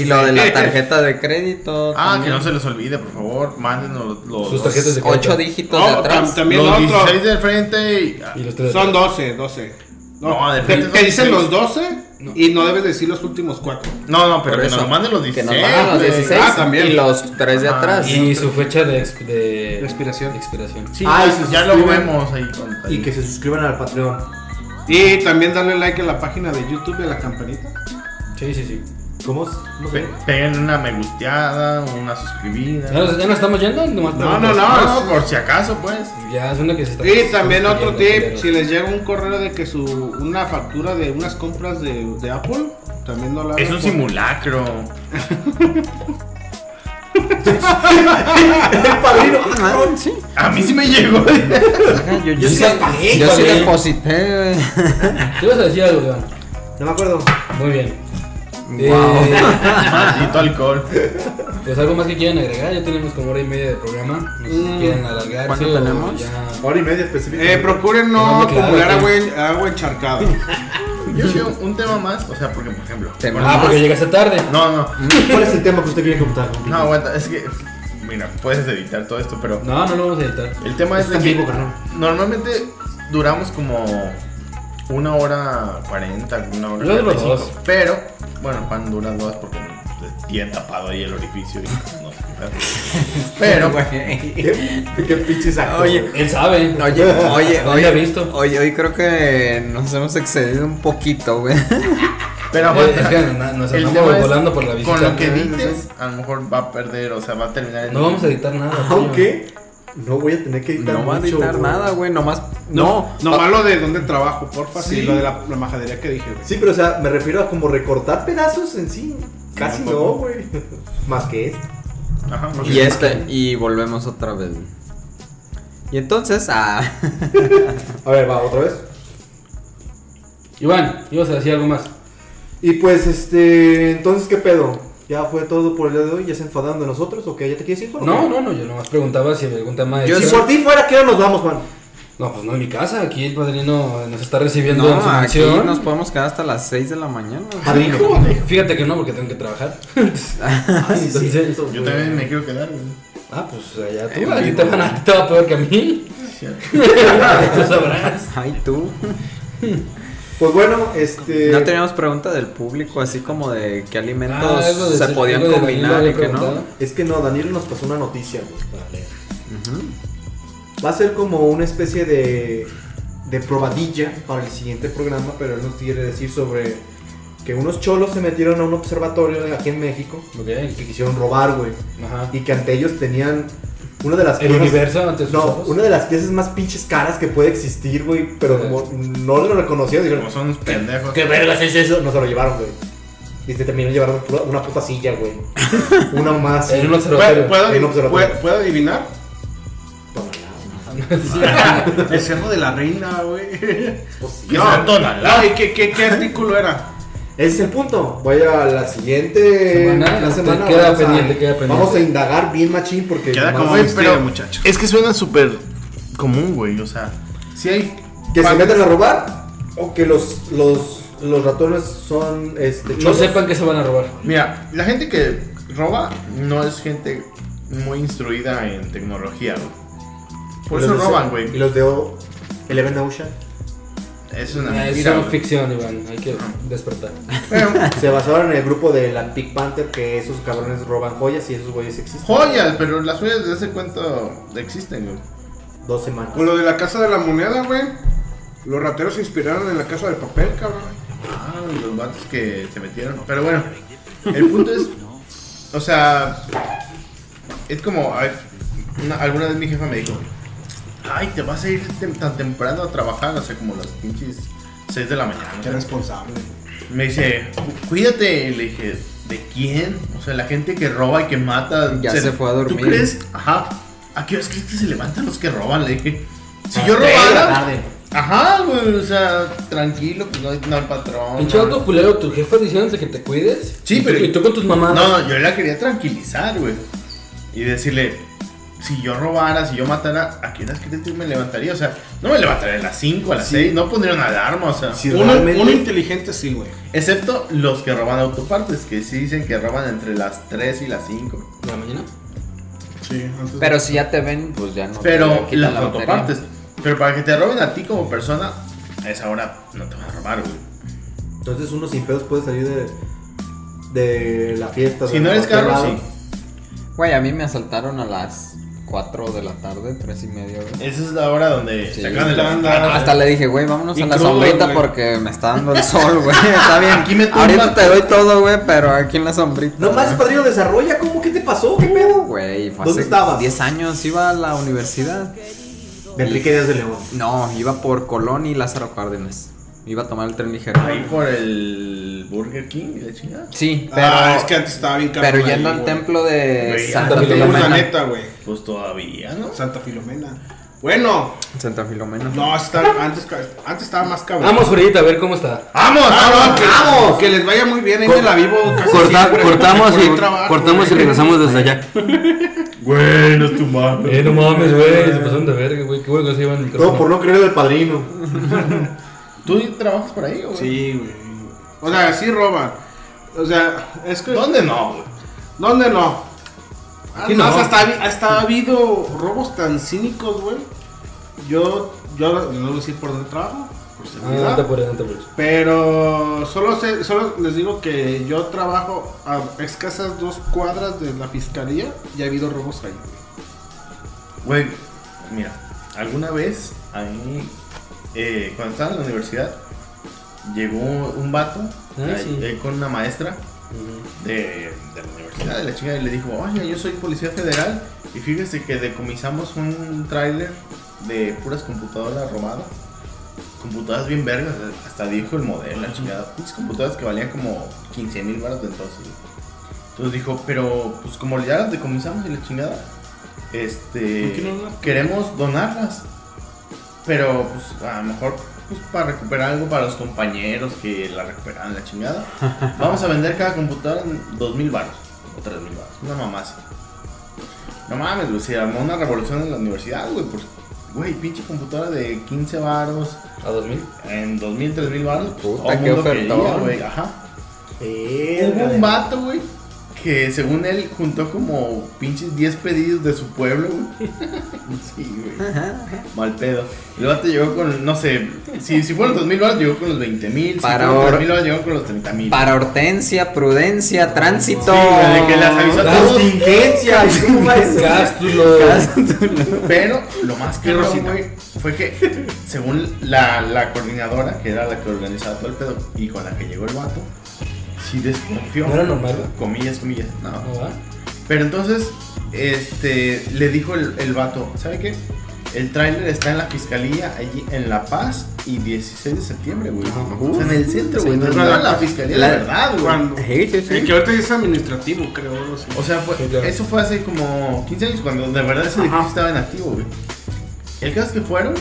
Y lo de la tarjeta de crédito. Ah, que también. no se les olvide, por favor, mándenos los, Sus los, tarjetas de crédito. Ocho dígitos Oh, de tam- atrás. también los otro. 16 del frente y... Y los tres. Son 12, 12. No, No, de te, frente te son dicen 16. los 12 y no debes decir los últimos 4. No, no, pero Por que eso. nos manden los Que 16. nos mandan los güey. 16. Ah, también. Y los tres de Ah, atrás. Y su fecha de, ex- de Respiración. de expiración. Sí, Ah, y ya- se ya lo suscriben. vemos ahí. con- Y que se suscriban al Patreon. Y también darle like a la página de YouTube y a la campanita. Sí, sí, sí. ¿Cómo? es? ¿Cómo se Pe- llama? Peguen una me gusteada, una suscribida. ¿Ya nos, ya nos estamos yendo? Nomás No, preguntas. no, No, por si acaso, pues. Ya es una que se está. Y también otro yendo, tip, culeros. si les llega un correo de que su una factura de unas compras de, de Apple, también no la Es hagan un por- simulacro. Ah, sí. A mí sí me llegó. Ajá, Yo, yo Yo sí, sí pagué, yo sí güey. deposité. Tú ibas a decir algo, Iván. No me acuerdo. Muy bien. güey. Eh, Wow. Maldito alcohol. pues algo más que quieran agregar. Ya tenemos como hora y media de programa. No sé Mm, si quieren alargar. ¿Cuánto tenemos? Hora y media específica. Eh, procuren no Que no me acumular clave, agua, en- agua encharcada. Yo creo un tema más, o sea, porque por ejemplo. Tema. bueno, pues, Ah, porque llegaste tarde. No, no, ¿Cuál es el tema que usted quiere contar? no, aguanta, es que. Mira, puedes editar todo esto, pero. No, no lo vamos a editar. El tema es Está de en que. vivo, carnal. Normalmente duramos como. Una hora cuarenta, una hora. Yo duro 45, dos. Pero, bueno, Juan dura dos porque tiene tapado ahí el orificio y no se quita. Pero, Güey. ¿Qué, [laughs] qué pinche saco? Oye, Él sabe. [laughs] [laughs] Oye, oye, No oye, había visto. oye, hoy creo que nos hemos excedido un poquito, güey. pero Eh, aguanta. es que [laughs] na- nos El andamos tema es, volando por la Con lo visita. que edites, a lo mejor va a perder, o sea, va a terminar en. No vamos a editar Ah, nada. tío. Aunque no voy a tener que editar [laughs] No va a mucho, editar güey. nada, güey, nomás. No, No, malo de dónde trabajo, porfa, sí, Sí. lo de la, la majadería que dije. güey. Sí, pero o sea, me refiero a como recortar pedazos en sí. Casi No, no, tampoco. güey. [laughs] Más que esto. Ajá, ok. Y este, y volvemos otra vez. güey. Y entonces, ah, A ver, va, otra vez. Iván, ibas a decir algo más. Y pues, este. Entonces, ¿qué pedo? Ya fue todo por el día de hoy. Ya se enfadaron de nosotros. ¿O qué? ¿Ya te quieres ir? Juan, o No, qué? no, no, yo nomás preguntaba si había algún tema de... Si por ti fuera, ¿qué hora nos vamos, Juan? No, pues no en mi casa, aquí el padrino nos está [laughs] recibiendo en su No, aquí mansión. nos podemos quedar hasta las 6 de la mañana. Hijo, Fíjate que no, porque tengo que trabajar. Entonces, pues, Yo también me quiero quedar, güey. ah, pues allá tú, a ti te van a- te va peor que a mí. [laughs] tú sabrás. Ah, Ay, tú. Pues bueno, Eh, este. No teníamos pregunta del público, así como de qué alimentos Ah, algo de se ese- podían algo de la combinar misma y que no. pregunta. Es que no, Daniel nos pasó una noticia, güey. Vale. Va a ser como una especie de, de probadilla para el siguiente programa, pero él nos quiere decir sobre que unos cholos se metieron a un observatorio aquí en México Ok. que quisieron robar, güey. Ajá. Y que ante ellos tenían una de las El piezas- universo ante sus No, ojos. una de las piezas más pinches caras que puede existir, güey. Pero como no lo reconocieron, dijeron, Como son unos pendejos. ¿qué vergas es eso? No se lo llevaron, güey. Y se terminaron llevando pura- una puta silla, [laughs] güey. Una más. En un ¿Puedo, observatorio. puedo- En un observatorio. puedo- puedo [laughs] adivinar? El cerro de la reina, güey. No. Ay, ¿qué, qué, qué artículo era? Ese es el punto. Voy a la siguiente Semana, la te queda vamos pendiente, a, queda pendiente. Vamos a indagar bien machín porque Queda nomás- como Güey, un misterio, pero este muchacho. es que suena súper común, güey. O sea, sí hay. que se pan- meten a robar o que los los los ratones son este No cholos. sepan que se van a robar. Mira, la gente que roba no es gente muy instruida en tecnología, güey. Por Y eso los de- roban, Y güey. los de O- Eleven Ocean Es una Ah, Es mentira. una güey. ficción, Iván. Hay que despertar. Bueno, se basaron en el grupo de la Pink Panther que esos cabrones roban joyas y esos güeyes existen. joyas, pero las joyas desde hace cuánto existen, güey. Dos semanas. O lo de la casa de la moneda, güey. Los rateros se inspiraron en la casa del papel, cabrón. Ah, los vatos que se metieron. Pero bueno, el punto es. O sea, es como. a ver, una- alguna vez mi jefa me dijo: Ay, te vas a ir tem- tan temprano a trabajar. O sea, como las pinches 6 de la mañana. Qué responsable. Me dice: "Cu- Cuídate. Le dije: ¿De quién? O sea, la gente que roba y que mata. Ya se fue a ¿Tú dormir. crees? Ajá. ¿A qué hora crees que se levantan los que roban? Le dije: Si yo robara. Ajá, güey. O sea, tranquilo, pues no hay, no hay patrón. Pinche no- vato culero, tu jefa diciéndote que te cuides. Sí, Y tú- pero- Y tú con tus mamás. No, yo la quería tranquilizar, güey. Y decirle, si yo robara, si yo matara, ¿a qué horas crees que me levantaría? O sea, no me levantaría a las 5, a las 6, no pondría una alarma, o sea. Si Uno, realmente- uno inteligente sí, güey. Excepto los que roban autopartes, que sí dicen que roban entre las 3 y las 5. ¿De la mañana? Sí, antes Pero si ya te ven, pues ya no. Pero te quitan las la batería. autopartes. Pero para que te roben a ti como persona, a esa hora no te van a robar, güey. Entonces uno sin pedos puede salir de de la fiesta. Si de no eres cualquier carro, lado. sí. Güey, a mí me asaltaron a las 4 de la tarde, 3 y media, güey. Esa es la hora Sí. donde Eh, Ah, se acaban de Estándar. levantar. Hasta le dije, güey, vámonos Y a la crudo, sombrita güey. porque me está dando el sol, [laughs] güey. Está bien. Aquí me tumba. Ahorita te doy todo, güey, pero aquí en la sombrita. No más, padrino, desarrolla, ¿cómo? ¿Qué te pasó? ¿Qué pedo? Güey, fue ¿Dónde hace estabas? 10 años, iba a la universidad. De Enrique Díaz de León. No, iba por Colón y Lázaro Cárdenas. Iba a tomar el tren ligero. Ahí por el Burger King y la chingada. Sí, pero, ah, es que antes estaba bien cabrón pero ahí, yendo al güey. templo de Güey, Santa ándale, La Filomena. neta, güey. Pues todavía, ¿no? Santa Filomena. Bueno, Santa Filomena. no, está, antes, ca- antes estaba más cabrón. Vamos, Fredita, a ver cómo está. ¡Vamos! ¡Vamos! Que, que les vaya muy bien, ahí te la vivo casi Corta- siempre, cortamos por y, un trabajo, cortamos y güey. regresamos desde allá. Güey, no es tu mano. Eh, no mames, güey. Se pasaron de verga, güey. Qué bueno que se llevan el micrófono. No, por no creer del padrino. ¿Tú trabajas por ahí, güey? Sí, güey. O sea, sí roban. O sea, es que. ¿Dónde no, güey? Ah, ¿Dónde no? Aquí Además, no. Hasta, ha- hasta ha habido robos tan cínicos, güey. Yo, yo no voy a decir por dónde trabajo, por Ah, seguridad. anda por ahí, anda por ahí. Pero solo, sé- solo les digo que yo trabajo a escasas dos cuadras de la fiscalía y ha habido robos ahí, güey. Güey, mira, alguna vez a mí, eh, cuando estaba en la universidad, llegó un vato Ah, ahí- sí. ahí con una maestra de, de la universidad, de la chica, y le dijo, oye, yo soy policía federal y fíjese que decomisamos un tráiler de puras computadoras robadas. Computadoras bien vergas, hasta dijo el modelo, la chingada. Pinches computadoras que valían como 15 mil baros de entonces. güey. Entonces dijo, pero pues como ya las decomisamos y la chingada, este, ¿Por qué no las- queremos donarlas. Pero pues a lo mejor pues, para recuperar algo para los compañeros que la recuperaban la chingada. Vamos a vender cada computadora en 2000 baros o 3000 baros. Una mamá así. No mames, güey, se armó una revolución en la universidad, güey, por güey, pinche computadora de 15 baros ¿A 2000? en 2000, 3000 baros. pues, Puta, todo el qué mundo ofertón. quería, güey, ajá. Hubo un vato, güey, que según él juntó como pinches 10 pedidos de su pueblo, güey. Sí, güey. Mal pedo. El vato llegó con, no sé, si, si fueron 2000 baros, llegó con los 20 mil. Si Para fueron ahora. 3000 baros, llegó con los 30 mil. Para Hortensia, Prudencia, Tránsito. Sí, güey, de que las avisó a todos. Contingencia, ¿cómo va eso? Cástulo. Pero lo más que güey, fue que según la, la coordinadora, que era la que organizaba todo el pedo, y con la que llegó el vato, sí desconfió. ¿No era normal? Comillas, comillas. No. ¿No va? Pero entonces, este, le dijo el, el vato, ¿sabe qué? El tráiler está en la fiscalía allí en La Paz y 16 de septiembre, güey. O sea, en el centro, güey. no estaba en la fiscalía, la verdad, güey. Cuando- El que ahorita es administrativo, creo. algo así. O sea, fue- Sí, claro. eso fue hace como 15 años cuando de verdad ese edificio estaba en activo, güey. El caso es que fueron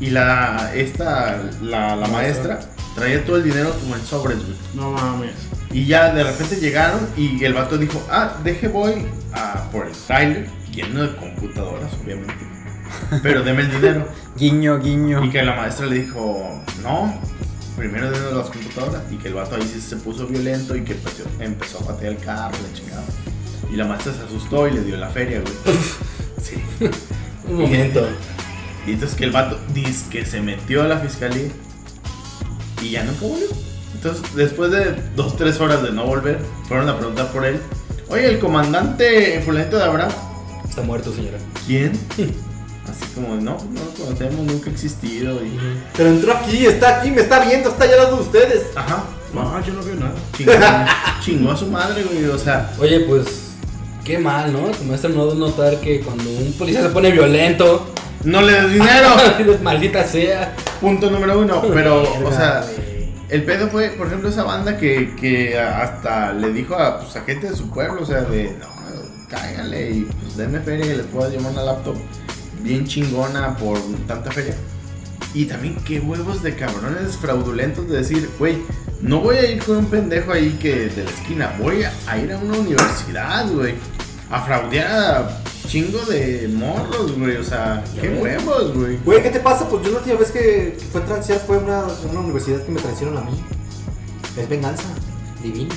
y la, esta, la, la maestra traía todo el dinero como en sobres, güey. No mames. Y ya de repente llegaron y el vato dijo, ah, deje voy a por el trailer lleno de computadoras, obviamente. Pero deme el dinero. Guiño, guiño. Y que la maestra le dijo, no, primero denos las computadoras. Y que el vato ahí sí se puso violento y que empezó, empezó a patear el carro, la chingada. Y la maestra se asustó y le dio la feria, güey. sí. Un momento. Y entonces que el vato dice que se metió a la fiscalía y ya nunca volvió. Entonces, después de dos, tres horas de no volver, fueron a preguntar por él. Oye, el comandante fulanito de Abraham, Está muerto, señora. ¿quién? Así como, no, no lo conocemos, nunca ha existido. Y... Pero entró aquí, está aquí, me está viendo, está allá al lado de ustedes. Ajá, No, yo no veo nada. chingó, [laughs] chingó a su madre, güey. O sea, Oye, pues. Qué mal, ¿no? Tu maestra no notar que cuando un policía se pone violento. no le des dinero. [laughs] maldita sea. Punto número uno, pero, o sea, güey. el pedo fue, por ejemplo, esa banda que, que hasta le dijo a, pues, a gente de su pueblo, o sea, de, no, cáigale y pues denme feria que les pueda llevar una laptop bien chingona por tanta feria. Y también qué huevos de cabrones fraudulentos de decir, güey, no voy a ir con un pendejo ahí que de la esquina, voy a, a ir a una universidad, güey, a fraudear a chingo de morros, güey, o sea, qué huevos, güey. Güey, ¿qué te pasa? Pues yo la última vez que, que fue transear fue una, una universidad que me trajeron a mí. Es venganza. Divina.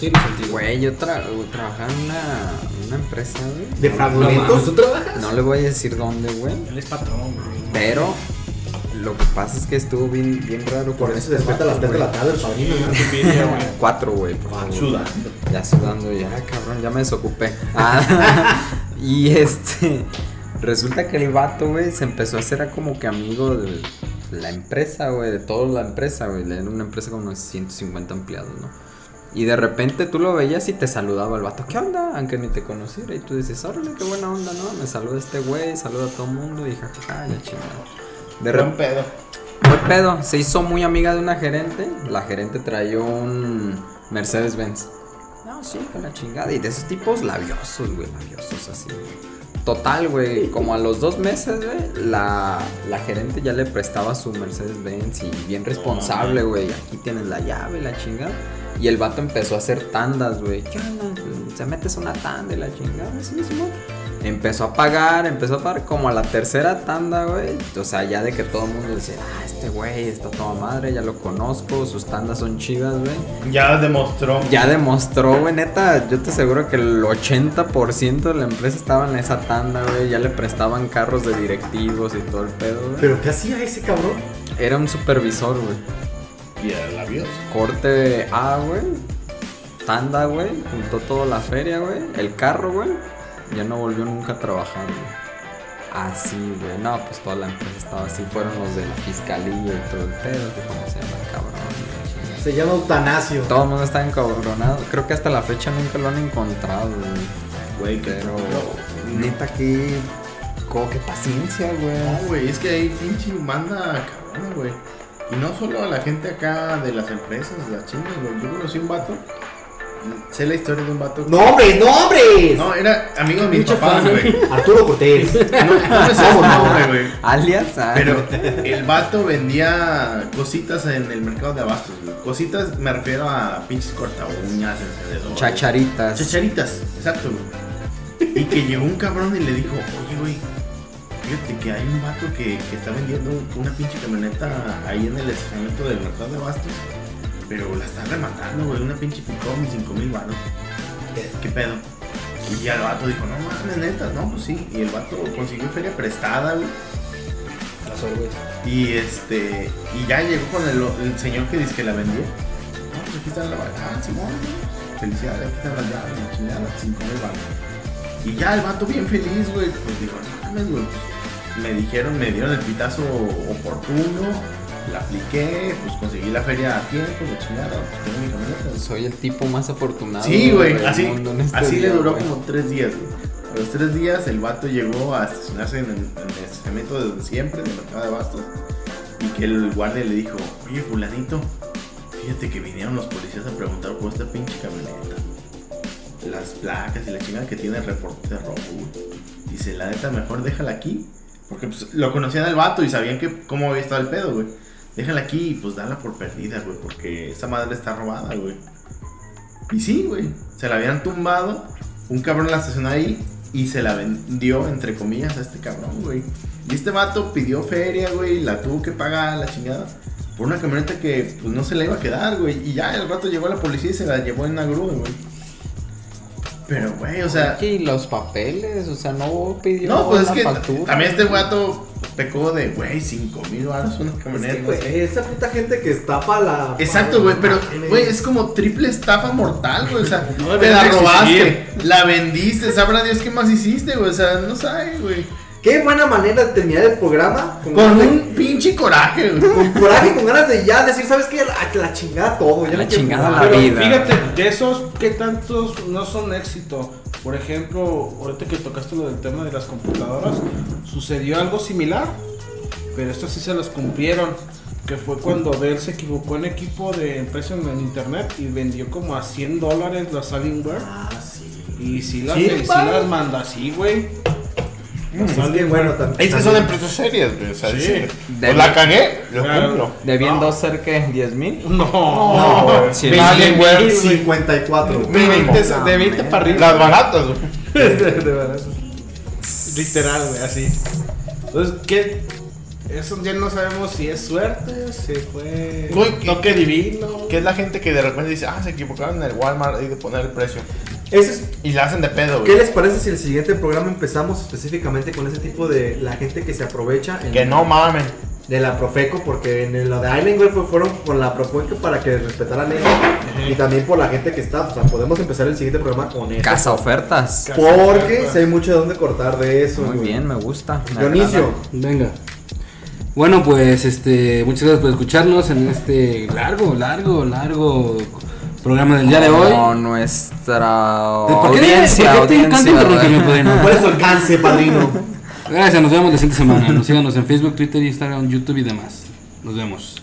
Tiene sentido. Güey, yo tra- trabajaba en una, una empresa, güey. De No mames, fraudulentos. ¿tú trabajas? No le voy a decir dónde, güey. Él es patrón, güey. Pero lo que pasa es que estuvo bien, bien raro Por con eso este despierta a las vato, 3 de la Ah, güey. tarde el padrino, ¿no? Cuatro, güey, por favor. Suda. Ya sudando, ya, cabrón, ya me desocupé. Ah, [laughs] y este. Resulta que el vato, güey, se empezó a hacer como que amigo de la empresa, güey, de toda la empresa, güey. Era una empresa con unos 150 empleados, ¿no? Y de repente tú lo veías y te saludaba el vato, ¿qué onda? Aunque ni te conociera. Y tú dices, órale, qué buena onda, ¿no? Me saluda este güey, saluda a todo el mundo y jajaja, ya chingada. De Gran repente. pedo. Buen pedo, se hizo muy amiga de una gerente. La gerente traía un Mercedes Benz. No, sí, con la chingada. Y de esos tipos labiosos, güey, labiosos así. Total, güey, como a los dos meses, güey, la, la gerente ya le prestaba su Mercedes Benz y bien responsable, güey. Aquí tienes la llave, la chingada. Y el vato empezó a hacer tandas, güey. ¿Qué onda? Se metes una tanda y la chingada. Sí, sí, güey. Empezó a pagar, empezó a pagar como a la tercera tanda, güey. O sea, ya de que todo el mundo decía, ah, este güey está toda madre, ya lo conozco, sus tandas son chidas, güey. Ya demostró. Ya demostró, güey, neta, yo te aseguro que el 80% de la empresa estaba en esa tanda, güey. Ya le prestaban carros de directivos y todo el pedo, güey. Pero ¿qué hacía ese cabrón? Era un supervisor, güey. Y era labios. Corte A, güey. Tanda, güey. Juntó toda la feria, güey. El carro, güey. Ya no volvió nunca a trabajar, güey. Así, güey. No, pues toda la empresa estaba así. Fueron los de la fiscalía y todo el pedo. Que cómo se llama el cabrón. güey. Se llama Eutanasio. Todo el mundo está encabronado. Creo que hasta la fecha nunca lo han encontrado, güey. Güey, que Pero. Neta, que. Como que paciencia, No, güey. güey, es que ahí pinche manda cabrón, güey. Y no solo a la gente acá de las empresas, de las chingas, güey. Yo conocí un vato Sé la historia de un vato. ¡Nombres, nombres! No, era amigo de mis Pinche papás, fan. güey. Arturo Cortés. No, no me sé su nombre, güey. Alias. ah, Pero el vato vendía cositas en el mercado de abastos, güey. Cositas me refiero a pinches cortaúñas, encendedores. Chacharitas. Chacharitas, exacto, güey. Y que llegó un cabrón y le dijo, oye, güey, fíjate que hay un vato que, que está vendiendo una pinche camioneta ahí en el estacionamiento del mercado de abastos, pero la están rematando, güey, una pinche picón y 5 mil baros. ¿Qué pedo? Y ya el vato dijo, no mames, neta, no, pues sí. Y el vato consiguió feria prestada, güey. Las Orbeez. Y este. Y ya llegó con el, el señor que dice que la vendió. No, pues aquí está la barra. Ah, Simón. Felicidades, aquí están las llaves, la chingada, cinco mil baros. Y ya el vato bien feliz, güey. Pues dijo, no mames, güey. pues, me dijeron, me dieron el pitazo oportuno. La apliqué, pues conseguí la feria a tiempo, la chingada, pues tengo mi camioneta. Soy el tipo más afortunado. Sí, güey, del así, mundo en este así le día, duró güey. como tres días, güey. A los tres días el vato llegó a estacionarse en el, en el estacionamiento de donde siempre, en el mercado de bastos, y que el guardia le dijo, oye, fulanito, fíjate que vinieron los policías a preguntar por esta pinche camioneta. Las placas y la chingada que tiene el reporte rojo, güey. Dice, la neta, mejor déjala aquí, porque pues, lo conocían al vato y sabían que cómo había estado el pedo, güey. Déjala aquí y pues dala por perdida, güey, porque esa madre está robada, güey. Y sí, güey. Se la habían tumbado. Un cabrón la estacionó ahí y se la vendió, entre comillas, a este cabrón, güey. Y este vato pidió feria, güey. La tuvo que pagar, la chingada. Por una camioneta que pues no se la iba a quedar, güey. Y ya el rato llegó a la policía y se la llevó en una grúa, güey. Pero, güey, o sea. Y los papeles, o sea, no pidió No, pues es la que factura. también este vato pecó de, güey, 5 mil baros una camioneta. Es que, güey, Pues, esa puta gente que estapa la. Exacto, güey, pero, güey, es como triple estafa mortal, güey. O sea, te debería la robaste, existir. la vendiste, sabrá Dios qué más hiciste, güey. O sea, no sabes, güey. Qué buena manera de terminar el programa. Con ganas de- un pinche coraje, güey. Con coraje, con ganas de ya decir, ¿sabes qué? La, la chingada todo. Ya La no quiero chingada jugar. la Pero vida. fíjate, de esos, ¿qué tantos no son éxito? Por ejemplo, ahorita que tocaste lo del tema de las computadoras, sucedió algo similar, pero estas sí se las cumplieron. Que fue cuando Dell se equivocó en equipo de empresa en el internet y vendió como a 100 dólares las Alienware. Ah, sí. Y si las, ¿Sí, y sí pa? las manda así, güey. [laughs] Es que bueno, también. Es que Mm, son empresas serias, güey. O sea, sí. De- la cagué, lo Claro. cumplo. Debiendo ser que 10 mil. No, Sí, Ah, Veinte Alien, mil, güey. 54. de [laughs] 20, de 20 para arriba. Las baratas, güey. Literal, güey, así. Entonces, ¿qué? Eso ya no sabemos si es suerte, si fue. Güey, toque divino. Que es la gente que de repente dice, ah, se equivocaron en el Walmart y de poner el precio. Eso es Y la hacen de pedo, ¿Qué güey. les parece si el siguiente programa empezamos específicamente con ese tipo de la gente que se aprovecha en- Que no mamen. de la Profeco? Porque en el- lo de Island Girl fue- fueron por la Profeco para que respetaran eso y también por la gente que está. O sea, podemos empezar el siguiente programa con eso. Casa ofertas. Porque si hay mucho de dónde cortar de eso. Muy güey. bien, me gusta. me Dionisio, Venga. Bueno, pues este, muchas gracias por escucharnos en este largo, largo, largo programa del día de hoy. agrada. Con nuestra ¿Por qué, audiencia. por qué te encanta audiencia, interrumpirme, ¿verdad? padrino? [laughs] ¿cuál es tu alcance, padrino? Gracias, nos vemos la siguiente semana. Nos síganos en Facebook, Twitter, Instagram, YouTube y demás. Nos vemos.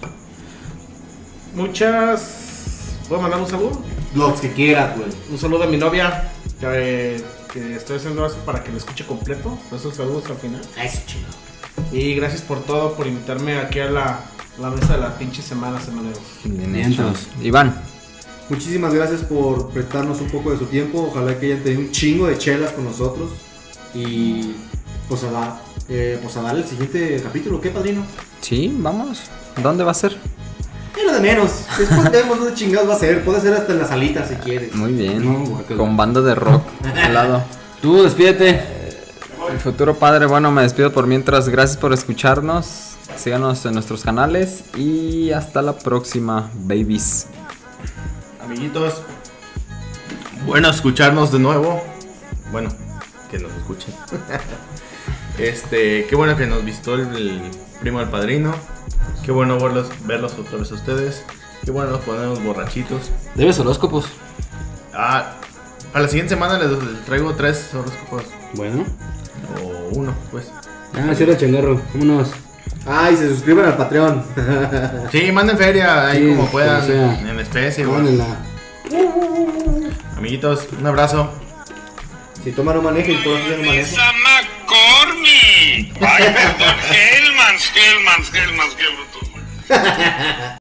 Muchas. ¿Puedo mandar un saludo? Los que quieras, güey. Un saludo a mi novia. Que, que estoy haciendo eso para que lo escuche completo. Pues Por eso saludos al final. Ah, Eso, chido. Y gracias por todo, por invitarme aquí a la, a la mesa de la pinche semana, semaneros. Bien hecho. Mientras. Iván, Muchísimas gracias por prestarnos un poco de su tiempo. Ojalá que hayan tenido un chingo de chelas con nosotros. Y pues a, dar, eh, pues a dar el siguiente capítulo. ¿Qué, padrino? sí, vamos. ¿Dónde va a ser? Pero de menos. Después vemos dónde chingados va a ser. Puede ser hasta en la salita si quieres. Muy bien. No, guácala. Con banda de rock al lado. Tú despídete. El futuro padre, bueno, me despido por mientras. Gracias por escucharnos. Síganos en nuestros canales y hasta la próxima, babies. Amiguitos, bueno escucharnos de nuevo. Bueno, que nos escuchen. [laughs] este, qué bueno que nos visitó el, el primo del padrino. Qué bueno verlos, verlos otra vez a ustedes. Qué bueno nos ponemos borrachitos. Debes horóscopos. Ah, para la siguiente semana les, les traigo tres horóscopos. Bueno. O uno, pues. Ah, cierra changarro. Vámonos. Ay, se suscriben al Patreon. [laughs] Sí, manden feria ahí Sí, como como puedan. sea. en especie, güey. Pónganla. Amiguitos, un abrazo. Si toma no maneja y por eso ya no maneja. Ay, perdón, Hellmans, Hellmans, Hellmans, qué bruto.